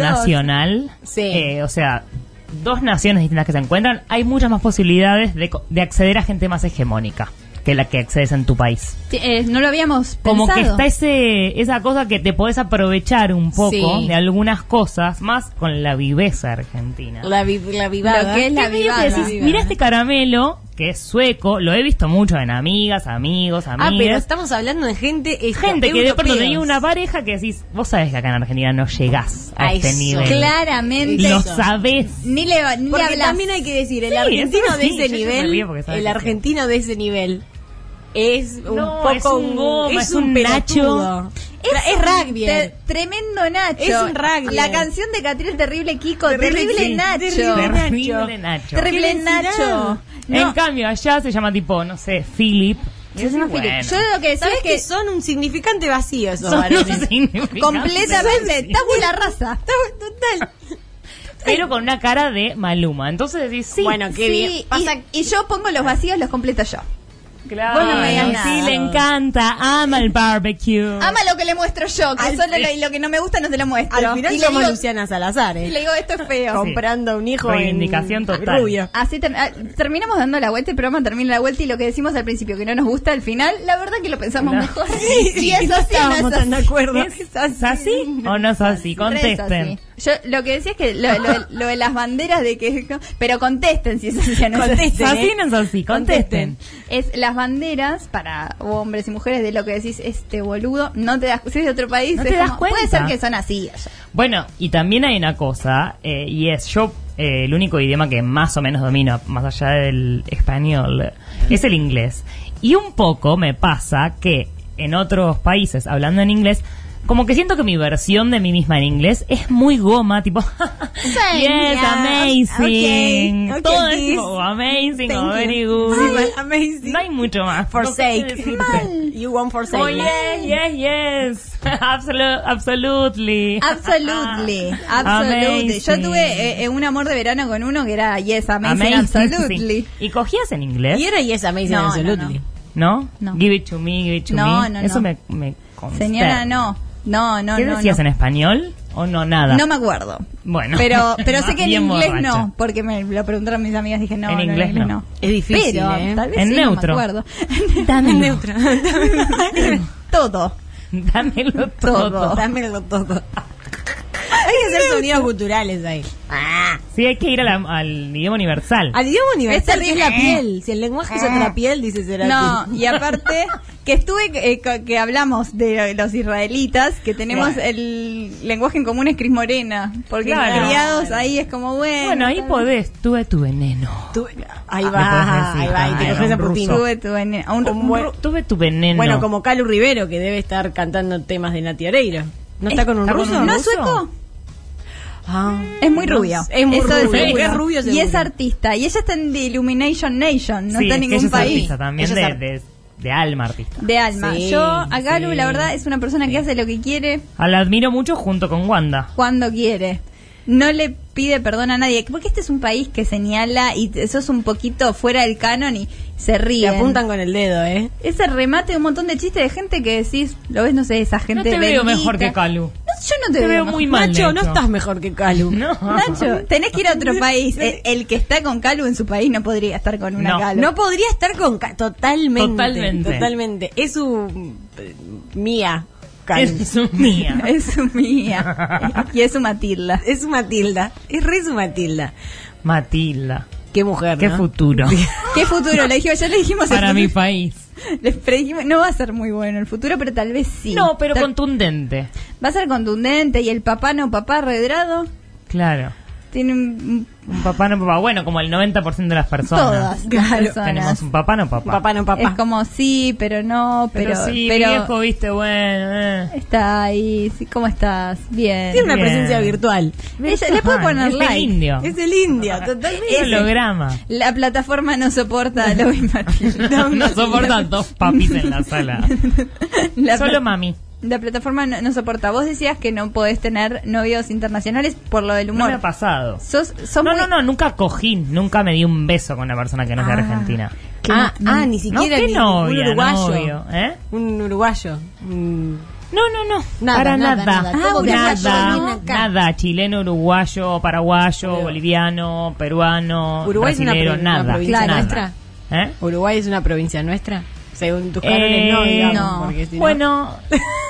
[SPEAKER 5] internacional,
[SPEAKER 3] Sí.
[SPEAKER 5] eh, o sea, dos naciones distintas que se encuentran, hay muchas más posibilidades de, co- de acceder a gente más hegemónica que la que accedes en tu país.
[SPEAKER 2] Sí, eh, no lo habíamos
[SPEAKER 5] Como que
[SPEAKER 2] pensado.
[SPEAKER 5] está ese, esa cosa que te podés aprovechar un poco
[SPEAKER 3] Sí.
[SPEAKER 5] de algunas cosas, más con la viveza argentina.
[SPEAKER 3] La, vi- la vivada.
[SPEAKER 2] Lo que es la
[SPEAKER 3] Qué medio que
[SPEAKER 2] vivada.
[SPEAKER 3] decís,
[SPEAKER 5] Mira este caramelo, que es sueco, lo he visto mucho en amigas, amigos,
[SPEAKER 3] Ah, pero
[SPEAKER 5] amigas.
[SPEAKER 3] estamos hablando de gente... esto,
[SPEAKER 5] gente que de pronto
[SPEAKER 3] europeos.
[SPEAKER 5] tenía una pareja que decís, vos sabés que acá en Argentina no llegás a
[SPEAKER 3] A
[SPEAKER 5] este
[SPEAKER 3] eso.
[SPEAKER 5] nivel.
[SPEAKER 2] Claramente.
[SPEAKER 5] Lo
[SPEAKER 3] No.
[SPEAKER 5] sabés.
[SPEAKER 2] Ni le ni
[SPEAKER 3] Porque
[SPEAKER 2] hablas.
[SPEAKER 3] también hay que decir, el
[SPEAKER 5] Sí,
[SPEAKER 3] argentino
[SPEAKER 5] eso
[SPEAKER 3] de
[SPEAKER 5] sí, yo
[SPEAKER 3] ese
[SPEAKER 5] ya me río porque
[SPEAKER 3] nivel,
[SPEAKER 5] sabes
[SPEAKER 3] el
[SPEAKER 5] que sí.
[SPEAKER 3] argentino de ese nivel es un
[SPEAKER 5] No,
[SPEAKER 3] poco
[SPEAKER 5] es un goma, es un
[SPEAKER 3] pelotudo.
[SPEAKER 5] nacho.
[SPEAKER 3] Es, es rugby.
[SPEAKER 2] Te- tremendo Nacho.
[SPEAKER 3] Es un rugby.
[SPEAKER 2] La canción de Catriel Terrible Kiko,
[SPEAKER 3] Terrible,
[SPEAKER 2] Terrible,
[SPEAKER 3] sí,
[SPEAKER 2] Nacho.
[SPEAKER 3] terrible.
[SPEAKER 5] Terrible Nacho.
[SPEAKER 2] Terrible
[SPEAKER 3] ¿Qué densidad?
[SPEAKER 2] Nacho.
[SPEAKER 5] En cambio, allá se llama tipo, no sé, Philip. Y decís, bueno,
[SPEAKER 2] Yo lo que sé
[SPEAKER 3] Sabes
[SPEAKER 2] es
[SPEAKER 3] que
[SPEAKER 2] que
[SPEAKER 3] son un significante vacío esos
[SPEAKER 5] eso no
[SPEAKER 3] varones.
[SPEAKER 5] significa-
[SPEAKER 2] completamente tabula raza.
[SPEAKER 3] Total.
[SPEAKER 5] Pero con una cara de Maluma. Entonces decís, sí.
[SPEAKER 3] Bueno, qué
[SPEAKER 2] Sí,
[SPEAKER 3] bien.
[SPEAKER 2] y-
[SPEAKER 3] Pasa
[SPEAKER 2] y, yo pongo los vacíos, los completo yo.
[SPEAKER 5] Claro.
[SPEAKER 2] Vos no me digas nada.
[SPEAKER 5] sí, le encanta. Ama el barbecue.
[SPEAKER 6] Ama lo que le muestro yo, que
[SPEAKER 2] Al-
[SPEAKER 6] solo lo, lo que no me gusta no se lo muestro.
[SPEAKER 3] Al final
[SPEAKER 6] y le
[SPEAKER 3] somos
[SPEAKER 6] digo,
[SPEAKER 3] Luciana Salazar,
[SPEAKER 6] y
[SPEAKER 3] ¿eh?
[SPEAKER 6] le digo, esto es feo.
[SPEAKER 3] Comprando un hijo
[SPEAKER 5] Reivindicación
[SPEAKER 3] en
[SPEAKER 5] total.
[SPEAKER 3] rubio.
[SPEAKER 2] Así ter- ah, terminamos dando la vuelta, el programa termina la vuelta y lo que decimos al principio que no nos gusta al final, la verdad que lo pensamos
[SPEAKER 5] No.
[SPEAKER 2] mejor.
[SPEAKER 6] Sí, sí, es
[SPEAKER 3] no
[SPEAKER 6] así, no
[SPEAKER 3] estábamos
[SPEAKER 6] es
[SPEAKER 3] tan de
[SPEAKER 6] así.
[SPEAKER 3] acuerdo.
[SPEAKER 5] ¿Es es así o no es así? Contesten.
[SPEAKER 2] Yo lo que decía es que lo, lo- lo de las banderas de que... Pero contesten si es así o no es así.
[SPEAKER 3] Contesten,
[SPEAKER 5] ¿Es así
[SPEAKER 3] ¿eh?
[SPEAKER 5] o no es así? Contesten.
[SPEAKER 2] Es las banderas para hombres y mujeres de lo que decís, este boludo, no te das, si es de otro país,
[SPEAKER 5] No
[SPEAKER 2] es
[SPEAKER 5] te das
[SPEAKER 2] puede
[SPEAKER 5] cuenta.
[SPEAKER 2] ser que son así. allá.
[SPEAKER 5] Bueno, y también hay una cosa, eh, y es yo, eh, el único idioma que más o menos domino, más allá del español, es el inglés. Y un poco me pasa que en otros países, hablando en inglés, como que siento que mi versión de mí misma en inglés es muy goma, tipo, yes, amazing,
[SPEAKER 3] Ok, ok,
[SPEAKER 5] todo es
[SPEAKER 3] this-
[SPEAKER 5] tipo, oh, amazing, oh,
[SPEAKER 3] Thank
[SPEAKER 5] very
[SPEAKER 3] you.
[SPEAKER 5] good.
[SPEAKER 3] Sí, amazing.
[SPEAKER 5] No hay mucho más. por
[SPEAKER 3] Forsake. You want forsake.
[SPEAKER 5] Oh, yes, yes, yes. Absolu- absolutely.
[SPEAKER 2] Absolutely, absolutely. Yo
[SPEAKER 5] Amazing.
[SPEAKER 2] tuve eh, eh, un amor de verano con uno que era yes, amazing,
[SPEAKER 5] Amazing,
[SPEAKER 2] absolutely.
[SPEAKER 5] sí. ¿Y cogías en inglés?
[SPEAKER 3] Y era Yes Amazing
[SPEAKER 2] No, no,
[SPEAKER 3] Absolutely.
[SPEAKER 2] no.
[SPEAKER 5] ¿No?
[SPEAKER 2] No.
[SPEAKER 5] Give it to me, give it to
[SPEAKER 2] No,
[SPEAKER 5] me.
[SPEAKER 2] no,
[SPEAKER 5] Eso
[SPEAKER 2] no.
[SPEAKER 5] me, me consterna.
[SPEAKER 2] Señora, no. No, no,
[SPEAKER 5] ¿Qué
[SPEAKER 2] no.
[SPEAKER 5] decías
[SPEAKER 2] no.
[SPEAKER 5] en español o no nada?
[SPEAKER 2] No me acuerdo.
[SPEAKER 5] Bueno.
[SPEAKER 2] Pero, pero sé que en
[SPEAKER 5] Bien
[SPEAKER 2] inglés
[SPEAKER 5] borracha.
[SPEAKER 2] no, porque me lo preguntaron mis amigas, dije no,
[SPEAKER 5] En
[SPEAKER 2] no,
[SPEAKER 5] inglés
[SPEAKER 2] en inglés
[SPEAKER 5] no.
[SPEAKER 2] no.
[SPEAKER 3] Es difícil,
[SPEAKER 2] Pero,
[SPEAKER 3] ¿eh?
[SPEAKER 2] tal vez
[SPEAKER 5] En
[SPEAKER 2] sí,
[SPEAKER 5] neutro.
[SPEAKER 2] No me acuerdo. neutro. Todo.
[SPEAKER 5] Dámelo todo.
[SPEAKER 2] Todo.
[SPEAKER 3] Dámelo todo. Hay que hacer sonidos guturales ahí.
[SPEAKER 5] Sí, hay que ir a la- al idioma universal.
[SPEAKER 3] Al idioma universal que es
[SPEAKER 2] terrible.
[SPEAKER 3] la
[SPEAKER 2] Ah.
[SPEAKER 3] piel. Si el lenguaje es otra piel, dice será
[SPEAKER 2] No, y aparte que estuve eh, co- que hablamos de los israelitas, que tenemos el lenguaje en común es Cris Morena, porque
[SPEAKER 5] Claro.
[SPEAKER 2] criados ahí es como bueno.
[SPEAKER 5] bueno, ahí
[SPEAKER 2] tal-
[SPEAKER 5] podés. Tuve tu veneno.
[SPEAKER 3] Tú- ahí
[SPEAKER 5] Le
[SPEAKER 3] va,
[SPEAKER 5] podés decir,
[SPEAKER 3] ahí va, y te
[SPEAKER 5] claro,
[SPEAKER 3] coges a
[SPEAKER 5] un ruso.
[SPEAKER 3] Putin.
[SPEAKER 2] Tuve tu veneno, a un-
[SPEAKER 3] Como
[SPEAKER 2] un
[SPEAKER 3] buen-
[SPEAKER 2] ru-
[SPEAKER 5] Tuve tu veneno.
[SPEAKER 3] Bueno, como Calu Rivero, que debe estar cantando temas de Nati Oreiro. ¿No está con un
[SPEAKER 5] ¿Está con
[SPEAKER 3] ruso?
[SPEAKER 5] un
[SPEAKER 2] ¿No es
[SPEAKER 5] ruso?
[SPEAKER 2] sueco?
[SPEAKER 3] Ah.
[SPEAKER 2] Es muy rubio.
[SPEAKER 3] Es muy
[SPEAKER 2] Eso
[SPEAKER 3] rubio.
[SPEAKER 2] seguro.
[SPEAKER 3] Es rubio
[SPEAKER 2] y
[SPEAKER 3] seguro.
[SPEAKER 2] es artista. Y ella está en The Illumination Nation, no
[SPEAKER 5] sí,
[SPEAKER 2] está en
[SPEAKER 5] es que
[SPEAKER 2] ningún
[SPEAKER 5] ella es
[SPEAKER 2] país.
[SPEAKER 5] artista también
[SPEAKER 3] Ella
[SPEAKER 5] de,
[SPEAKER 3] es
[SPEAKER 5] de, de alma artista.
[SPEAKER 2] De alma.
[SPEAKER 3] Sí,
[SPEAKER 2] Yo, a Galu,
[SPEAKER 3] sí.
[SPEAKER 2] la verdad, es una persona que hace lo que quiere,
[SPEAKER 5] Ah, La admiro mucho junto con Wanda.
[SPEAKER 2] cuando quiere. No le pide perdón a nadie. Porque este es un país que señala y te- sos un poquito fuera del canon y se
[SPEAKER 3] Te
[SPEAKER 2] ríen.
[SPEAKER 3] apuntan con el dedo, ¿eh?
[SPEAKER 2] Ese remate de un montón de chistes de gente que decís, lo ves, no sé, esa gente.
[SPEAKER 5] No te veo
[SPEAKER 2] bendita.
[SPEAKER 5] mejor que Calu.
[SPEAKER 2] No, yo no te,
[SPEAKER 5] Te veo
[SPEAKER 2] mejor.
[SPEAKER 5] muy mal.
[SPEAKER 3] Macho, no
[SPEAKER 5] hecho.
[SPEAKER 3] estás mejor que Calu.
[SPEAKER 5] No.
[SPEAKER 2] Nacho, tenés que ir a otro país. El, el que está con Calu en su país no podría estar con una
[SPEAKER 5] No.
[SPEAKER 2] Calu.
[SPEAKER 3] No podría estar con Ca- totalmente,
[SPEAKER 5] Totalmente.
[SPEAKER 3] totalmente. Es su eh, mía, Calu.
[SPEAKER 5] Es su mía.
[SPEAKER 2] Es su mía. y es su Matilda.
[SPEAKER 3] Es su Matilda. Es re su Matilda.
[SPEAKER 5] Matilda.
[SPEAKER 3] Qué mujer,
[SPEAKER 5] Qué
[SPEAKER 3] ¿no?
[SPEAKER 5] futuro
[SPEAKER 2] ¿Qué futuro? Le dijimos, ya le dijimos.
[SPEAKER 5] para
[SPEAKER 2] el
[SPEAKER 5] mi
[SPEAKER 2] futuro.
[SPEAKER 5] país.
[SPEAKER 2] Les predijimos, no va a ser muy bueno el futuro, pero tal vez sí.
[SPEAKER 5] No, pero
[SPEAKER 2] Tal-
[SPEAKER 5] contundente.
[SPEAKER 2] va a ser contundente. Y el papá no papá redrado
[SPEAKER 5] Claro.
[SPEAKER 2] tiene un-
[SPEAKER 5] Un papá no papá. Bueno, como el 90% de las personas.
[SPEAKER 2] todas las
[SPEAKER 5] Tenemos
[SPEAKER 2] personas.
[SPEAKER 5] un papá no papá.
[SPEAKER 3] Papá no papá.
[SPEAKER 2] Es como sí, pero no, pero,
[SPEAKER 5] pero, sí,
[SPEAKER 2] pero
[SPEAKER 5] viejo, viste, bueno. eh.
[SPEAKER 2] está ahí. sí, ¿Cómo estás? Bien.
[SPEAKER 3] Tiene una
[SPEAKER 5] Bien.
[SPEAKER 3] presencia virtual.
[SPEAKER 2] Ella- le puede
[SPEAKER 5] Ah,
[SPEAKER 2] poner
[SPEAKER 5] es el
[SPEAKER 2] like.
[SPEAKER 5] indio.
[SPEAKER 3] Es el indio,
[SPEAKER 5] Es
[SPEAKER 3] totalmente.
[SPEAKER 5] un holograma.
[SPEAKER 2] La plataforma no soporta lo y Matilda.
[SPEAKER 5] No, no soportan dos papis en la sala.
[SPEAKER 2] La
[SPEAKER 5] Solo
[SPEAKER 2] pla-
[SPEAKER 5] mami.
[SPEAKER 2] La plataforma no, no soporta. Vos decías que no podés tener novios internacionales por lo del
[SPEAKER 5] No
[SPEAKER 2] humor.
[SPEAKER 5] me ha pasado.
[SPEAKER 2] Sos, sos
[SPEAKER 5] No,
[SPEAKER 2] muy-
[SPEAKER 5] no, no, nunca cogí, nunca me di un beso con una persona que no es de
[SPEAKER 2] Ah.
[SPEAKER 5] Argentina.
[SPEAKER 3] Ah, ah, ni
[SPEAKER 5] No,
[SPEAKER 3] siquiera
[SPEAKER 5] qué
[SPEAKER 3] ni-
[SPEAKER 5] novia,
[SPEAKER 3] un uruguayo.
[SPEAKER 5] novio, ¿eh?
[SPEAKER 3] Un uruguayo. Mm.
[SPEAKER 5] No, no, no.
[SPEAKER 3] Nada,
[SPEAKER 5] para
[SPEAKER 3] nada,
[SPEAKER 5] nada.
[SPEAKER 3] nada.
[SPEAKER 5] Nada,
[SPEAKER 3] Todo uruguayo viene
[SPEAKER 5] nada,
[SPEAKER 3] acá.
[SPEAKER 5] Chileno, uruguayo, paraguayo,
[SPEAKER 3] Pero-
[SPEAKER 5] boliviano, peruano,
[SPEAKER 3] Uruguay es una
[SPEAKER 5] brasilero,
[SPEAKER 3] pro- una
[SPEAKER 5] nada.
[SPEAKER 3] provincia
[SPEAKER 5] nada.
[SPEAKER 3] nuestra.
[SPEAKER 5] ¿Eh?
[SPEAKER 3] ¿Uruguay es una provincia nuestra? Según tus cánones,
[SPEAKER 5] Eh,
[SPEAKER 3] no, digamos.
[SPEAKER 2] no.
[SPEAKER 3] porque si no-
[SPEAKER 5] Bueno.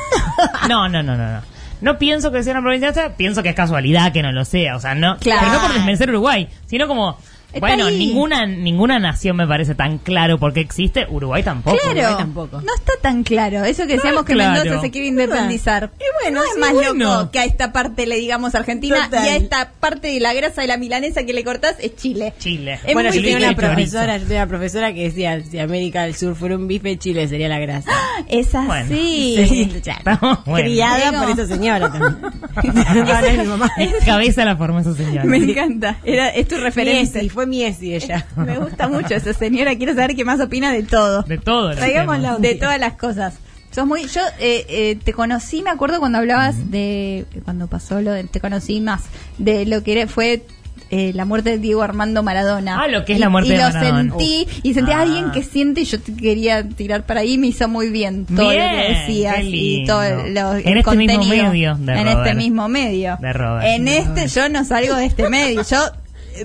[SPEAKER 5] no, no, no, no, no. No pienso que sea una provincia nuestra, pienso que es casualidad que no lo sea. O sea, no.
[SPEAKER 2] Claro.
[SPEAKER 5] pero no por desmerecer Uruguay, sino como.
[SPEAKER 2] Está
[SPEAKER 5] bueno,
[SPEAKER 2] ahí.
[SPEAKER 5] ninguna ninguna nación me parece tan claro por qué existe. Uruguay tampoco.
[SPEAKER 2] Claro,
[SPEAKER 3] tampoco.
[SPEAKER 2] no está tan claro. Eso que decíamos que
[SPEAKER 5] claro.
[SPEAKER 2] Mendoza se quiere independizar.
[SPEAKER 3] Y bueno,
[SPEAKER 2] no es
[SPEAKER 3] sí,
[SPEAKER 2] más
[SPEAKER 3] bueno.
[SPEAKER 2] loco que a esta parte le digamos Argentina
[SPEAKER 3] Total.
[SPEAKER 2] y a esta parte de la grasa de la milanesa que le cortás es Chile.
[SPEAKER 5] Chile.
[SPEAKER 2] Es
[SPEAKER 3] bueno,
[SPEAKER 2] muy
[SPEAKER 3] yo tenía
[SPEAKER 5] Chile
[SPEAKER 3] una
[SPEAKER 5] y chorizo.
[SPEAKER 3] profesora, yo tenía una profesora que decía, si América del Sur fuera un bife, Chile sería la grasa.
[SPEAKER 5] Ah,
[SPEAKER 2] Es así.
[SPEAKER 5] Bueno.
[SPEAKER 3] Sí, ya.
[SPEAKER 5] Estamos bueno.
[SPEAKER 3] Criada
[SPEAKER 2] Digo-
[SPEAKER 3] por esa señora también. Ahora es mi mamá.
[SPEAKER 5] En cabeza la formó esa señora.
[SPEAKER 2] Me encanta. Era, es tu referencia.
[SPEAKER 3] Miesi, fue Miesi ella.
[SPEAKER 2] Me gusta mucho esa señora. Quiero saber qué más opina de todo.
[SPEAKER 5] De todo. lo
[SPEAKER 2] Traigámosla
[SPEAKER 5] hacemos.
[SPEAKER 2] de todas las cosas. Sos muy, yo eh, eh, te conocí, me acuerdo cuando hablabas de cuando pasó lo de te conocí más de lo que era- fue eh, la muerte de Diego Armando Maradona.
[SPEAKER 5] Ah, lo que es
[SPEAKER 2] Y-
[SPEAKER 5] la muerte
[SPEAKER 2] y
[SPEAKER 5] de
[SPEAKER 2] lo
[SPEAKER 5] Maradona.
[SPEAKER 2] sentí, y sentí
[SPEAKER 5] Ah.
[SPEAKER 2] a alguien que siente, y yo te quería tirar para ahí, me hizo muy bien todo lo
[SPEAKER 5] Bien,
[SPEAKER 2] que decías
[SPEAKER 5] qué
[SPEAKER 2] y todo
[SPEAKER 5] lindo.
[SPEAKER 2] lo, el
[SPEAKER 5] En este mismo
[SPEAKER 2] contenido.
[SPEAKER 5] medio de
[SPEAKER 2] en
[SPEAKER 5] Robert.
[SPEAKER 2] este mismo medio.
[SPEAKER 5] De Robert.
[SPEAKER 2] En este, yo no salgo de este medio, yo...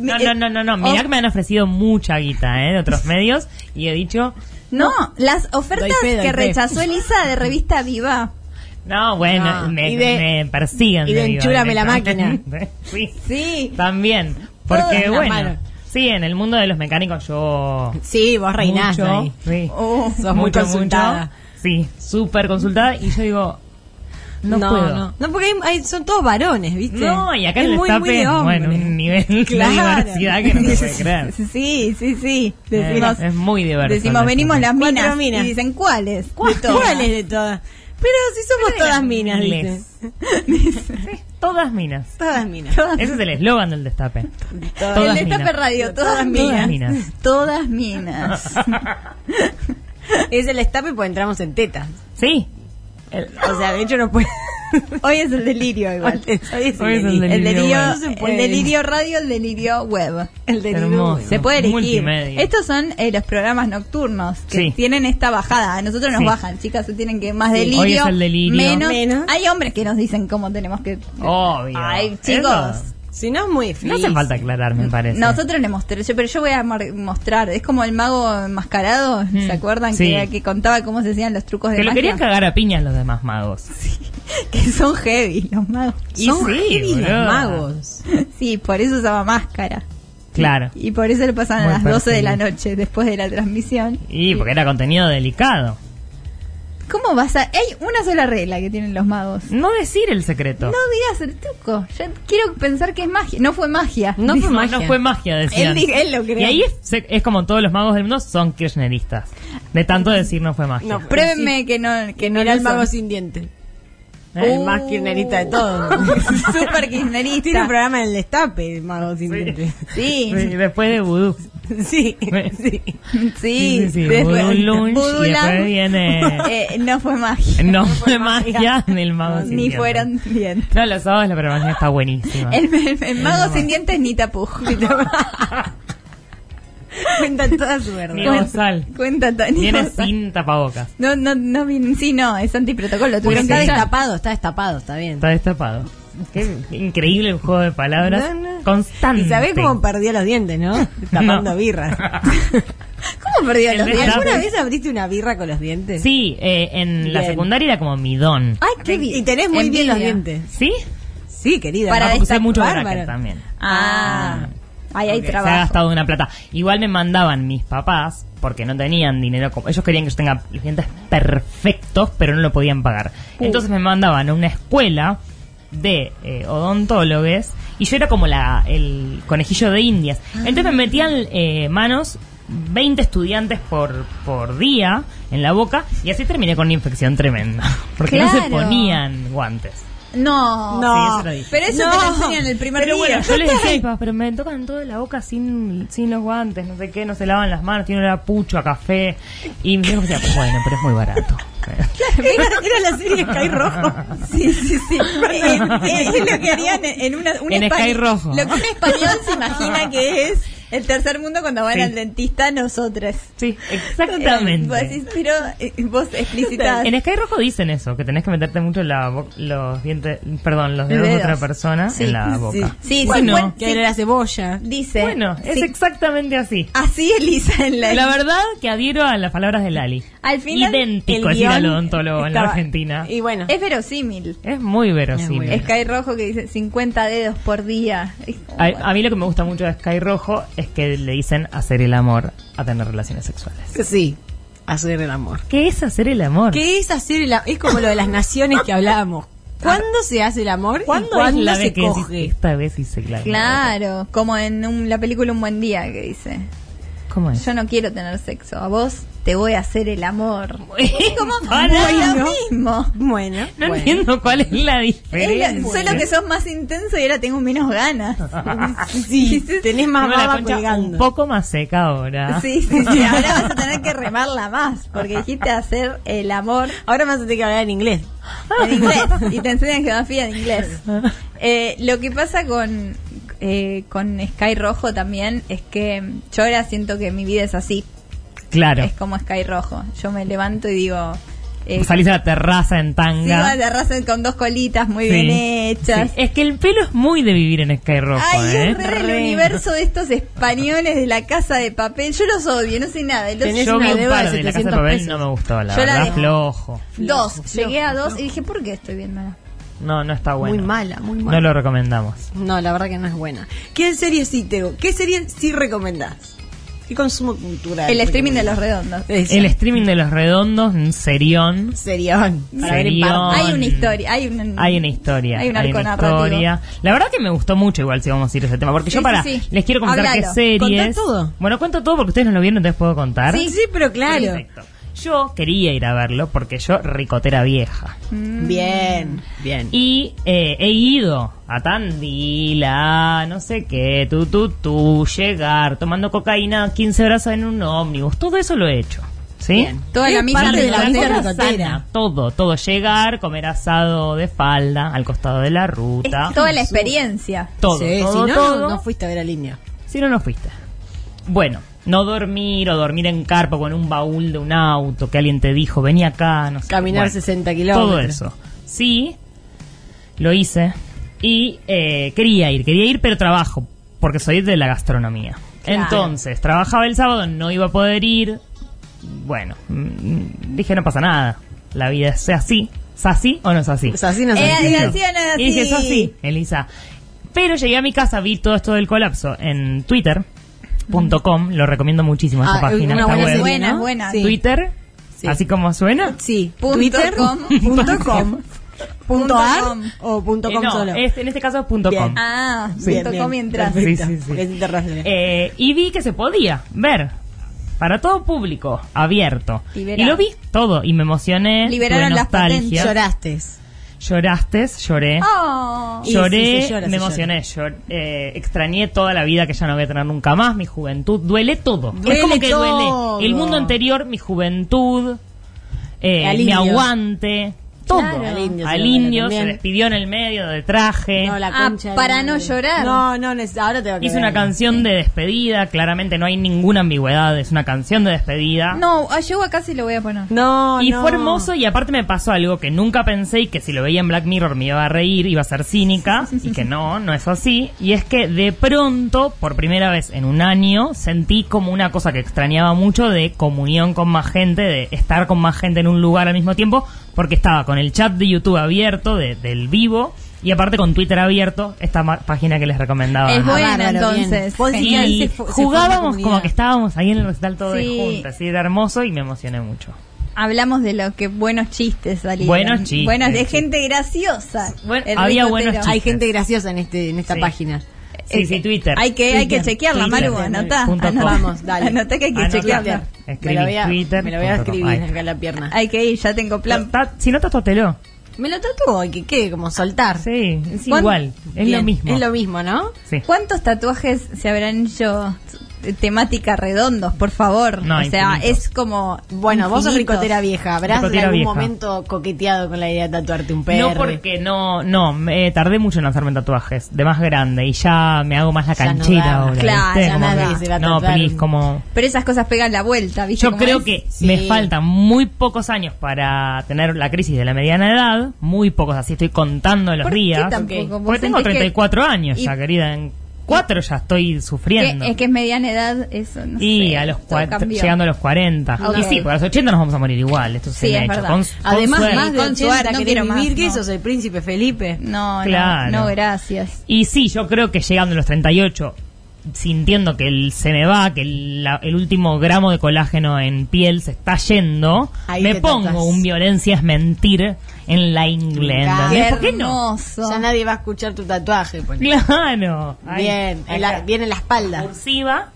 [SPEAKER 5] No, no, no, no, no. Mirá
[SPEAKER 2] Oh.
[SPEAKER 5] que me han ofrecido mucha guita, ¿eh? De otros medios. Y he dicho,
[SPEAKER 2] No, las ofertas
[SPEAKER 3] Doy fe, doy
[SPEAKER 2] que
[SPEAKER 3] fe.
[SPEAKER 2] rechazó Elisa de revista Viva.
[SPEAKER 5] no, bueno,
[SPEAKER 3] No,
[SPEAKER 5] me,
[SPEAKER 3] y de-
[SPEAKER 5] me persiguen.
[SPEAKER 3] y de
[SPEAKER 5] digo,
[SPEAKER 3] enchúrame la
[SPEAKER 5] directamente. sí,
[SPEAKER 2] Sí.
[SPEAKER 5] también. Porque,
[SPEAKER 3] Todas las
[SPEAKER 5] bueno,
[SPEAKER 3] manos.
[SPEAKER 5] sí, en el mundo de los mecánicos yo...
[SPEAKER 3] Sí, vos reinás
[SPEAKER 5] mucho,
[SPEAKER 3] ahí.
[SPEAKER 5] Sí.
[SPEAKER 2] Oh.
[SPEAKER 3] Sos muy consultada.
[SPEAKER 5] Sí, súper consultada. Y yo digo, no, puedo.
[SPEAKER 3] No, No, porque hay- hay- son todos varones, ¿viste?
[SPEAKER 5] No, y acá
[SPEAKER 3] es
[SPEAKER 5] en el
[SPEAKER 3] muy, muy de
[SPEAKER 5] estape,
[SPEAKER 3] hombre.
[SPEAKER 5] bueno, un nivel
[SPEAKER 3] Claro.
[SPEAKER 5] de diversidad que no se puede creer.
[SPEAKER 2] Sí, sí, sí.
[SPEAKER 5] Eh,
[SPEAKER 2] Decimos,
[SPEAKER 5] es muy diverso.
[SPEAKER 2] decimos
[SPEAKER 5] la
[SPEAKER 2] venimos
[SPEAKER 5] gente.
[SPEAKER 2] las
[SPEAKER 3] Cuatro
[SPEAKER 2] minas,
[SPEAKER 3] minas.
[SPEAKER 2] Y dicen, ¿cuáles?
[SPEAKER 3] ¿Cuál- ¿Cuáles de todas? Pero si somos
[SPEAKER 5] Pero
[SPEAKER 3] todas
[SPEAKER 5] eran
[SPEAKER 3] minas, ¿viste?
[SPEAKER 5] miles. Sí, todas minas.
[SPEAKER 3] Todas minas.
[SPEAKER 5] Ese es el eslogan del destape. Todas
[SPEAKER 2] El
[SPEAKER 5] minas.
[SPEAKER 2] Destape Radio, todas
[SPEAKER 3] Todas
[SPEAKER 5] Todas
[SPEAKER 2] minas.
[SPEAKER 5] minas.
[SPEAKER 2] Todas minas.
[SPEAKER 3] Es el estape pues entramos en teta.
[SPEAKER 5] Sí. El-
[SPEAKER 3] O sea, de hecho no puede.
[SPEAKER 2] Hoy es el delirio igual.
[SPEAKER 3] Hoy es
[SPEAKER 5] Hoy es
[SPEAKER 3] el delirio.
[SPEAKER 2] El delirio,
[SPEAKER 5] bueno.
[SPEAKER 3] No se puede.
[SPEAKER 2] el delirio radio, el delirio web.
[SPEAKER 3] El delirio.
[SPEAKER 5] Hermoso.
[SPEAKER 2] Se puede elegir.
[SPEAKER 5] Multimedia.
[SPEAKER 2] Estos son eh, los programas nocturnos que
[SPEAKER 5] Sí.
[SPEAKER 2] tienen esta bajada. A nosotros nos
[SPEAKER 5] Sí.
[SPEAKER 2] bajan, chicas, se tienen que más delirio,
[SPEAKER 5] Hoy es el delirio.
[SPEAKER 2] Menos.
[SPEAKER 3] Menos.
[SPEAKER 2] Hay hombres que nos dicen cómo tenemos que.
[SPEAKER 5] Obvio.
[SPEAKER 2] Ay,
[SPEAKER 5] Eso
[SPEAKER 2] chicos.
[SPEAKER 3] Si no es muy
[SPEAKER 5] no
[SPEAKER 3] feliz.
[SPEAKER 5] hace falta aclarar, me parece.
[SPEAKER 2] Nosotros le mostré, yo- pero yo voy a mar- mostrar. Es como el mago enmascarado,
[SPEAKER 5] Mm,
[SPEAKER 2] ¿se acuerdan?
[SPEAKER 5] sí.
[SPEAKER 2] Que, que contaba cómo se hacían los trucos de
[SPEAKER 5] Que lo
[SPEAKER 2] magia.
[SPEAKER 5] querían cagar a piñas los demás magos.
[SPEAKER 2] Que son heavy los magos.
[SPEAKER 5] Y
[SPEAKER 3] Son
[SPEAKER 5] sí,
[SPEAKER 3] heavy los
[SPEAKER 5] boluda.
[SPEAKER 3] magos.
[SPEAKER 2] Sí, por eso usaba máscara.
[SPEAKER 5] Claro.
[SPEAKER 2] Y por eso le pasan a
[SPEAKER 5] Muy
[SPEAKER 2] las 12 de la
[SPEAKER 5] perfecto.
[SPEAKER 2] noche después de la transmisión.
[SPEAKER 5] Y porque era contenido delicado.
[SPEAKER 2] ¿Cómo vas a.? Hay una sola regla que tienen los magos.
[SPEAKER 5] No decir el secreto.
[SPEAKER 2] No digas el truco. Yo quiero pensar que es magia. No fue magia.
[SPEAKER 3] No
[SPEAKER 5] Dijo,
[SPEAKER 3] fue magia.
[SPEAKER 5] no fue magia, decían.
[SPEAKER 2] Él di- él lo creó.
[SPEAKER 5] Y ahí es, se- es como todos los magos del mundo son kirchneristas. De tanto decir no fue magia.
[SPEAKER 3] No,
[SPEAKER 2] Pruébenme que no. Que no
[SPEAKER 3] Mirá el
[SPEAKER 2] lo son.
[SPEAKER 3] mago sin diente.
[SPEAKER 5] ¿Eh?
[SPEAKER 2] Uh,
[SPEAKER 3] El más kirchnerista de todos.
[SPEAKER 2] Super
[SPEAKER 3] Tiene un
[SPEAKER 2] kirchnerista.
[SPEAKER 3] programa en el estape, el mago sin diente.
[SPEAKER 2] Sí,
[SPEAKER 5] Sí, después de vudú.
[SPEAKER 3] Sí,
[SPEAKER 5] Sí.
[SPEAKER 3] sí.
[SPEAKER 2] sí.
[SPEAKER 5] Sí, sí, sí.
[SPEAKER 2] Después-
[SPEAKER 5] Vudú lunch
[SPEAKER 2] Vudú
[SPEAKER 5] y después
[SPEAKER 2] lunch.
[SPEAKER 5] viene...
[SPEAKER 2] Eh, no fue magia.
[SPEAKER 5] no fue magia del mago sin
[SPEAKER 2] Ni
[SPEAKER 5] dientes.
[SPEAKER 2] fueron bien.
[SPEAKER 5] No, los sábados la programación está buenísima.
[SPEAKER 2] El, el- el mago sin dientes ni tapujo.
[SPEAKER 3] Cuenta toda su verdad.
[SPEAKER 5] Ni bozal.
[SPEAKER 2] Cuenta Tony.
[SPEAKER 5] Viene sin tapabocas.
[SPEAKER 2] No, no, no, viene- sí, no, es antiprotocolo.
[SPEAKER 3] Pero
[SPEAKER 2] Tuvieron que
[SPEAKER 3] está
[SPEAKER 5] sí.
[SPEAKER 2] echar.
[SPEAKER 3] destapado, está destapado, está bien.
[SPEAKER 5] Está destapado. Qué increíble el juego de palabras.
[SPEAKER 3] No, no.
[SPEAKER 5] Constante.
[SPEAKER 3] Y sabés cómo perdió los dientes, ¿no? Tapando
[SPEAKER 5] No.
[SPEAKER 3] birra.
[SPEAKER 2] ¿Cómo perdió
[SPEAKER 5] El
[SPEAKER 2] los
[SPEAKER 5] destape.
[SPEAKER 2] dientes?
[SPEAKER 3] ¿Alguna vez abriste una birra con los dientes?
[SPEAKER 5] Sí, eh, en la
[SPEAKER 3] Bien.
[SPEAKER 5] secundaria era como mi don.
[SPEAKER 2] Ay, qué bien.
[SPEAKER 3] Y tenés muy bien
[SPEAKER 2] Envidia.
[SPEAKER 3] los dientes.
[SPEAKER 5] ¿Sí?
[SPEAKER 3] Sí, querida.
[SPEAKER 2] Para
[SPEAKER 5] Ah, porque usé
[SPEAKER 2] destapar,
[SPEAKER 5] mucho
[SPEAKER 3] bárbaro.
[SPEAKER 5] bracket también.
[SPEAKER 2] Ah, ahí hay
[SPEAKER 5] Porque Se ha
[SPEAKER 2] trabajo.
[SPEAKER 5] gastado una plata. Igual me mandaban mis papás, porque no tenían dinero. como- Ellos querían que yo tenga los dientes perfectos, pero no lo podían pagar. Entonces me mandaban a una escuela de eh, odontólogos y yo era como la, el conejillo de indias.
[SPEAKER 2] Ah.
[SPEAKER 5] Entonces me metían eh, manos 20 estudiantes por, por día en la boca y así terminé con una infección tremenda. Porque no se
[SPEAKER 2] Claro.
[SPEAKER 5] ponían guantes.
[SPEAKER 2] No,
[SPEAKER 3] No.
[SPEAKER 5] Sí, eso lo dije.
[SPEAKER 2] pero eso
[SPEAKER 3] No.
[SPEAKER 2] te lo enseñan el primer
[SPEAKER 5] Pero
[SPEAKER 2] día.
[SPEAKER 5] bueno, yo les decía a mis papás, pero me tocan todo de la boca sin, sin los guantes, no sé qué, no se lavan las manos, tiene olor a pucho, a café. Y mi viejo decía, bueno, pero es muy barato.
[SPEAKER 3] Era, era la serie Sky Rojo.
[SPEAKER 2] Sí, sí, sí. Eh, eh, es lo que harían en, en una, un
[SPEAKER 5] En
[SPEAKER 2] español-
[SPEAKER 5] Sky Rojo.
[SPEAKER 2] Lo que un español se imagina que es el tercer mundo cuando van
[SPEAKER 5] Sí.
[SPEAKER 2] al dentista, nosotros.
[SPEAKER 5] Sí,
[SPEAKER 2] Eh, vos
[SPEAKER 5] exactamente.
[SPEAKER 2] decís, pero eh, vos explicitás.
[SPEAKER 5] En Sky Rojo dicen eso, que tenés que meterte mucho la bo- los dientes, perdón, los dedos de
[SPEAKER 2] Dedos.
[SPEAKER 5] otra persona
[SPEAKER 2] Sí,
[SPEAKER 5] en la boca.
[SPEAKER 2] Sí, sí,
[SPEAKER 5] Bueno.
[SPEAKER 2] bueno,
[SPEAKER 3] Que era la cebolla.
[SPEAKER 2] dice.
[SPEAKER 5] Bueno, es
[SPEAKER 2] sí,
[SPEAKER 5] exactamente así.
[SPEAKER 2] así Elisa en la,
[SPEAKER 5] La verdad que adhiero a las palabras de Lali.
[SPEAKER 2] Al final,
[SPEAKER 5] Idéntico es ir
[SPEAKER 3] guión
[SPEAKER 5] al odontólogo en la
[SPEAKER 3] estaba-
[SPEAKER 5] Argentina.
[SPEAKER 3] Y bueno,
[SPEAKER 2] Es verosímil.
[SPEAKER 5] Es muy verosímil.
[SPEAKER 3] verosímil.
[SPEAKER 2] Sky Rojo que dice 50 dedos por día. Es como,
[SPEAKER 5] A,
[SPEAKER 2] bueno.
[SPEAKER 5] a mí lo que me gusta mucho de Sky Rojo es que le dicen hacer el amor a tener relaciones sexuales.
[SPEAKER 3] sí, hacer el amor.
[SPEAKER 5] ¿Qué es hacer el amor?
[SPEAKER 3] ¿Qué es hacer el amor? Es como lo de las naciones que hablábamos. ¿Cuándo se hace el amor? y
[SPEAKER 5] ¿Cuándo, es la vez
[SPEAKER 3] se
[SPEAKER 5] que decís,
[SPEAKER 3] coge?
[SPEAKER 5] esta vez hice el amor?
[SPEAKER 2] Claro, como en un- la película Un Buen Día que dice.
[SPEAKER 5] ¿Cómo es?
[SPEAKER 2] Yo no quiero tener sexo, a vos te voy a hacer el amor. Es como
[SPEAKER 5] Para.
[SPEAKER 2] es lo mismo.
[SPEAKER 3] Bueno,
[SPEAKER 5] No
[SPEAKER 3] bueno.
[SPEAKER 5] entiendo cuál es la diferencia.
[SPEAKER 2] Es lo- solo que sos más intenso y ahora tengo menos ganas.
[SPEAKER 3] Sí, tenés más
[SPEAKER 5] Tengo la
[SPEAKER 3] baba
[SPEAKER 5] concha un
[SPEAKER 3] colgando.
[SPEAKER 5] poco más seca ahora.
[SPEAKER 2] Sí, sí, sí. Ahora vas a tener que remarla más, porque dijiste hacer el amor
[SPEAKER 3] Ahora me vas a tener que hablar en inglés.
[SPEAKER 2] en inglés y te enseñan geografía en inglés. Eh, lo que pasa con eh, con Sky Rojo también es que yo ahora siento que mi vida es así.
[SPEAKER 5] Claro.
[SPEAKER 2] Es como Sky Rojo. Yo me levanto y digo. eh,
[SPEAKER 5] Salís a la terraza
[SPEAKER 2] sigo
[SPEAKER 5] en tanga.
[SPEAKER 2] a la raza con dos colitas muy
[SPEAKER 5] Sí.
[SPEAKER 2] bien hechas.
[SPEAKER 5] Sí. Es que el pelo es muy de vivir en Sky Rojo,
[SPEAKER 2] Ay,
[SPEAKER 5] ¿eh?
[SPEAKER 2] es re del universo de estos españoles de la casa de papel. Yo los odio, no sé nada. Los-
[SPEAKER 3] Tenés
[SPEAKER 5] Yo
[SPEAKER 3] una
[SPEAKER 5] vi un
[SPEAKER 3] deuda de
[SPEAKER 5] par de la casa
[SPEAKER 3] 700
[SPEAKER 5] de papel
[SPEAKER 3] pesos.
[SPEAKER 5] no me gustó, la
[SPEAKER 2] Yo la
[SPEAKER 5] verdad,
[SPEAKER 2] dejé.
[SPEAKER 5] flojo.
[SPEAKER 2] dos.
[SPEAKER 3] flojo,
[SPEAKER 2] Llegué a dos y dije, ¿por qué estoy bien mala?
[SPEAKER 5] No, no está bueno.
[SPEAKER 3] Muy mala, muy
[SPEAKER 5] No
[SPEAKER 3] mala.
[SPEAKER 5] lo recomendamos.
[SPEAKER 3] No, la verdad que no es buena. ¿Qué serie sí tengo? ¿Qué serie sí recomendás? ¿Qué consumo cultural?
[SPEAKER 2] El streaming de los redondos.
[SPEAKER 5] El streaming de los redondos, un serión.
[SPEAKER 3] serión. Para ver en
[SPEAKER 5] Serión.
[SPEAKER 3] parte.
[SPEAKER 2] Hay una historia, hay un-
[SPEAKER 5] Hay una historia.
[SPEAKER 2] Hay un
[SPEAKER 5] una
[SPEAKER 2] arco narrativo.
[SPEAKER 5] historia. La verdad que me gustó mucho igual si vamos a ir a ese tema. Porque
[SPEAKER 2] Sí,
[SPEAKER 5] yo
[SPEAKER 2] sí,
[SPEAKER 5] para...
[SPEAKER 2] sí.
[SPEAKER 5] Les quiero contar qué
[SPEAKER 2] Háblalo.
[SPEAKER 5] series...
[SPEAKER 3] Contá todo.
[SPEAKER 5] Bueno, cuento todo porque ustedes no lo vieron, entonces puedo contar.
[SPEAKER 3] Sí, sí, pero claro.
[SPEAKER 5] Perfecto. Yo quería ir a verlo porque yo ricotera vieja.
[SPEAKER 3] Mm. Bien, bien.
[SPEAKER 5] Y eh, he ido a Tandila, no sé qué, tú, tú, tú, llegar, tomando cocaína, 15 brazos en un ómnibus. Todo eso lo he hecho. ¿Sí?
[SPEAKER 3] Bien.
[SPEAKER 2] Toda
[SPEAKER 3] Es
[SPEAKER 2] la misma
[SPEAKER 3] parte de la
[SPEAKER 5] La
[SPEAKER 3] vida
[SPEAKER 5] cosa
[SPEAKER 3] ricotera.
[SPEAKER 5] sana, Todo, todo. Llegar, comer asado de falda al costado de la ruta.
[SPEAKER 2] Toda la experiencia.
[SPEAKER 5] Todo,
[SPEAKER 3] Sí,
[SPEAKER 5] todo,
[SPEAKER 3] si no,
[SPEAKER 5] todo.
[SPEAKER 3] no fuiste a ver a línea.
[SPEAKER 5] Si no, no fuiste. Bueno, no dormir o dormir en carpa con un baúl de un auto que alguien te dijo, vení acá, no sé.
[SPEAKER 3] Caminar
[SPEAKER 5] Bueno,
[SPEAKER 3] 60 kilómetros.
[SPEAKER 5] Todo eso. Sí, lo hice. Y eh, quería ir, quería ir, pero trabajo, porque soy de la gastronomía. Entonces, trabajaba el sábado, no iba a poder ir. Bueno, mm, dije, no pasa nada. La vida es así. ¿Es así o no es así?
[SPEAKER 3] O sea, así no
[SPEAKER 2] Eh,
[SPEAKER 3] se
[SPEAKER 2] así o no es
[SPEAKER 5] Y dije,
[SPEAKER 2] así.
[SPEAKER 5] eso sí, Elisa. Pero llegué a mi casa, vi todo esto del colapso en twitter.com. Lo recomiendo muchísimo esta
[SPEAKER 3] Ah,
[SPEAKER 5] página.
[SPEAKER 3] una
[SPEAKER 5] esta
[SPEAKER 3] buena
[SPEAKER 5] web.
[SPEAKER 3] serie,
[SPEAKER 2] Buena,
[SPEAKER 3] ¿no?
[SPEAKER 2] buena.
[SPEAKER 3] Sí.
[SPEAKER 5] Twitter,
[SPEAKER 3] Sí.
[SPEAKER 5] así como suena.
[SPEAKER 3] Sí,
[SPEAKER 2] Punto com.
[SPEAKER 3] twitter.com.com
[SPEAKER 2] Punto
[SPEAKER 3] punto ar
[SPEAKER 2] com.
[SPEAKER 3] o punto
[SPEAKER 5] Eh,
[SPEAKER 3] com
[SPEAKER 5] no,
[SPEAKER 3] solo.
[SPEAKER 5] es- en este caso es punto
[SPEAKER 3] Bien.
[SPEAKER 5] com.
[SPEAKER 2] Ah,
[SPEAKER 3] Sí,
[SPEAKER 2] me tocó
[SPEAKER 3] bien,
[SPEAKER 2] mientras.
[SPEAKER 5] Sí,
[SPEAKER 3] perfecto,
[SPEAKER 5] sí, sí.
[SPEAKER 3] porque es internacional.
[SPEAKER 5] Eh, y vi que se podía ver para todo público, abierto.
[SPEAKER 2] Liberado.
[SPEAKER 5] Y lo vi todo y me emocioné.
[SPEAKER 2] Liberaron
[SPEAKER 5] tuve
[SPEAKER 2] las patentes.
[SPEAKER 5] nostalgia.
[SPEAKER 3] Lloraste.
[SPEAKER 5] Lloraste, lloré.
[SPEAKER 2] Oh.
[SPEAKER 3] Y
[SPEAKER 5] Lloré,
[SPEAKER 3] sí, se llora, se
[SPEAKER 5] me emocioné, llor- eh, extrañé toda la vida que ya no voy a tener nunca más, mi juventud, duele todo.
[SPEAKER 3] Duele
[SPEAKER 5] es como que
[SPEAKER 3] todo.
[SPEAKER 5] duele el mundo anterior, mi juventud, eh,
[SPEAKER 3] Al
[SPEAKER 5] mi
[SPEAKER 3] indio.
[SPEAKER 5] todo. Todo.
[SPEAKER 3] Claro. Al indio se
[SPEAKER 5] Al
[SPEAKER 3] lo duele
[SPEAKER 5] indio se
[SPEAKER 3] también.
[SPEAKER 5] despidió en el medio de traje.
[SPEAKER 3] No, la
[SPEAKER 2] Ah,
[SPEAKER 3] concha de
[SPEAKER 2] para
[SPEAKER 3] la
[SPEAKER 2] no
[SPEAKER 3] madre.
[SPEAKER 2] llorar.
[SPEAKER 3] No, no, neces- ahora te va a
[SPEAKER 5] Hice una canción de despedida, claramente no hay ninguna ambigüedad, es una canción de despedida.
[SPEAKER 2] No, ah, llego acá sí lo voy a poner.
[SPEAKER 3] No,
[SPEAKER 5] Y
[SPEAKER 3] no.
[SPEAKER 5] fue hermoso y aparte me pasó algo que nunca pensé y que si lo veía en Black Mirror me iba a reír, iba a ser cínica y que no, no es así. Y es que de pronto, por primera vez en un año, sentí como una cosa que extrañaba mucho de comunión con más gente, de estar con más gente en un lugar al mismo tiempo, porque estaba con el chat de YouTube abierto, de- del vivo, y aparte con Twitter abierto, esta ma- página que les recomendaba.
[SPEAKER 2] Es
[SPEAKER 5] antes.
[SPEAKER 2] buena,
[SPEAKER 3] Ah, bárbaro,
[SPEAKER 2] entonces.
[SPEAKER 3] bien. Vos
[SPEAKER 5] Y
[SPEAKER 3] decías, se fu- se forma
[SPEAKER 5] jugábamos
[SPEAKER 3] comunidad.
[SPEAKER 5] como que estábamos ahí en el recital todos
[SPEAKER 2] Sí.
[SPEAKER 5] juntas, y era hermoso y me emocioné mucho.
[SPEAKER 2] Hablamos de lo que buenos chistes salieron.
[SPEAKER 5] Buenos chistes.
[SPEAKER 2] Buenos de gente graciosa.
[SPEAKER 5] Bueno,
[SPEAKER 2] El
[SPEAKER 5] había
[SPEAKER 2] ricotero.
[SPEAKER 5] buenos chistes.
[SPEAKER 3] Hay gente graciosa en este en esta
[SPEAKER 5] Sí.
[SPEAKER 3] página.
[SPEAKER 5] Sí, sí, Twitter.
[SPEAKER 2] Eh, Hay que, hay que
[SPEAKER 3] Twitter,
[SPEAKER 2] chequearla,
[SPEAKER 5] Twitter,
[SPEAKER 2] Maru, anotá.
[SPEAKER 5] punto com.
[SPEAKER 2] anotá.
[SPEAKER 3] Vamos, dale.
[SPEAKER 2] Anotá que hay que
[SPEAKER 5] Anotá.
[SPEAKER 2] chequearla.
[SPEAKER 5] Escribí
[SPEAKER 3] me la voy a,
[SPEAKER 5] Twitter
[SPEAKER 3] me la voy a
[SPEAKER 5] punto com.
[SPEAKER 3] escribir
[SPEAKER 5] Ahí está.
[SPEAKER 3] acá en la pierna.
[SPEAKER 2] Hay que ir, ya tengo plan.
[SPEAKER 5] Ta- Si no tatúatelo.
[SPEAKER 3] Me lo tatúo, hay que quede como soltar.
[SPEAKER 5] Sí, es
[SPEAKER 3] ¿Cuán-
[SPEAKER 5] igual. Es
[SPEAKER 3] Bien,
[SPEAKER 5] lo mismo.
[SPEAKER 3] Es lo mismo, ¿no?
[SPEAKER 5] Sí.
[SPEAKER 2] ¿Cuántos tatuajes se habrán hecho eh, temática redondos, por favor?
[SPEAKER 5] No,
[SPEAKER 2] o sea,
[SPEAKER 5] infinitos.
[SPEAKER 2] es como
[SPEAKER 3] Bueno, vos sos
[SPEAKER 2] infinitos.
[SPEAKER 3] ricotera vieja. Habrás en
[SPEAKER 5] Ricotera
[SPEAKER 3] algún
[SPEAKER 5] vieja.
[SPEAKER 3] momento coqueteado con la idea de tatuarte un perro.
[SPEAKER 5] No porque no, no, me tardé mucho en hacerme tatuajes, de más grande, y ya me hago más la
[SPEAKER 3] Ya no
[SPEAKER 5] canchera
[SPEAKER 3] da.
[SPEAKER 5] ahora.
[SPEAKER 2] Claro,
[SPEAKER 5] ¿viste?
[SPEAKER 2] ya
[SPEAKER 5] Como
[SPEAKER 2] nadie
[SPEAKER 5] que-
[SPEAKER 3] se va a
[SPEAKER 5] No,
[SPEAKER 3] tatuar
[SPEAKER 5] please,
[SPEAKER 3] un-
[SPEAKER 5] como...
[SPEAKER 2] Pero esas cosas pegan la vuelta, ¿viste?
[SPEAKER 5] Yo
[SPEAKER 2] cómo
[SPEAKER 5] creo
[SPEAKER 2] es?
[SPEAKER 5] que
[SPEAKER 3] Sí.
[SPEAKER 5] me faltan muy pocos años para tener la crisis de la mediana edad, muy pocos, así estoy contando los
[SPEAKER 2] ¿Por qué
[SPEAKER 5] días.
[SPEAKER 2] tampoco?
[SPEAKER 5] Ok.
[SPEAKER 2] ¿Vos
[SPEAKER 5] Porque tengo
[SPEAKER 2] sentís que-
[SPEAKER 5] 34 años
[SPEAKER 2] y-
[SPEAKER 5] ya, querida, en 4 ya estoy
[SPEAKER 2] Que-
[SPEAKER 5] sufriendo.
[SPEAKER 2] es que es mediana edad, eso no
[SPEAKER 5] Y
[SPEAKER 2] sé,
[SPEAKER 5] a los
[SPEAKER 2] todo
[SPEAKER 5] cua-
[SPEAKER 2] cambió.
[SPEAKER 5] llegando a los 40.
[SPEAKER 2] Ok.
[SPEAKER 5] Y sí, porque a los 80 nos vamos a morir igual. Esto
[SPEAKER 2] Sí,
[SPEAKER 5] se me ha
[SPEAKER 2] es
[SPEAKER 5] hecho.
[SPEAKER 2] verdad.
[SPEAKER 5] Con- con
[SPEAKER 3] Además,
[SPEAKER 5] suerte.
[SPEAKER 3] más de
[SPEAKER 2] Con
[SPEAKER 3] 80
[SPEAKER 2] suerte, no
[SPEAKER 3] querés
[SPEAKER 2] quiero más,
[SPEAKER 3] vivir, que
[SPEAKER 2] no.
[SPEAKER 3] sos el príncipe Felipe.
[SPEAKER 2] No,
[SPEAKER 5] Claro.
[SPEAKER 2] no, no, gracias.
[SPEAKER 5] Y sí, yo creo que llegando a los 38, sintiendo que el, se me va, que el, la- el último gramo de colágeno en piel se está yendo,
[SPEAKER 3] Ahí
[SPEAKER 5] me
[SPEAKER 3] te
[SPEAKER 5] pongo
[SPEAKER 3] tocas.
[SPEAKER 5] un violencia es mentir en la ingle.
[SPEAKER 3] Me encanta.
[SPEAKER 5] ¿entendés? ¿Por qué no?
[SPEAKER 2] Hermoso.
[SPEAKER 3] Ya nadie va a escuchar tu tatuaje.
[SPEAKER 5] pues.
[SPEAKER 3] ponele.
[SPEAKER 5] Claro. Ahí,
[SPEAKER 3] Bien,
[SPEAKER 5] ahí
[SPEAKER 3] en la-
[SPEAKER 5] está.
[SPEAKER 3] bien en la espalda.
[SPEAKER 5] Cursiva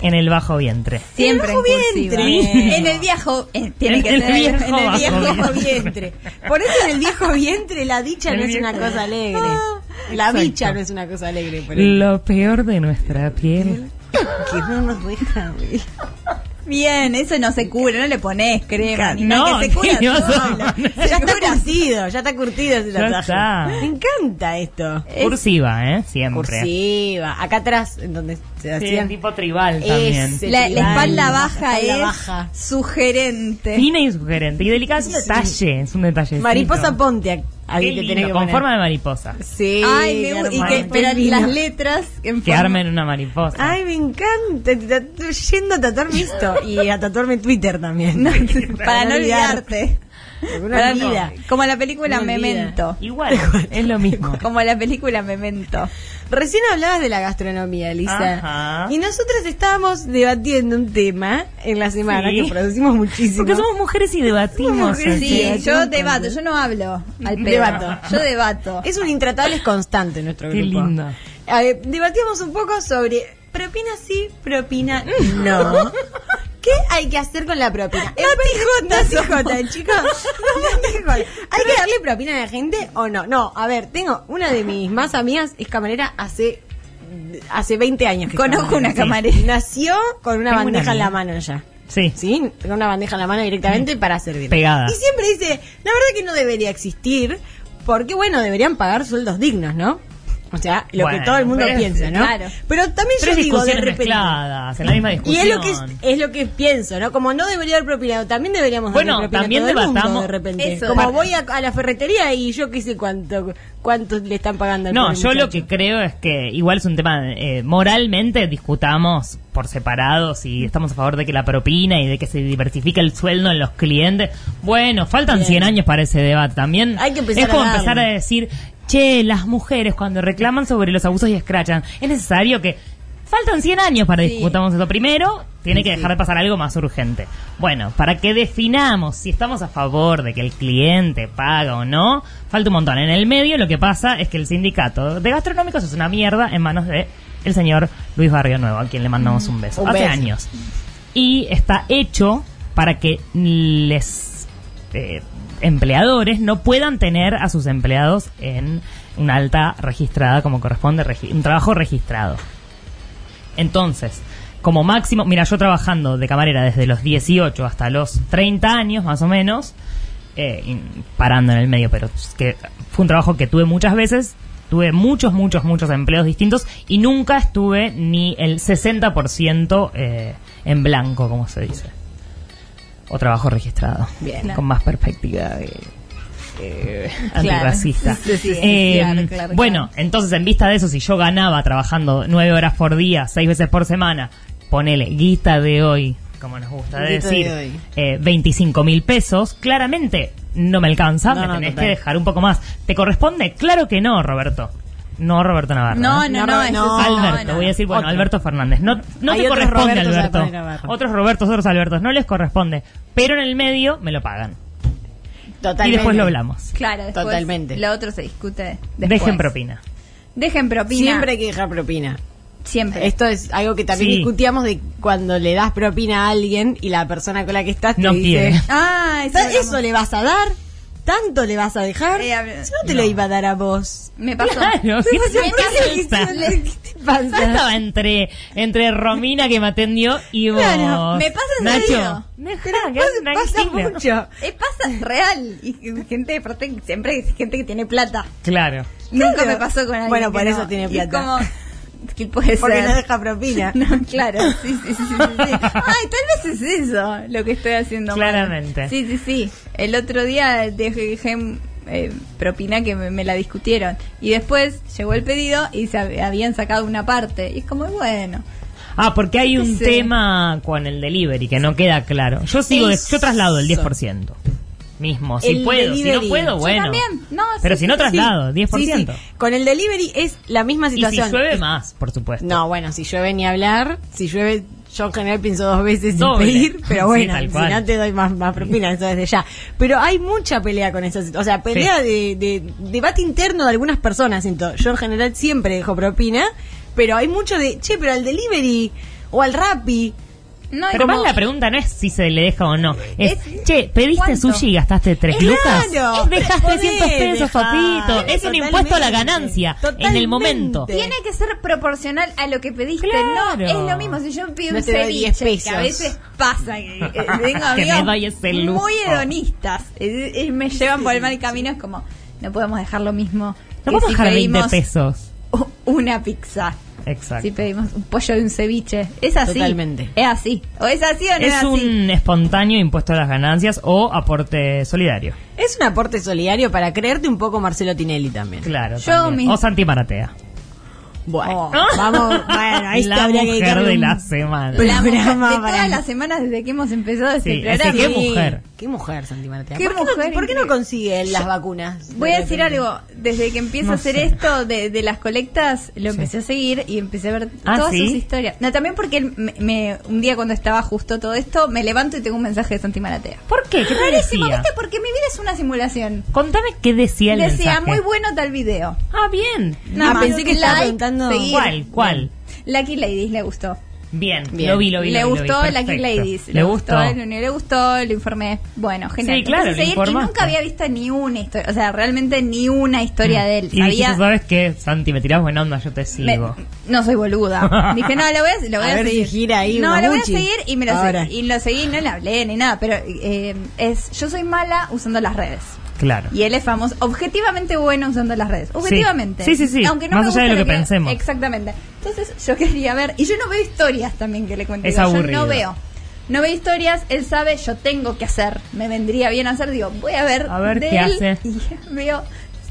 [SPEAKER 5] en el bajo vientre.
[SPEAKER 2] Siempre
[SPEAKER 3] En el bajo
[SPEAKER 2] en cursiva.
[SPEAKER 3] vientre.
[SPEAKER 2] En el viejo, eh, tiene
[SPEAKER 5] En
[SPEAKER 2] que
[SPEAKER 5] el
[SPEAKER 2] ser
[SPEAKER 5] viejo
[SPEAKER 2] en el viejo.
[SPEAKER 5] bajo
[SPEAKER 3] Viejo
[SPEAKER 5] vientre.
[SPEAKER 3] vientre. Por eso en el viejo vientre la dicha
[SPEAKER 5] El
[SPEAKER 3] no es
[SPEAKER 5] viejo
[SPEAKER 3] una cosa alegre.
[SPEAKER 5] Ah,
[SPEAKER 3] La
[SPEAKER 5] exacto.
[SPEAKER 3] dicha no es una cosa alegre. por ejemplo.
[SPEAKER 5] Lo peor de nuestra piel.
[SPEAKER 3] Que no nos deja, güey.
[SPEAKER 2] Bien, eso no se cura, no le pones crema. ni
[SPEAKER 5] No,
[SPEAKER 2] nada que se cura
[SPEAKER 5] ni vas a
[SPEAKER 2] solo.
[SPEAKER 5] poner.
[SPEAKER 2] Se
[SPEAKER 3] Ya está
[SPEAKER 2] cura.
[SPEAKER 3] curtido, ya está curtido ese
[SPEAKER 5] Ya
[SPEAKER 3] tatuaje.
[SPEAKER 5] está.
[SPEAKER 3] Me encanta esto.
[SPEAKER 5] Cursiva, ¿eh? Siempre.
[SPEAKER 3] Cursiva. Acá atrás, en donde se
[SPEAKER 5] Sí,
[SPEAKER 3] hacían.
[SPEAKER 5] tipo tribal también.
[SPEAKER 3] Ese.
[SPEAKER 2] La, la espalda baja
[SPEAKER 3] La espalda
[SPEAKER 2] es
[SPEAKER 3] baja.
[SPEAKER 2] sugerente.
[SPEAKER 5] Fina y sugerente. Y delicada es un detalle. Es un detalle.
[SPEAKER 3] Mariposa Ponte,
[SPEAKER 5] Qué
[SPEAKER 3] ahí te tenés
[SPEAKER 5] lindo,
[SPEAKER 3] que
[SPEAKER 5] con
[SPEAKER 3] poner.
[SPEAKER 5] forma de mariposa.
[SPEAKER 3] Sí.
[SPEAKER 2] Ay, me
[SPEAKER 3] qué
[SPEAKER 2] gusta. Y que,
[SPEAKER 3] hermoso.
[SPEAKER 2] pero
[SPEAKER 3] Divino.
[SPEAKER 2] las letras. en
[SPEAKER 5] Que
[SPEAKER 2] forma-
[SPEAKER 5] armen una mariposa.
[SPEAKER 3] Ay, me encanta. Estoy yendo a tatuarme esto. Y a tatuarme Twitter también.
[SPEAKER 2] No, para no olvidarte.
[SPEAKER 3] Una
[SPEAKER 2] Para no-
[SPEAKER 3] vida.
[SPEAKER 2] Como la película
[SPEAKER 3] Una vida.
[SPEAKER 2] Memento.
[SPEAKER 5] Igual, es lo mismo.
[SPEAKER 2] Como la película Memento.
[SPEAKER 3] Recién hablabas de la gastronomía, Lisa.
[SPEAKER 5] Ajá.
[SPEAKER 3] Y nosotras estábamos debatiendo un tema en la semana
[SPEAKER 5] Sí.
[SPEAKER 3] que producimos muchísimo.
[SPEAKER 5] Porque somos mujeres y debatimos.
[SPEAKER 3] mujeres,
[SPEAKER 5] así.
[SPEAKER 2] Sí,
[SPEAKER 3] Sí,
[SPEAKER 2] yo
[SPEAKER 3] yo
[SPEAKER 2] debato, yo no hablo al pedo.
[SPEAKER 3] Debato.
[SPEAKER 2] Yo debato.
[SPEAKER 3] Es un intratable constante nuestro
[SPEAKER 5] Qué
[SPEAKER 3] grupo.
[SPEAKER 5] lindo.
[SPEAKER 3] A ver, debatíamos un poco sobre propina sí, propina no. ¿Qué hay que hacer con la propina? Nati Jota, Nati Jota, chicos. Nati Jota. ¿Hay que darle propina a la gente o no? No, a ver, tengo una de mis más amigas, es camarera hace hace 20 años. que es
[SPEAKER 2] Conozco una
[SPEAKER 5] Sí.
[SPEAKER 2] camarera.
[SPEAKER 3] Nació con una
[SPEAKER 5] Tengo una
[SPEAKER 3] bandeja en
[SPEAKER 5] amiga.
[SPEAKER 3] la mano ya.
[SPEAKER 5] Sí.
[SPEAKER 3] ¿sí? Con una bandeja en la mano directamente para servir.
[SPEAKER 5] Pegada.
[SPEAKER 3] Y siempre dice, la verdad que no debería existir, porque bueno, deberían pagar sueldos dignos, ¿no? O sea, lo
[SPEAKER 5] Bueno,
[SPEAKER 3] que todo el mundo
[SPEAKER 5] pero-
[SPEAKER 3] piensa, ¿no?
[SPEAKER 2] claro.
[SPEAKER 3] Pero también
[SPEAKER 5] Tres
[SPEAKER 3] yo digo de
[SPEAKER 5] discusiones
[SPEAKER 3] repente.
[SPEAKER 5] mezcladas, en la
[SPEAKER 3] Y
[SPEAKER 5] misma discusión.
[SPEAKER 3] es lo que es lo que pienso, ¿no? Como no debería haber propinado, también deberíamos darle
[SPEAKER 5] Bueno,
[SPEAKER 3] propina a
[SPEAKER 5] también
[SPEAKER 3] todo el mundo
[SPEAKER 5] debatamos-
[SPEAKER 3] de repente.
[SPEAKER 2] Eso.
[SPEAKER 3] Como
[SPEAKER 2] Para-
[SPEAKER 3] voy a, a la ferretería y yo qué sé cuánto cuánto le están pagando al
[SPEAKER 5] No,
[SPEAKER 3] pobre
[SPEAKER 5] yo lo
[SPEAKER 3] muchacho.
[SPEAKER 5] que creo es que igual es un tema, eh, moralmente discutamos por separado si estamos a favor de que la propina y de que se diversifique el sueldo en los clientes. Bueno, faltan
[SPEAKER 3] Bien.
[SPEAKER 5] 100 años para ese debate también.
[SPEAKER 3] Hay que empezar
[SPEAKER 5] es como
[SPEAKER 3] a darle.
[SPEAKER 5] empezar a decir, che, las mujeres cuando reclaman sobre los abusos y escrachan, es necesario que... Faltan 100 años para discutamos eso. Primero, tiene que dejar de pasar algo más urgente. Bueno, para que definamos si estamos a favor de que el cliente paga o no, falta un montón. En el medio lo que pasa es que el sindicato de gastronómicos es una mierda en manos de el señor Luis Barrio Nuevo, a quien le mandamos un beso.
[SPEAKER 3] Mm, Un
[SPEAKER 5] Hace
[SPEAKER 3] beso.
[SPEAKER 5] años. Y está hecho para que les eh, empleadores no puedan tener a sus empleados en una alta registrada como corresponde, regi- un trabajo registrado. Entonces, como máximo, mira, yo trabajando de camarera desde los 18 hasta los 30 años, más o menos, eh, y parando en el medio, pero es que fue un trabajo que tuve muchas veces, tuve muchos, muchos, muchos empleos distintos y nunca estuve ni el 60% eh, en blanco, como se dice. O trabajo registrado.
[SPEAKER 3] Bien.
[SPEAKER 5] Con más perspectiva de eh, antirracista.
[SPEAKER 2] Sí, sí, sí,
[SPEAKER 5] Eh,
[SPEAKER 2] claro, claro,
[SPEAKER 5] bueno, entonces en vista de eso, si yo ganaba trabajando nueve horas por día, seis veces por semana, ponele guita de hoy, como nos gusta
[SPEAKER 3] Guita de
[SPEAKER 5] decir,
[SPEAKER 3] hoy.
[SPEAKER 5] eh, 25 mil pesos, claramente no me alcanza,
[SPEAKER 3] No,
[SPEAKER 5] me
[SPEAKER 3] no,
[SPEAKER 5] tenés
[SPEAKER 3] total.
[SPEAKER 5] que dejar un poco más. ¿Te corresponde? Claro que no, Roberto. No, Roberto Navarro.
[SPEAKER 2] No,
[SPEAKER 5] ¿eh?
[SPEAKER 2] no, no.
[SPEAKER 3] No, no,
[SPEAKER 2] eso
[SPEAKER 3] no.
[SPEAKER 2] es-
[SPEAKER 5] Alberto,
[SPEAKER 2] no, no.
[SPEAKER 5] voy a decir, bueno,
[SPEAKER 3] Otro.
[SPEAKER 5] Alberto Fernández. No, no
[SPEAKER 3] Hay
[SPEAKER 5] te
[SPEAKER 3] otros
[SPEAKER 5] corresponde,
[SPEAKER 3] Robertos
[SPEAKER 5] Alberto.
[SPEAKER 3] aparte de Navarro.
[SPEAKER 5] Otros Robertos, otros Albertos. No les corresponde. Pero en el medio me lo pagan.
[SPEAKER 3] Totalmente.
[SPEAKER 5] Y después lo hablamos.
[SPEAKER 2] Claro, después
[SPEAKER 3] Totalmente.
[SPEAKER 2] Lo otro se discute después.
[SPEAKER 5] Dejen propina.
[SPEAKER 2] Dejen propina.
[SPEAKER 3] Siempre hay que dejar propina.
[SPEAKER 2] Siempre.
[SPEAKER 3] Esto es algo que también
[SPEAKER 5] Sí.
[SPEAKER 3] discutíamos de cuando le das propina a alguien y la persona con la que estás te
[SPEAKER 5] No
[SPEAKER 3] dice,
[SPEAKER 5] quiere.
[SPEAKER 2] Ah, eso
[SPEAKER 3] "Ta-
[SPEAKER 2] hablamos.
[SPEAKER 3] eso le vas a dar, tanto le vas a dejar,
[SPEAKER 2] Eh, hab-
[SPEAKER 3] yo no te lo iba a dar a vos.
[SPEAKER 2] Me pasó.
[SPEAKER 5] Claro, ¿qué
[SPEAKER 3] Entonces,
[SPEAKER 5] te
[SPEAKER 3] ¿por qué
[SPEAKER 5] pasa?
[SPEAKER 3] le- ¿Qué te
[SPEAKER 5] Yo
[SPEAKER 3] pasa?
[SPEAKER 5] estaba entre, entre Romina que me atendió y vos.
[SPEAKER 3] Claro,
[SPEAKER 2] me pasa en
[SPEAKER 5] Nacho.
[SPEAKER 2] serio.
[SPEAKER 5] Dejá, que
[SPEAKER 3] Pasa-
[SPEAKER 5] una
[SPEAKER 3] pasa
[SPEAKER 5] gallina.
[SPEAKER 3] mucho.
[SPEAKER 2] Eh, pasa es real. Y gente, aparte, siempre es gente que tiene plata.
[SPEAKER 5] Claro.
[SPEAKER 2] Nunca
[SPEAKER 3] Claro.
[SPEAKER 2] me pasó con alguien.
[SPEAKER 3] Bueno, por
[SPEAKER 2] que
[SPEAKER 3] eso
[SPEAKER 2] no.
[SPEAKER 3] tiene
[SPEAKER 2] Y es
[SPEAKER 3] plata.
[SPEAKER 2] como, ¿Qué puede
[SPEAKER 3] Porque
[SPEAKER 2] ser?
[SPEAKER 3] no deja propina.
[SPEAKER 2] No, claro, sí, sí, sí, sí, sí. Ay, tal vez es eso lo que estoy haciendo. mal.
[SPEAKER 5] Claramente.
[SPEAKER 2] Sí, sí, sí. El otro día dejé eh, propina que me, me la discutieron. Y después llegó el pedido y se hab- habían sacado una parte. Y es como, bueno.
[SPEAKER 5] Ah, porque hay un
[SPEAKER 2] Sí.
[SPEAKER 5] tema con el delivery que no queda claro. Yo sigo, de- yo traslado el 10%. Mismo, si
[SPEAKER 3] El
[SPEAKER 5] puedo, si no
[SPEAKER 3] delivery.
[SPEAKER 5] puedo,
[SPEAKER 3] Yo
[SPEAKER 5] bueno.
[SPEAKER 2] también. No,
[SPEAKER 5] Pero
[SPEAKER 2] sí,
[SPEAKER 5] si no
[SPEAKER 2] sí, sí.
[SPEAKER 5] traslado, 10%.
[SPEAKER 3] Sí, sí. Con el delivery es la misma
[SPEAKER 5] Y si
[SPEAKER 3] situación.
[SPEAKER 5] llueve más, por supuesto.
[SPEAKER 3] No, bueno, si llueve ni hablar. Si llueve, yo en general pienso dos veces
[SPEAKER 5] Doble.
[SPEAKER 3] sin pedir,
[SPEAKER 5] Sí,
[SPEAKER 3] pero bueno,
[SPEAKER 5] tal
[SPEAKER 3] si
[SPEAKER 5] cual.
[SPEAKER 3] no te doy más, más propina, eso desde ya. Pero hay mucha pelea con esa situ- O sea, pelea de, de- debate interno de algunas personas. Siento. Yo en general siempre dejo propina, pero hay mucho de, che, pero al delivery o al rapi.
[SPEAKER 7] No,
[SPEAKER 5] Pero
[SPEAKER 7] como-
[SPEAKER 5] más la pregunta no es si se le deja o no. Es,
[SPEAKER 7] Es-
[SPEAKER 5] che, ¿pediste
[SPEAKER 7] ¿cuánto?
[SPEAKER 5] sushi y gastaste tres lucas?
[SPEAKER 3] Claro,
[SPEAKER 5] Dejaste
[SPEAKER 3] podés
[SPEAKER 5] 300 pesos,
[SPEAKER 3] dejar.
[SPEAKER 5] papito. Es un
[SPEAKER 3] Totalmente.
[SPEAKER 5] impuesto a la ganancia. En
[SPEAKER 3] Totalmente.
[SPEAKER 5] el momento.
[SPEAKER 2] Tiene que ser proporcional a lo que pediste.
[SPEAKER 5] Claro.
[SPEAKER 2] No, es lo mismo. Si yo pido
[SPEAKER 3] No
[SPEAKER 2] un
[SPEAKER 3] te doy 10
[SPEAKER 2] ceviche, que
[SPEAKER 3] pesos.
[SPEAKER 2] a veces pasa que eh, tengo
[SPEAKER 5] Que me
[SPEAKER 2] amigos
[SPEAKER 5] doy ese lujo.
[SPEAKER 2] muy hedonistas. eh, eh, me llevan por el mal camino. Es como, no podemos dejar lo mismo. que
[SPEAKER 5] No podemos
[SPEAKER 2] si
[SPEAKER 5] dejar 20
[SPEAKER 2] pedimos
[SPEAKER 5] pesos.
[SPEAKER 2] u- Una pizza.
[SPEAKER 5] Exacto.
[SPEAKER 2] Si pedimos un pollo y un ceviche. Es así.
[SPEAKER 3] Totalmente.
[SPEAKER 2] Es así. O es así o no es,
[SPEAKER 5] es
[SPEAKER 2] así.
[SPEAKER 5] un espontáneo impuesto a las ganancias o aporte solidario.
[SPEAKER 3] Es un aporte solidario para creerte un poco Marcelo Tinelli también.
[SPEAKER 5] Claro.
[SPEAKER 2] Yo
[SPEAKER 5] también.
[SPEAKER 2] me-
[SPEAKER 5] O Santi Maratea.
[SPEAKER 3] Bueno, vamos, bueno, ahí
[SPEAKER 5] Oh. la
[SPEAKER 3] habría que
[SPEAKER 5] mujer
[SPEAKER 3] dedicarle
[SPEAKER 5] de
[SPEAKER 3] un-
[SPEAKER 5] la semana.
[SPEAKER 2] La mujer
[SPEAKER 3] programa
[SPEAKER 2] de
[SPEAKER 3] para-
[SPEAKER 2] todas las semanas desde que hemos empezado este
[SPEAKER 5] Sí,
[SPEAKER 2] programa.
[SPEAKER 5] así que- ¿Qué
[SPEAKER 3] Sí,
[SPEAKER 5] mujer?
[SPEAKER 3] ¿Qué mujer, Santi Maratea?
[SPEAKER 2] ¿Qué
[SPEAKER 3] ¿Por, qué no-
[SPEAKER 2] mujer
[SPEAKER 3] ¿Por qué no
[SPEAKER 2] increíble?
[SPEAKER 3] consigue las vacunas?
[SPEAKER 2] Voy a
[SPEAKER 3] De
[SPEAKER 2] decir
[SPEAKER 3] repente.
[SPEAKER 2] algo, desde que empiezo a hacer esto de, de las colectas, lo empecé a seguir y empecé a ver
[SPEAKER 5] Ah,
[SPEAKER 2] todas
[SPEAKER 5] ¿sí?
[SPEAKER 2] sus historias. No, también porque él me, me- un día cuando estaba justo todo esto, me levanto y tengo un mensaje de Santi Maratea. Ah,
[SPEAKER 5] ¿Por qué? ¿Qué te
[SPEAKER 2] Rarísimo,
[SPEAKER 5] decía?
[SPEAKER 2] ¿viste? Porque mi vida es una simulación.
[SPEAKER 5] Contame qué decía el
[SPEAKER 2] Decía,
[SPEAKER 5] mensaje.
[SPEAKER 2] muy bueno tal video.
[SPEAKER 5] Ah, bien.
[SPEAKER 2] Nada
[SPEAKER 3] Ah,
[SPEAKER 2] más.
[SPEAKER 3] pensé que
[SPEAKER 2] Like,
[SPEAKER 3] estaba preguntando-
[SPEAKER 2] seguir.
[SPEAKER 5] ¿Cuál? ¿Cuál?
[SPEAKER 2] Lucky Ladies le gustó.
[SPEAKER 5] Bien,
[SPEAKER 3] Bien.
[SPEAKER 5] lo vi, lo vi.
[SPEAKER 2] le
[SPEAKER 5] lo vi, lo vi,
[SPEAKER 2] gustó Lucky
[SPEAKER 5] perfecto.
[SPEAKER 2] Ladies.
[SPEAKER 5] Le gustó.
[SPEAKER 2] Le gustó, le gustó, lo informé. Bueno, genial.
[SPEAKER 5] Sí, claro,
[SPEAKER 2] Empecé a
[SPEAKER 5] lo
[SPEAKER 2] seguir y
[SPEAKER 5] informaste.
[SPEAKER 2] nunca había visto ni una historia, o sea, realmente ni una historia de él.
[SPEAKER 5] Mm. Y dijiste,
[SPEAKER 2] Sabía-
[SPEAKER 5] ¿sabes qué? Santi, me tirás buena onda, yo te
[SPEAKER 2] Me-
[SPEAKER 5] sigo.
[SPEAKER 2] no soy boluda. Dije, no, lo voy a, lo voy
[SPEAKER 3] A
[SPEAKER 2] a,
[SPEAKER 3] ver si
[SPEAKER 2] seguir.
[SPEAKER 3] gira ahí
[SPEAKER 2] no, lo voy a
[SPEAKER 3] Mamuchi.
[SPEAKER 2] seguir y me lo
[SPEAKER 3] Ahora.
[SPEAKER 2] seguí. Y lo seguí, no le hablé ni nada, pero eh, es yo soy mala usando las redes.
[SPEAKER 5] Claro.
[SPEAKER 2] Y él es famoso, objetivamente bueno usando las redes. Objetivamente.
[SPEAKER 5] Sí, sí, sí.
[SPEAKER 2] Aunque no
[SPEAKER 5] Más
[SPEAKER 2] me
[SPEAKER 5] allá de
[SPEAKER 2] guste
[SPEAKER 5] lo que pensemos.
[SPEAKER 2] Exactamente. Entonces yo quería ver, y yo no veo historias también que le cuente.
[SPEAKER 5] Es
[SPEAKER 2] Digo, Yo
[SPEAKER 5] aburrido.
[SPEAKER 2] no veo. No veo historias, él sabe, yo tengo que hacer. Me vendría bien hacer, digo, voy a ver.
[SPEAKER 5] A ver
[SPEAKER 2] de
[SPEAKER 5] qué
[SPEAKER 2] él
[SPEAKER 5] hace.
[SPEAKER 2] y veo,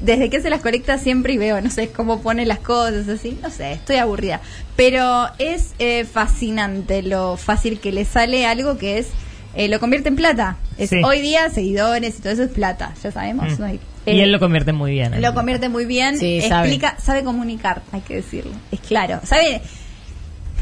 [SPEAKER 2] desde que se las colecta siempre y veo, no sé, cómo pone las cosas, así, no sé, estoy aburrida. Pero es eh, fascinante lo fácil que le sale algo que es, eh, lo convierte en plata. Es,
[SPEAKER 5] Sí.
[SPEAKER 2] Hoy día seguidores y todo eso es plata, ya sabemos.
[SPEAKER 5] Mm.
[SPEAKER 2] no hay-
[SPEAKER 5] Y
[SPEAKER 2] eh,
[SPEAKER 5] él lo convierte muy bien.
[SPEAKER 2] lo convierte muy bien,
[SPEAKER 3] Sí, sabe.
[SPEAKER 2] explica, sabe. comunicar, hay que decirlo, es claro, sabe...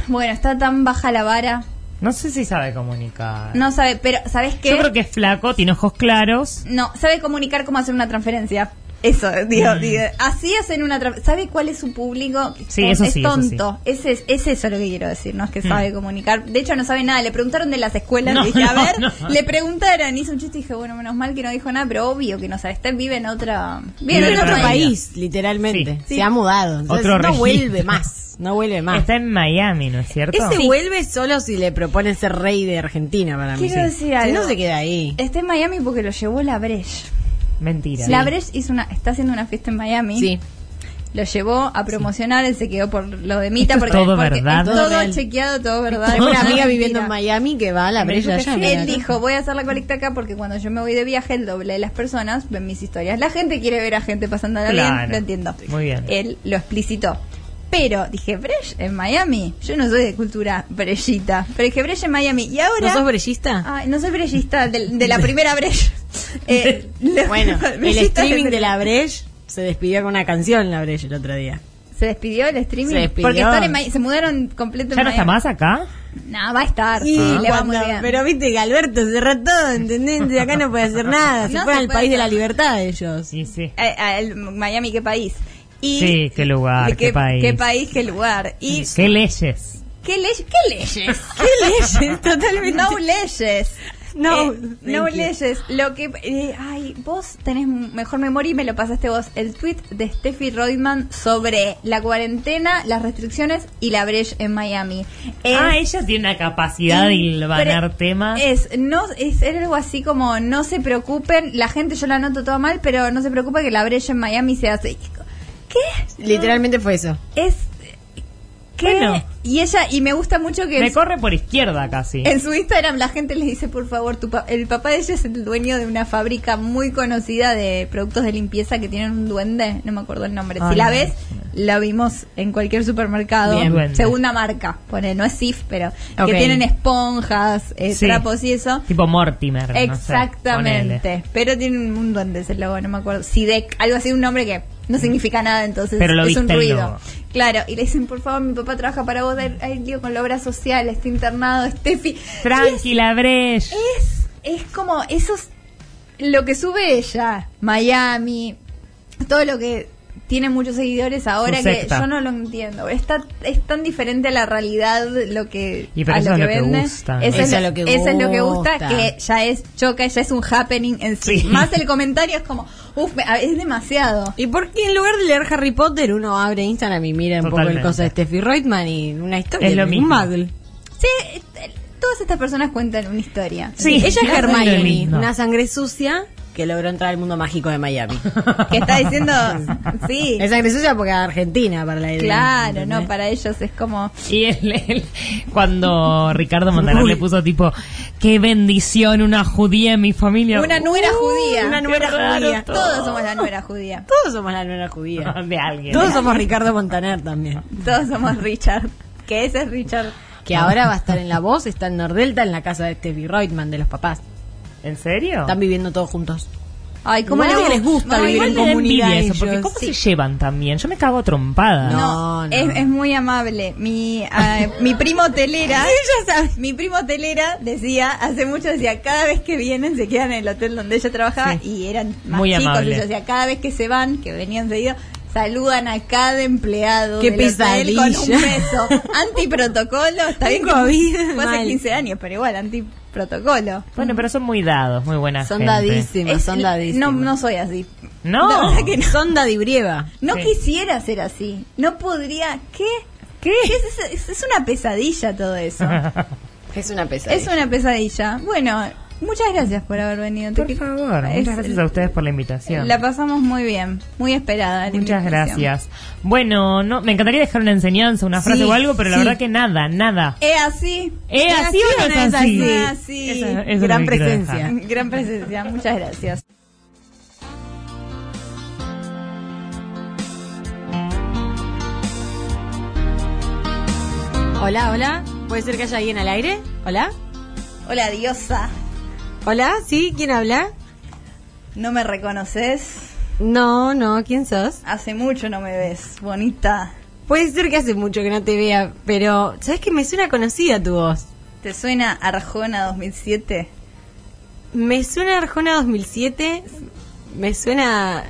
[SPEAKER 2] Bueno, está tan baja la vara,
[SPEAKER 5] No sé si sabe comunicar.
[SPEAKER 2] no sabe, pero ¿sabes qué?
[SPEAKER 5] Yo creo que es flaco, tiene ojos claros.
[SPEAKER 2] No, sabe comunicar cómo hacer una transferencia. Eso, digo,
[SPEAKER 5] Mm.
[SPEAKER 2] digo, así hacen una transferencia. ¿Sabe cuál es su público?
[SPEAKER 5] Sí,
[SPEAKER 2] Es
[SPEAKER 5] eso sí, eso sí. Mm.
[SPEAKER 2] tonto. Ese Es, es eso lo que quiero decir, no es que sabe comunicar. De hecho, no sabe nada. Le preguntaron de las escuelas.
[SPEAKER 5] No,
[SPEAKER 2] dije, a
[SPEAKER 5] no,
[SPEAKER 2] ver,
[SPEAKER 5] no.
[SPEAKER 2] le preguntaron. Hizo un chiste y dije, bueno, menos mal que no dijo nada, pero obvio que no sabe. Está, vive en otra. Vive
[SPEAKER 3] Vive
[SPEAKER 2] en otro país.
[SPEAKER 3] país, literalmente.
[SPEAKER 5] Sí.
[SPEAKER 3] Se ha mudado. Entonces,
[SPEAKER 5] Otro
[SPEAKER 3] no
[SPEAKER 5] registro.
[SPEAKER 3] vuelve más. No vuelve más.
[SPEAKER 5] Está en Miami, ¿no es cierto?
[SPEAKER 3] Ese vuelve solo si le proponen ser rey de Argentina para mí.
[SPEAKER 2] Quiero
[SPEAKER 3] sí.
[SPEAKER 2] decir algo.
[SPEAKER 3] Si no se queda ahí.
[SPEAKER 2] Está en Miami porque lo llevó la Breche.
[SPEAKER 5] Mentira.
[SPEAKER 2] La Breche hizo una, está haciendo una fiesta en Miami.
[SPEAKER 3] Sí.
[SPEAKER 2] Lo llevó a promocionar, él se quedó por lo de Mita.
[SPEAKER 5] Esto es
[SPEAKER 2] porque,
[SPEAKER 5] todo
[SPEAKER 2] porque
[SPEAKER 5] verdad.
[SPEAKER 2] es
[SPEAKER 3] Todo
[SPEAKER 2] todo
[SPEAKER 3] real.
[SPEAKER 2] chequeado, todo verdad.
[SPEAKER 3] Tengo una
[SPEAKER 2] No es
[SPEAKER 3] amiga viviendo
[SPEAKER 2] mentira.
[SPEAKER 3] en Miami que va a la
[SPEAKER 5] Me dijo
[SPEAKER 3] brecha
[SPEAKER 5] que
[SPEAKER 3] allá.
[SPEAKER 5] sí.
[SPEAKER 3] mira.
[SPEAKER 2] Él dijo, voy a hacer la colecta acá porque cuando yo me voy de viaje, el doble de las personas ven mis historias. La gente quiere ver a gente pasándola
[SPEAKER 5] Claro.
[SPEAKER 2] bien, lo entiendo.
[SPEAKER 5] Muy bien.
[SPEAKER 2] Él lo explicitó. Pero dije, Bresh en Miami. Yo no soy de cultura brechita. Pero dije, Bresh en Miami. Y ahora.
[SPEAKER 3] ¿No sos brellista?
[SPEAKER 2] Ay, no soy brechista, de, de la primera Bresh. Eh, la-
[SPEAKER 3] Bueno, el
[SPEAKER 2] brellista
[SPEAKER 3] streaming
[SPEAKER 2] de-
[SPEAKER 3] de la Breche se despidió con una canción la Breche el otro día.
[SPEAKER 2] Se despidió el streaming.
[SPEAKER 3] Se despidió.
[SPEAKER 2] Porque están en Miami. Se mudaron completamente.
[SPEAKER 5] ¿Ya no está más acá?
[SPEAKER 2] No, va a estar. Ah.
[SPEAKER 3] Y
[SPEAKER 2] le va
[SPEAKER 3] cuando-
[SPEAKER 2] muy bien.
[SPEAKER 3] Pero viste que Alberto cerró todo, ¿entendés? De acá no puede hacer nada. Se
[SPEAKER 2] No
[SPEAKER 3] fueron
[SPEAKER 2] se
[SPEAKER 3] al
[SPEAKER 2] puede
[SPEAKER 3] país de la
[SPEAKER 2] hacer.
[SPEAKER 3] libertad ellos.
[SPEAKER 5] Sí, sí.
[SPEAKER 2] a- a- eh, el Miami, qué país. Y
[SPEAKER 5] Sí, qué lugar,
[SPEAKER 2] de
[SPEAKER 5] qué país.
[SPEAKER 2] Qué país, qué lugar. Y
[SPEAKER 5] ¿Qué leyes?
[SPEAKER 2] qué, leyes qué leyes.
[SPEAKER 3] ¿Qué leyes? Totalmente.
[SPEAKER 2] no leyes.
[SPEAKER 3] No,
[SPEAKER 2] Eh,
[SPEAKER 3] thank
[SPEAKER 2] no
[SPEAKER 3] you.
[SPEAKER 2] leyes. Lo que eh, ay, vos tenés mejor memoria y me lo pasaste vos. El tweet de Steffi Rodman sobre la cuarentena, las restricciones y la brecha en Miami. Eh, Es-
[SPEAKER 5] ah, ella tiene una capacidad de hilvanar
[SPEAKER 2] Pero
[SPEAKER 5] temas.
[SPEAKER 2] Es, no, es algo así como, no se preocupen, la gente yo la noto toda mal, pero no se preocupe que la brecha en Miami se hace. ¿Qué?
[SPEAKER 3] Literalmente fue eso.
[SPEAKER 2] Es que
[SPEAKER 5] Bueno.
[SPEAKER 2] y ella y me gusta mucho que
[SPEAKER 5] Me
[SPEAKER 2] en-
[SPEAKER 5] corre por izquierda casi.
[SPEAKER 2] en su Instagram la gente le dice, por favor, tu pa- el papá de ella es el dueño de una fábrica muy conocida de productos de limpieza que tienen un duende, no me acuerdo el nombre.
[SPEAKER 5] Ay,
[SPEAKER 2] si la
[SPEAKER 5] no.
[SPEAKER 2] ves, la vimos en cualquier supermercado.
[SPEAKER 5] Bien. Duende.
[SPEAKER 2] Segunda marca, pone, no es SIF, pero
[SPEAKER 3] Ok.
[SPEAKER 2] que tienen esponjas, eh,
[SPEAKER 5] Sí.
[SPEAKER 2] trapos y eso.
[SPEAKER 5] Tipo Mortimer. no sé,
[SPEAKER 2] Exactamente,
[SPEAKER 5] ponele.
[SPEAKER 2] pero tienen un duende ese logo, no me acuerdo. Sidek, algo así, un nombre que no significa nada, entonces
[SPEAKER 5] Mm. Pero lo
[SPEAKER 2] es un
[SPEAKER 5] viste el
[SPEAKER 2] ruido.
[SPEAKER 5] logo.
[SPEAKER 2] Claro, y le dicen, por favor, mi papá trabaja para vos, ay, ay, digo, con la obra social, está internado, Steffi.
[SPEAKER 5] Tranquila, Bresh.
[SPEAKER 2] Es, es como esos, lo que sube ella, Miami, todo lo que tiene muchos seguidores ahora
[SPEAKER 5] Su
[SPEAKER 2] que
[SPEAKER 5] secta.
[SPEAKER 2] yo no lo entiendo. Está, es tan diferente a la realidad lo que,
[SPEAKER 5] Y pero
[SPEAKER 2] a
[SPEAKER 5] eso es lo que gusta, ¿no?
[SPEAKER 2] Eso, es
[SPEAKER 3] Eso
[SPEAKER 2] lo,
[SPEAKER 3] es lo que
[SPEAKER 2] eso es lo que gusta,
[SPEAKER 3] gusta.
[SPEAKER 2] que ya es choca, ya es un happening en sí.
[SPEAKER 5] Sí.
[SPEAKER 2] Más el comentario es como, uff, es demasiado.
[SPEAKER 3] ¿Y por qué en lugar de leer Harry Potter uno abre Instagram y mira un poco el
[SPEAKER 5] Totalmente.
[SPEAKER 3] cosa de Steffi Reutemann y una historia?
[SPEAKER 5] Es lo
[SPEAKER 3] un
[SPEAKER 5] mismo.
[SPEAKER 3] muggle?
[SPEAKER 2] Sí, eh, todas estas personas cuentan una historia.
[SPEAKER 5] Sí,
[SPEAKER 3] Ella es
[SPEAKER 5] no es lo
[SPEAKER 3] Hermione,
[SPEAKER 5] mismo.
[SPEAKER 3] una sangre sucia que logró entrar al mundo mágico de Miami.
[SPEAKER 2] Que está diciendo, sí,
[SPEAKER 3] es sangre sucia porque es argentina para la idea.
[SPEAKER 2] claro, no,
[SPEAKER 3] ¿entendés?
[SPEAKER 2] para ellos es como,
[SPEAKER 5] Y él, él- cuando Ricardo Montaner le puso tipo, qué bendición una judía en mi familia.
[SPEAKER 2] Una nuera judía.
[SPEAKER 3] Uh, Una nuera
[SPEAKER 5] Qué raro Ah,
[SPEAKER 3] judía.
[SPEAKER 5] todo.
[SPEAKER 2] todos somos la nuera judía.
[SPEAKER 3] Todos somos la nueva judía.
[SPEAKER 5] de alguien.
[SPEAKER 3] Todos somos Ricardo Montaner también.
[SPEAKER 2] Todos somos Richard. Que ese es Richard.
[SPEAKER 3] Que ahora va a estar en La Voz, está en Nordelta, en la casa de Steffi Reutemann, de los papás.
[SPEAKER 5] ¿En serio? Ah,
[SPEAKER 3] Están viviendo todos juntos.
[SPEAKER 2] Ay, cómo
[SPEAKER 3] Igual
[SPEAKER 2] le-
[SPEAKER 3] que les gusta
[SPEAKER 2] Ay,
[SPEAKER 3] vivir
[SPEAKER 5] Igual
[SPEAKER 3] en
[SPEAKER 5] me da envidia
[SPEAKER 3] comunidad
[SPEAKER 5] eso, porque
[SPEAKER 3] ellos.
[SPEAKER 5] ¿cómo
[SPEAKER 3] Sí.
[SPEAKER 5] se llevan también? Yo me cago a trompada.
[SPEAKER 3] No, no.
[SPEAKER 2] Es, es muy amable. Mi, ah, mi primo Telera, mi primo Telera decía, hace mucho decía, cada vez que vienen se quedan en el hotel donde ella trabajaba y eran más
[SPEAKER 5] Muy
[SPEAKER 2] chicos.
[SPEAKER 5] amable.
[SPEAKER 2] Ellos decía, cada vez que se van, que venían seguido, saludan a cada empleado
[SPEAKER 3] Qué
[SPEAKER 2] del hotel con un
[SPEAKER 3] pesadilla.
[SPEAKER 2] beso. Antiprotocolo, está bien que
[SPEAKER 3] COVID,
[SPEAKER 2] fue hace
[SPEAKER 3] mal.
[SPEAKER 2] 15 años, pero igual, antiprotocolo.
[SPEAKER 5] Bueno, pero son muy dados, muy buenas.
[SPEAKER 3] Son dadísimas,
[SPEAKER 2] Es-
[SPEAKER 3] son dadísimas.
[SPEAKER 2] no, no soy así.
[SPEAKER 5] No.
[SPEAKER 2] La verdad que no.
[SPEAKER 3] Son dadibrieva.
[SPEAKER 2] No
[SPEAKER 5] Sí.
[SPEAKER 2] quisiera ser así. No podría. ¿Qué? ¿Qué? Es, es- es una pesadilla todo eso.
[SPEAKER 3] Es una pesadilla.
[SPEAKER 2] es una pesadilla. Bueno, muchas gracias por haber venido. Te
[SPEAKER 5] Por
[SPEAKER 2] que-
[SPEAKER 5] favor,
[SPEAKER 2] es-
[SPEAKER 5] muchas gracias a ustedes por la invitación.
[SPEAKER 2] La pasamos muy bien. Muy esperada. la
[SPEAKER 5] Muchas
[SPEAKER 2] invitación.
[SPEAKER 5] gracias. Bueno, no, me encantaría dejar una enseñanza, una frase
[SPEAKER 3] Sí,
[SPEAKER 5] o algo, pero la
[SPEAKER 3] sí.
[SPEAKER 5] verdad que nada, nada.
[SPEAKER 2] ¿Es así?
[SPEAKER 5] ¿Es así o no es así?
[SPEAKER 2] Es así.
[SPEAKER 5] Eso- eso es lo
[SPEAKER 3] Gran
[SPEAKER 5] que quiero
[SPEAKER 3] presencia.
[SPEAKER 5] dejar.
[SPEAKER 2] Gran presencia. Muchas gracias.
[SPEAKER 3] Hola, hola. ¿Puede ser que haya alguien al aire? Hola.
[SPEAKER 2] Hola, diosa.
[SPEAKER 3] Hola, ¿sí? ¿Quién habla?
[SPEAKER 2] ¿No me reconoces?
[SPEAKER 3] No, no, ¿quién sos?
[SPEAKER 2] Hace mucho no me ves. Bonita.
[SPEAKER 3] Puede ser que hace mucho que no te vea, pero ¿sabes que me suena conocida tu voz?
[SPEAKER 2] ¿Te suena Arjona 2007?
[SPEAKER 3] Me suena Arjona 2007, me suena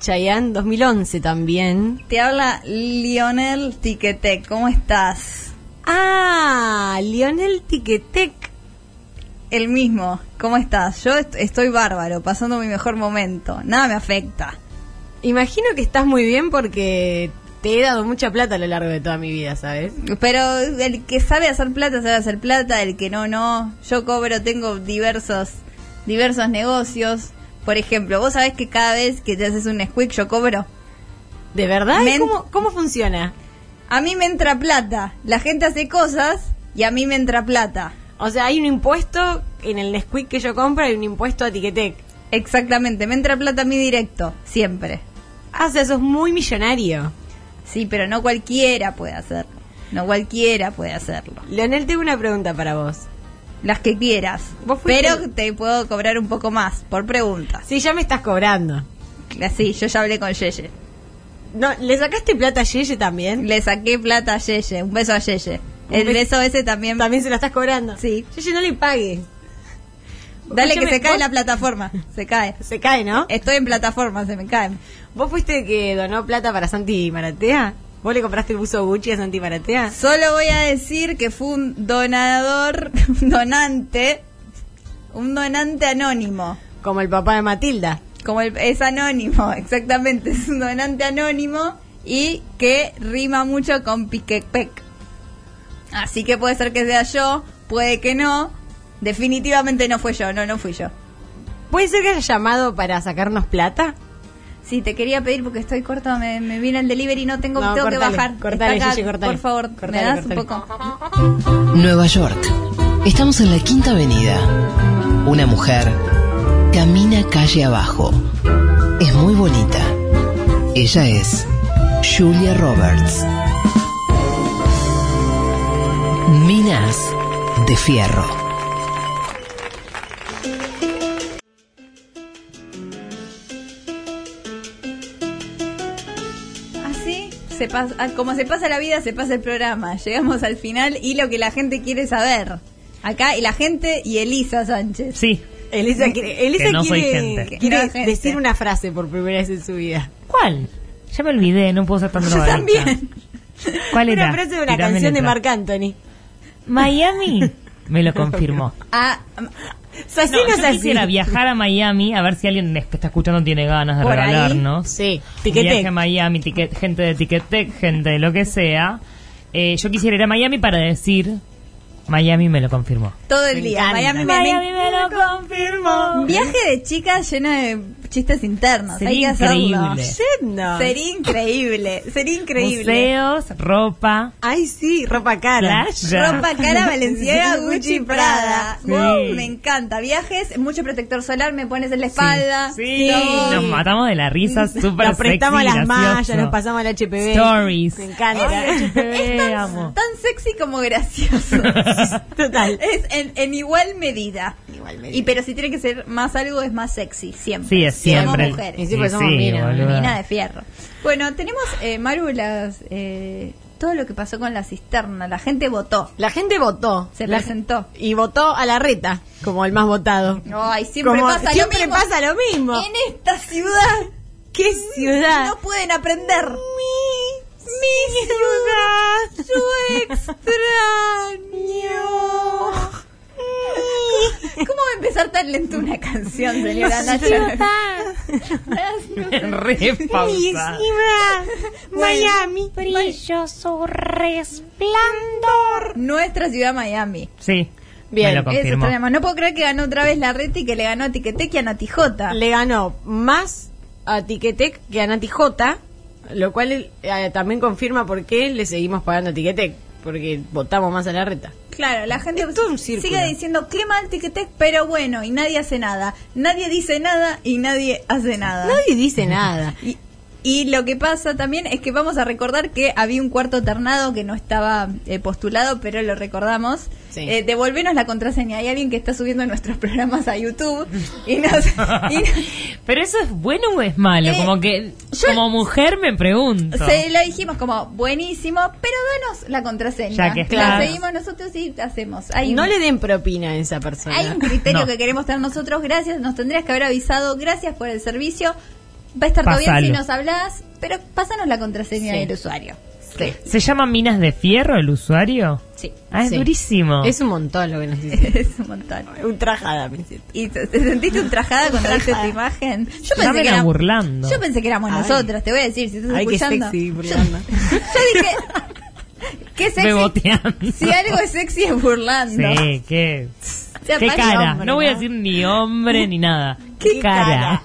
[SPEAKER 3] Chayanne 2011 también.
[SPEAKER 2] Te habla Lionel Tiquetec, ¿cómo estás?
[SPEAKER 3] Ah, Lionel Tiquetec.
[SPEAKER 2] El mismo, ¿cómo estás? Yo est- estoy bárbaro, pasando mi mejor momento, nada me afecta.
[SPEAKER 3] Imagino que estás muy bien porque te he dado mucha plata a lo largo de toda mi vida, ¿sabes?
[SPEAKER 2] Pero el que sabe hacer plata, sabe hacer plata, el que no, no. Yo cobro, tengo diversos, diversos negocios. Por ejemplo, vos sabés que cada vez que te haces un squeak yo cobro.
[SPEAKER 3] ¿De verdad? ¿Y
[SPEAKER 2] Men-
[SPEAKER 3] ¿Cómo, ¿Cómo funciona?
[SPEAKER 2] A mí me entra plata, la gente hace cosas y a mí me entra plata.
[SPEAKER 3] O sea, hay un impuesto en el Nesquik que yo compro, hay un impuesto a Tiquetec.
[SPEAKER 2] Exactamente, me entra plata a mí directo, siempre.
[SPEAKER 3] Ah, o sea, sos muy millonario.
[SPEAKER 2] Sí, pero no cualquiera puede hacerlo. No cualquiera puede hacerlo.
[SPEAKER 3] Leonel, tengo una pregunta para vos.
[SPEAKER 2] Las que quieras.
[SPEAKER 3] Vos fuiste-
[SPEAKER 2] pero te puedo cobrar un poco más por preguntas.
[SPEAKER 3] Sí, ya me estás cobrando.
[SPEAKER 2] Así, yo ya hablé con Yeye.
[SPEAKER 3] No, ¿Le sacaste plata a Yeye también?
[SPEAKER 2] Le saqué plata a Yeye. Un beso a Yeye.
[SPEAKER 3] Un
[SPEAKER 2] El
[SPEAKER 3] beso-
[SPEAKER 2] beso ese también.
[SPEAKER 3] También se la estás cobrando.
[SPEAKER 2] Sí.
[SPEAKER 3] Yeye, no le pague.
[SPEAKER 2] Dale que
[SPEAKER 3] Escúchame,
[SPEAKER 2] se cae
[SPEAKER 3] vos-
[SPEAKER 2] la plataforma. Se cae.
[SPEAKER 3] Se cae, ¿no?
[SPEAKER 2] Estoy en plataforma, se me cae.
[SPEAKER 3] ¿Vos fuiste el que donó plata para Santi Maratea? ¿Vos le compraste el buzo Gucci a Santi Maratea?
[SPEAKER 2] Solo voy a decir que fue un donador, un donante, un donante anónimo.
[SPEAKER 3] Como el papá de Matilda.
[SPEAKER 2] Como el- es anónimo, exactamente, es un donante anónimo y que rima mucho con piquepec. Así que puede ser que sea yo, puede que no. Definitivamente no fue yo, no, no fui yo.
[SPEAKER 3] ¿Puede ser que haya llamado para sacarnos plata?
[SPEAKER 2] Sí, te quería pedir porque estoy corta, me, me viene el delivery, no tengo,
[SPEAKER 3] No,
[SPEAKER 2] tengo que
[SPEAKER 3] cortale,
[SPEAKER 2] bajar.
[SPEAKER 3] cortale,
[SPEAKER 2] Está acá,
[SPEAKER 3] Gigi, cortale.
[SPEAKER 2] Por favor, me
[SPEAKER 3] Cortale,
[SPEAKER 2] das un
[SPEAKER 3] cortale.
[SPEAKER 2] poco.
[SPEAKER 1] Nueva York. Estamos en la Quinta Avenida. Una mujer camina calle abajo. Es muy bonita. Ella es Julia Roberts. Minas de Fierro.
[SPEAKER 2] Así, se pasa, ah, como se pasa la vida, se pasa el programa. Llegamos al final y lo que la gente quiere saber. Acá, y la gente y Elisa Sánchez.
[SPEAKER 5] Sí.
[SPEAKER 3] Elisa quiere, Elisa
[SPEAKER 5] no soy
[SPEAKER 3] quiere-
[SPEAKER 5] gente.
[SPEAKER 3] quiere
[SPEAKER 2] Que no, gente.
[SPEAKER 3] decir una frase por primera vez en su vida.
[SPEAKER 5] ¿Cuál? Ya me olvidé, no puedo ser tan
[SPEAKER 2] Yo
[SPEAKER 5] drogadicta.
[SPEAKER 2] también.
[SPEAKER 5] ¿Cuál era?
[SPEAKER 3] Una frase de una
[SPEAKER 5] Tirame
[SPEAKER 3] canción de
[SPEAKER 5] letra.
[SPEAKER 3] Marc Anthony.
[SPEAKER 5] Miami. Me lo confirmó.
[SPEAKER 2] Ah,
[SPEAKER 3] Es así,
[SPEAKER 5] No,
[SPEAKER 3] no,
[SPEAKER 5] yo
[SPEAKER 3] es así.
[SPEAKER 5] quisiera viajar a Miami a ver si alguien que está escuchando tiene ganas de
[SPEAKER 3] Por ahí,
[SPEAKER 5] regalarnos.
[SPEAKER 3] sí.
[SPEAKER 5] Tiquetec.
[SPEAKER 3] Tiquetec.
[SPEAKER 5] Viaje a Miami, tiquet- gente de Tiquetec, gente de lo que sea. Eh, yo quisiera ir a Miami para decir, Miami me lo confirmó.
[SPEAKER 2] todo el
[SPEAKER 3] Me
[SPEAKER 2] día.
[SPEAKER 3] encanta.
[SPEAKER 2] Miami, Miami.
[SPEAKER 5] me lo confirmó.
[SPEAKER 2] Viaje de chicas lleno de chistes internos. Hay que
[SPEAKER 5] Sería
[SPEAKER 2] hacerlo.
[SPEAKER 5] increíble.
[SPEAKER 3] Yendo.
[SPEAKER 2] Sería increíble. Sería increíble.
[SPEAKER 5] Museos, ropa,
[SPEAKER 3] Ay, sí, ropa cara.
[SPEAKER 5] playa.
[SPEAKER 2] Ropa cara, Valenciaga, Gucci,
[SPEAKER 3] Gucci,
[SPEAKER 2] Prada.
[SPEAKER 3] Prada.
[SPEAKER 2] Wow,
[SPEAKER 5] Sí.
[SPEAKER 2] me encanta. Viajes, mucho protector solar, me pones en la espalda.
[SPEAKER 5] Sí,
[SPEAKER 3] Sí.
[SPEAKER 5] nos matamos de la risa súper
[SPEAKER 3] Nos prestamos
[SPEAKER 5] sexy,
[SPEAKER 3] las mallas,
[SPEAKER 5] gracioso.
[SPEAKER 3] nos pasamos al HPV.
[SPEAKER 5] Stories.
[SPEAKER 3] Me encanta.
[SPEAKER 5] HPV, amo.
[SPEAKER 2] Tan sexy como gracioso.
[SPEAKER 3] Total.
[SPEAKER 2] es en, en igual medida. Y pero si tiene que ser más algo, es más sexy, siempre.
[SPEAKER 5] Sí, es siempre.
[SPEAKER 2] Somos mujeres.
[SPEAKER 3] Y siempre
[SPEAKER 5] Y
[SPEAKER 3] somos
[SPEAKER 5] sí,
[SPEAKER 3] minas,
[SPEAKER 5] boluda.
[SPEAKER 2] Mina de fierro. Bueno, tenemos, eh, Maru, las, eh, todo lo que pasó con la cisterna. La gente votó.
[SPEAKER 3] La gente votó.
[SPEAKER 2] Se
[SPEAKER 3] La-
[SPEAKER 2] presentó.
[SPEAKER 3] Y votó a la reta, como el más votado.
[SPEAKER 2] Ay, siempre
[SPEAKER 3] Como-
[SPEAKER 2] pasa
[SPEAKER 3] siempre
[SPEAKER 2] lo mismo.
[SPEAKER 3] pasa lo mismo.
[SPEAKER 2] En esta ciudad
[SPEAKER 3] ¿Qué ciudad?
[SPEAKER 2] no pueden aprender.
[SPEAKER 3] mi ciudad, yo extraño.
[SPEAKER 2] ¿Cómo va a empezar tan lento una canción, señora Nacho?
[SPEAKER 5] Re
[SPEAKER 3] Mi ciudad,
[SPEAKER 5] pausa.
[SPEAKER 3] Miami.
[SPEAKER 2] Nuestra ciudad Miami.
[SPEAKER 5] Sí.
[SPEAKER 3] Bien,
[SPEAKER 5] me lo
[SPEAKER 2] Eso
[SPEAKER 5] confirmó.
[SPEAKER 2] extraña más. No puedo creer que ganó otra vez la Reti y que le ganó a Tiquetec y a Natijota.
[SPEAKER 3] Le ganó más a Tiquetec que a Nati J, lo cual eh, también confirma por qué le seguimos pagando a Tiquetec, porque votamos más a la reta.
[SPEAKER 2] Claro, la gente
[SPEAKER 3] Es todo un círculo.
[SPEAKER 2] sigue diciendo qué mal Tiquetec, pero bueno, y nadie hace nada. Nadie dice nada y nadie hace nada.
[SPEAKER 3] Nadie dice nada.
[SPEAKER 2] Y, y lo que pasa también es que vamos a recordar que había un cuarto ternado que no estaba eh, postulado, pero lo recordamos.
[SPEAKER 3] Sí.
[SPEAKER 2] Eh, devolvenos la contraseña. Hay alguien que está subiendo nuestros programas a YouTube y nos... y nos-
[SPEAKER 5] Pero eso es bueno o es malo?
[SPEAKER 2] Eh,
[SPEAKER 5] como que
[SPEAKER 2] yo-
[SPEAKER 5] como mujer me pregunto.
[SPEAKER 2] se lo dijimos como buenísimo, pero danos la contraseña.
[SPEAKER 5] Ya que está.
[SPEAKER 2] La
[SPEAKER 5] Claro.
[SPEAKER 2] seguimos nosotros y hacemos. Hay
[SPEAKER 3] no
[SPEAKER 2] un-
[SPEAKER 3] le den propina a esa persona.
[SPEAKER 2] Hay un criterio
[SPEAKER 5] No.
[SPEAKER 2] que queremos tener nosotros, gracias, nos tendrías que haber avisado, gracias por el servicio, va a estar todo bien si
[SPEAKER 5] Pásalo.
[SPEAKER 2] nos hablas, pero pásanos la contraseña
[SPEAKER 3] Sí.
[SPEAKER 2] del usuario.
[SPEAKER 5] ¿Se llama Minas de Fierro el usuario?
[SPEAKER 2] Sí.
[SPEAKER 5] Ah, es
[SPEAKER 3] Sí.
[SPEAKER 5] durísimo.
[SPEAKER 3] Es un montón lo que nos dice.
[SPEAKER 2] es un montón.
[SPEAKER 3] Ultrajada, me siento.
[SPEAKER 2] ¿Y te, te sentiste ultrajada cuando viste esta imagen? Yo
[SPEAKER 5] Ya me la
[SPEAKER 2] era-
[SPEAKER 5] burlando.
[SPEAKER 2] Yo pensé que éramos
[SPEAKER 3] Ay.
[SPEAKER 2] nosotras, te voy a decir, si estás
[SPEAKER 3] Ay, qué
[SPEAKER 2] escuchando.
[SPEAKER 3] sexy,
[SPEAKER 2] yo,
[SPEAKER 3] burlando.
[SPEAKER 2] yo dije, qué sexy.
[SPEAKER 5] Beboteando.
[SPEAKER 2] Si algo es sexy es burlando.
[SPEAKER 5] Sí, qué,
[SPEAKER 2] O sea,
[SPEAKER 5] qué
[SPEAKER 2] parece
[SPEAKER 5] cara.
[SPEAKER 2] hombre,
[SPEAKER 5] no voy a
[SPEAKER 2] ¿no?
[SPEAKER 5] decir ni hombre ni nada. Qué,
[SPEAKER 3] Qué
[SPEAKER 5] cara.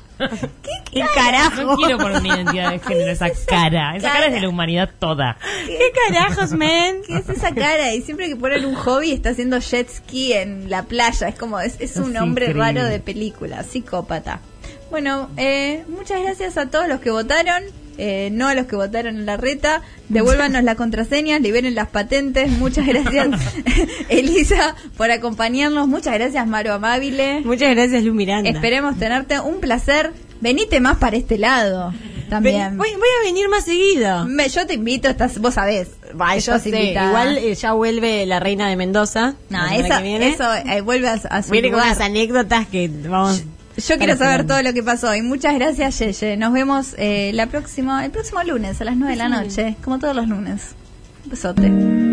[SPEAKER 3] ¡Qué carajo!
[SPEAKER 5] No quiero poner mi identidad de género, esa cara. Esa cara es de la humanidad toda.
[SPEAKER 3] ¡Qué carajos, men!
[SPEAKER 2] ¿Qué es esa cara? Y siempre que ponen un hobby está haciendo jet ski en la playa. Es como, es, es un
[SPEAKER 5] Es
[SPEAKER 2] hombre
[SPEAKER 5] increíble.
[SPEAKER 2] raro de película, psicópata. Bueno, eh, muchas gracias a todos los que votaron. eh, no a los que votaron en la reta. Devuélvanos la contraseña, liberen las patentes. Muchas gracias, Elisa, por acompañarnos. Muchas gracias, Maro Amabile.
[SPEAKER 3] Muchas gracias, Lu Miranda.
[SPEAKER 2] Esperemos tenerte. Un placer. Venite más para este lado
[SPEAKER 3] Ven-
[SPEAKER 2] también.
[SPEAKER 3] voy, voy a venir más seguido.
[SPEAKER 2] Me- yo te invito, estás, vos sabés.
[SPEAKER 3] Va, yo
[SPEAKER 2] Estás
[SPEAKER 3] sé.
[SPEAKER 2] invitada.
[SPEAKER 3] Igual eh, ya vuelve la reina de Mendoza.
[SPEAKER 2] No,
[SPEAKER 3] la semana
[SPEAKER 2] esa-
[SPEAKER 3] que viene.
[SPEAKER 2] eso eh, vuelve a, a su
[SPEAKER 3] Viene con
[SPEAKER 2] lugar.
[SPEAKER 3] unas anécdotas que vamos.
[SPEAKER 2] Yo quiero
[SPEAKER 3] para
[SPEAKER 2] saber
[SPEAKER 3] esperar.
[SPEAKER 2] todo lo que pasó y muchas gracias Yeye. Nos vemos eh, la próxima, el próximo lunes a las 9 de la noche, como todos los lunes. Un besote.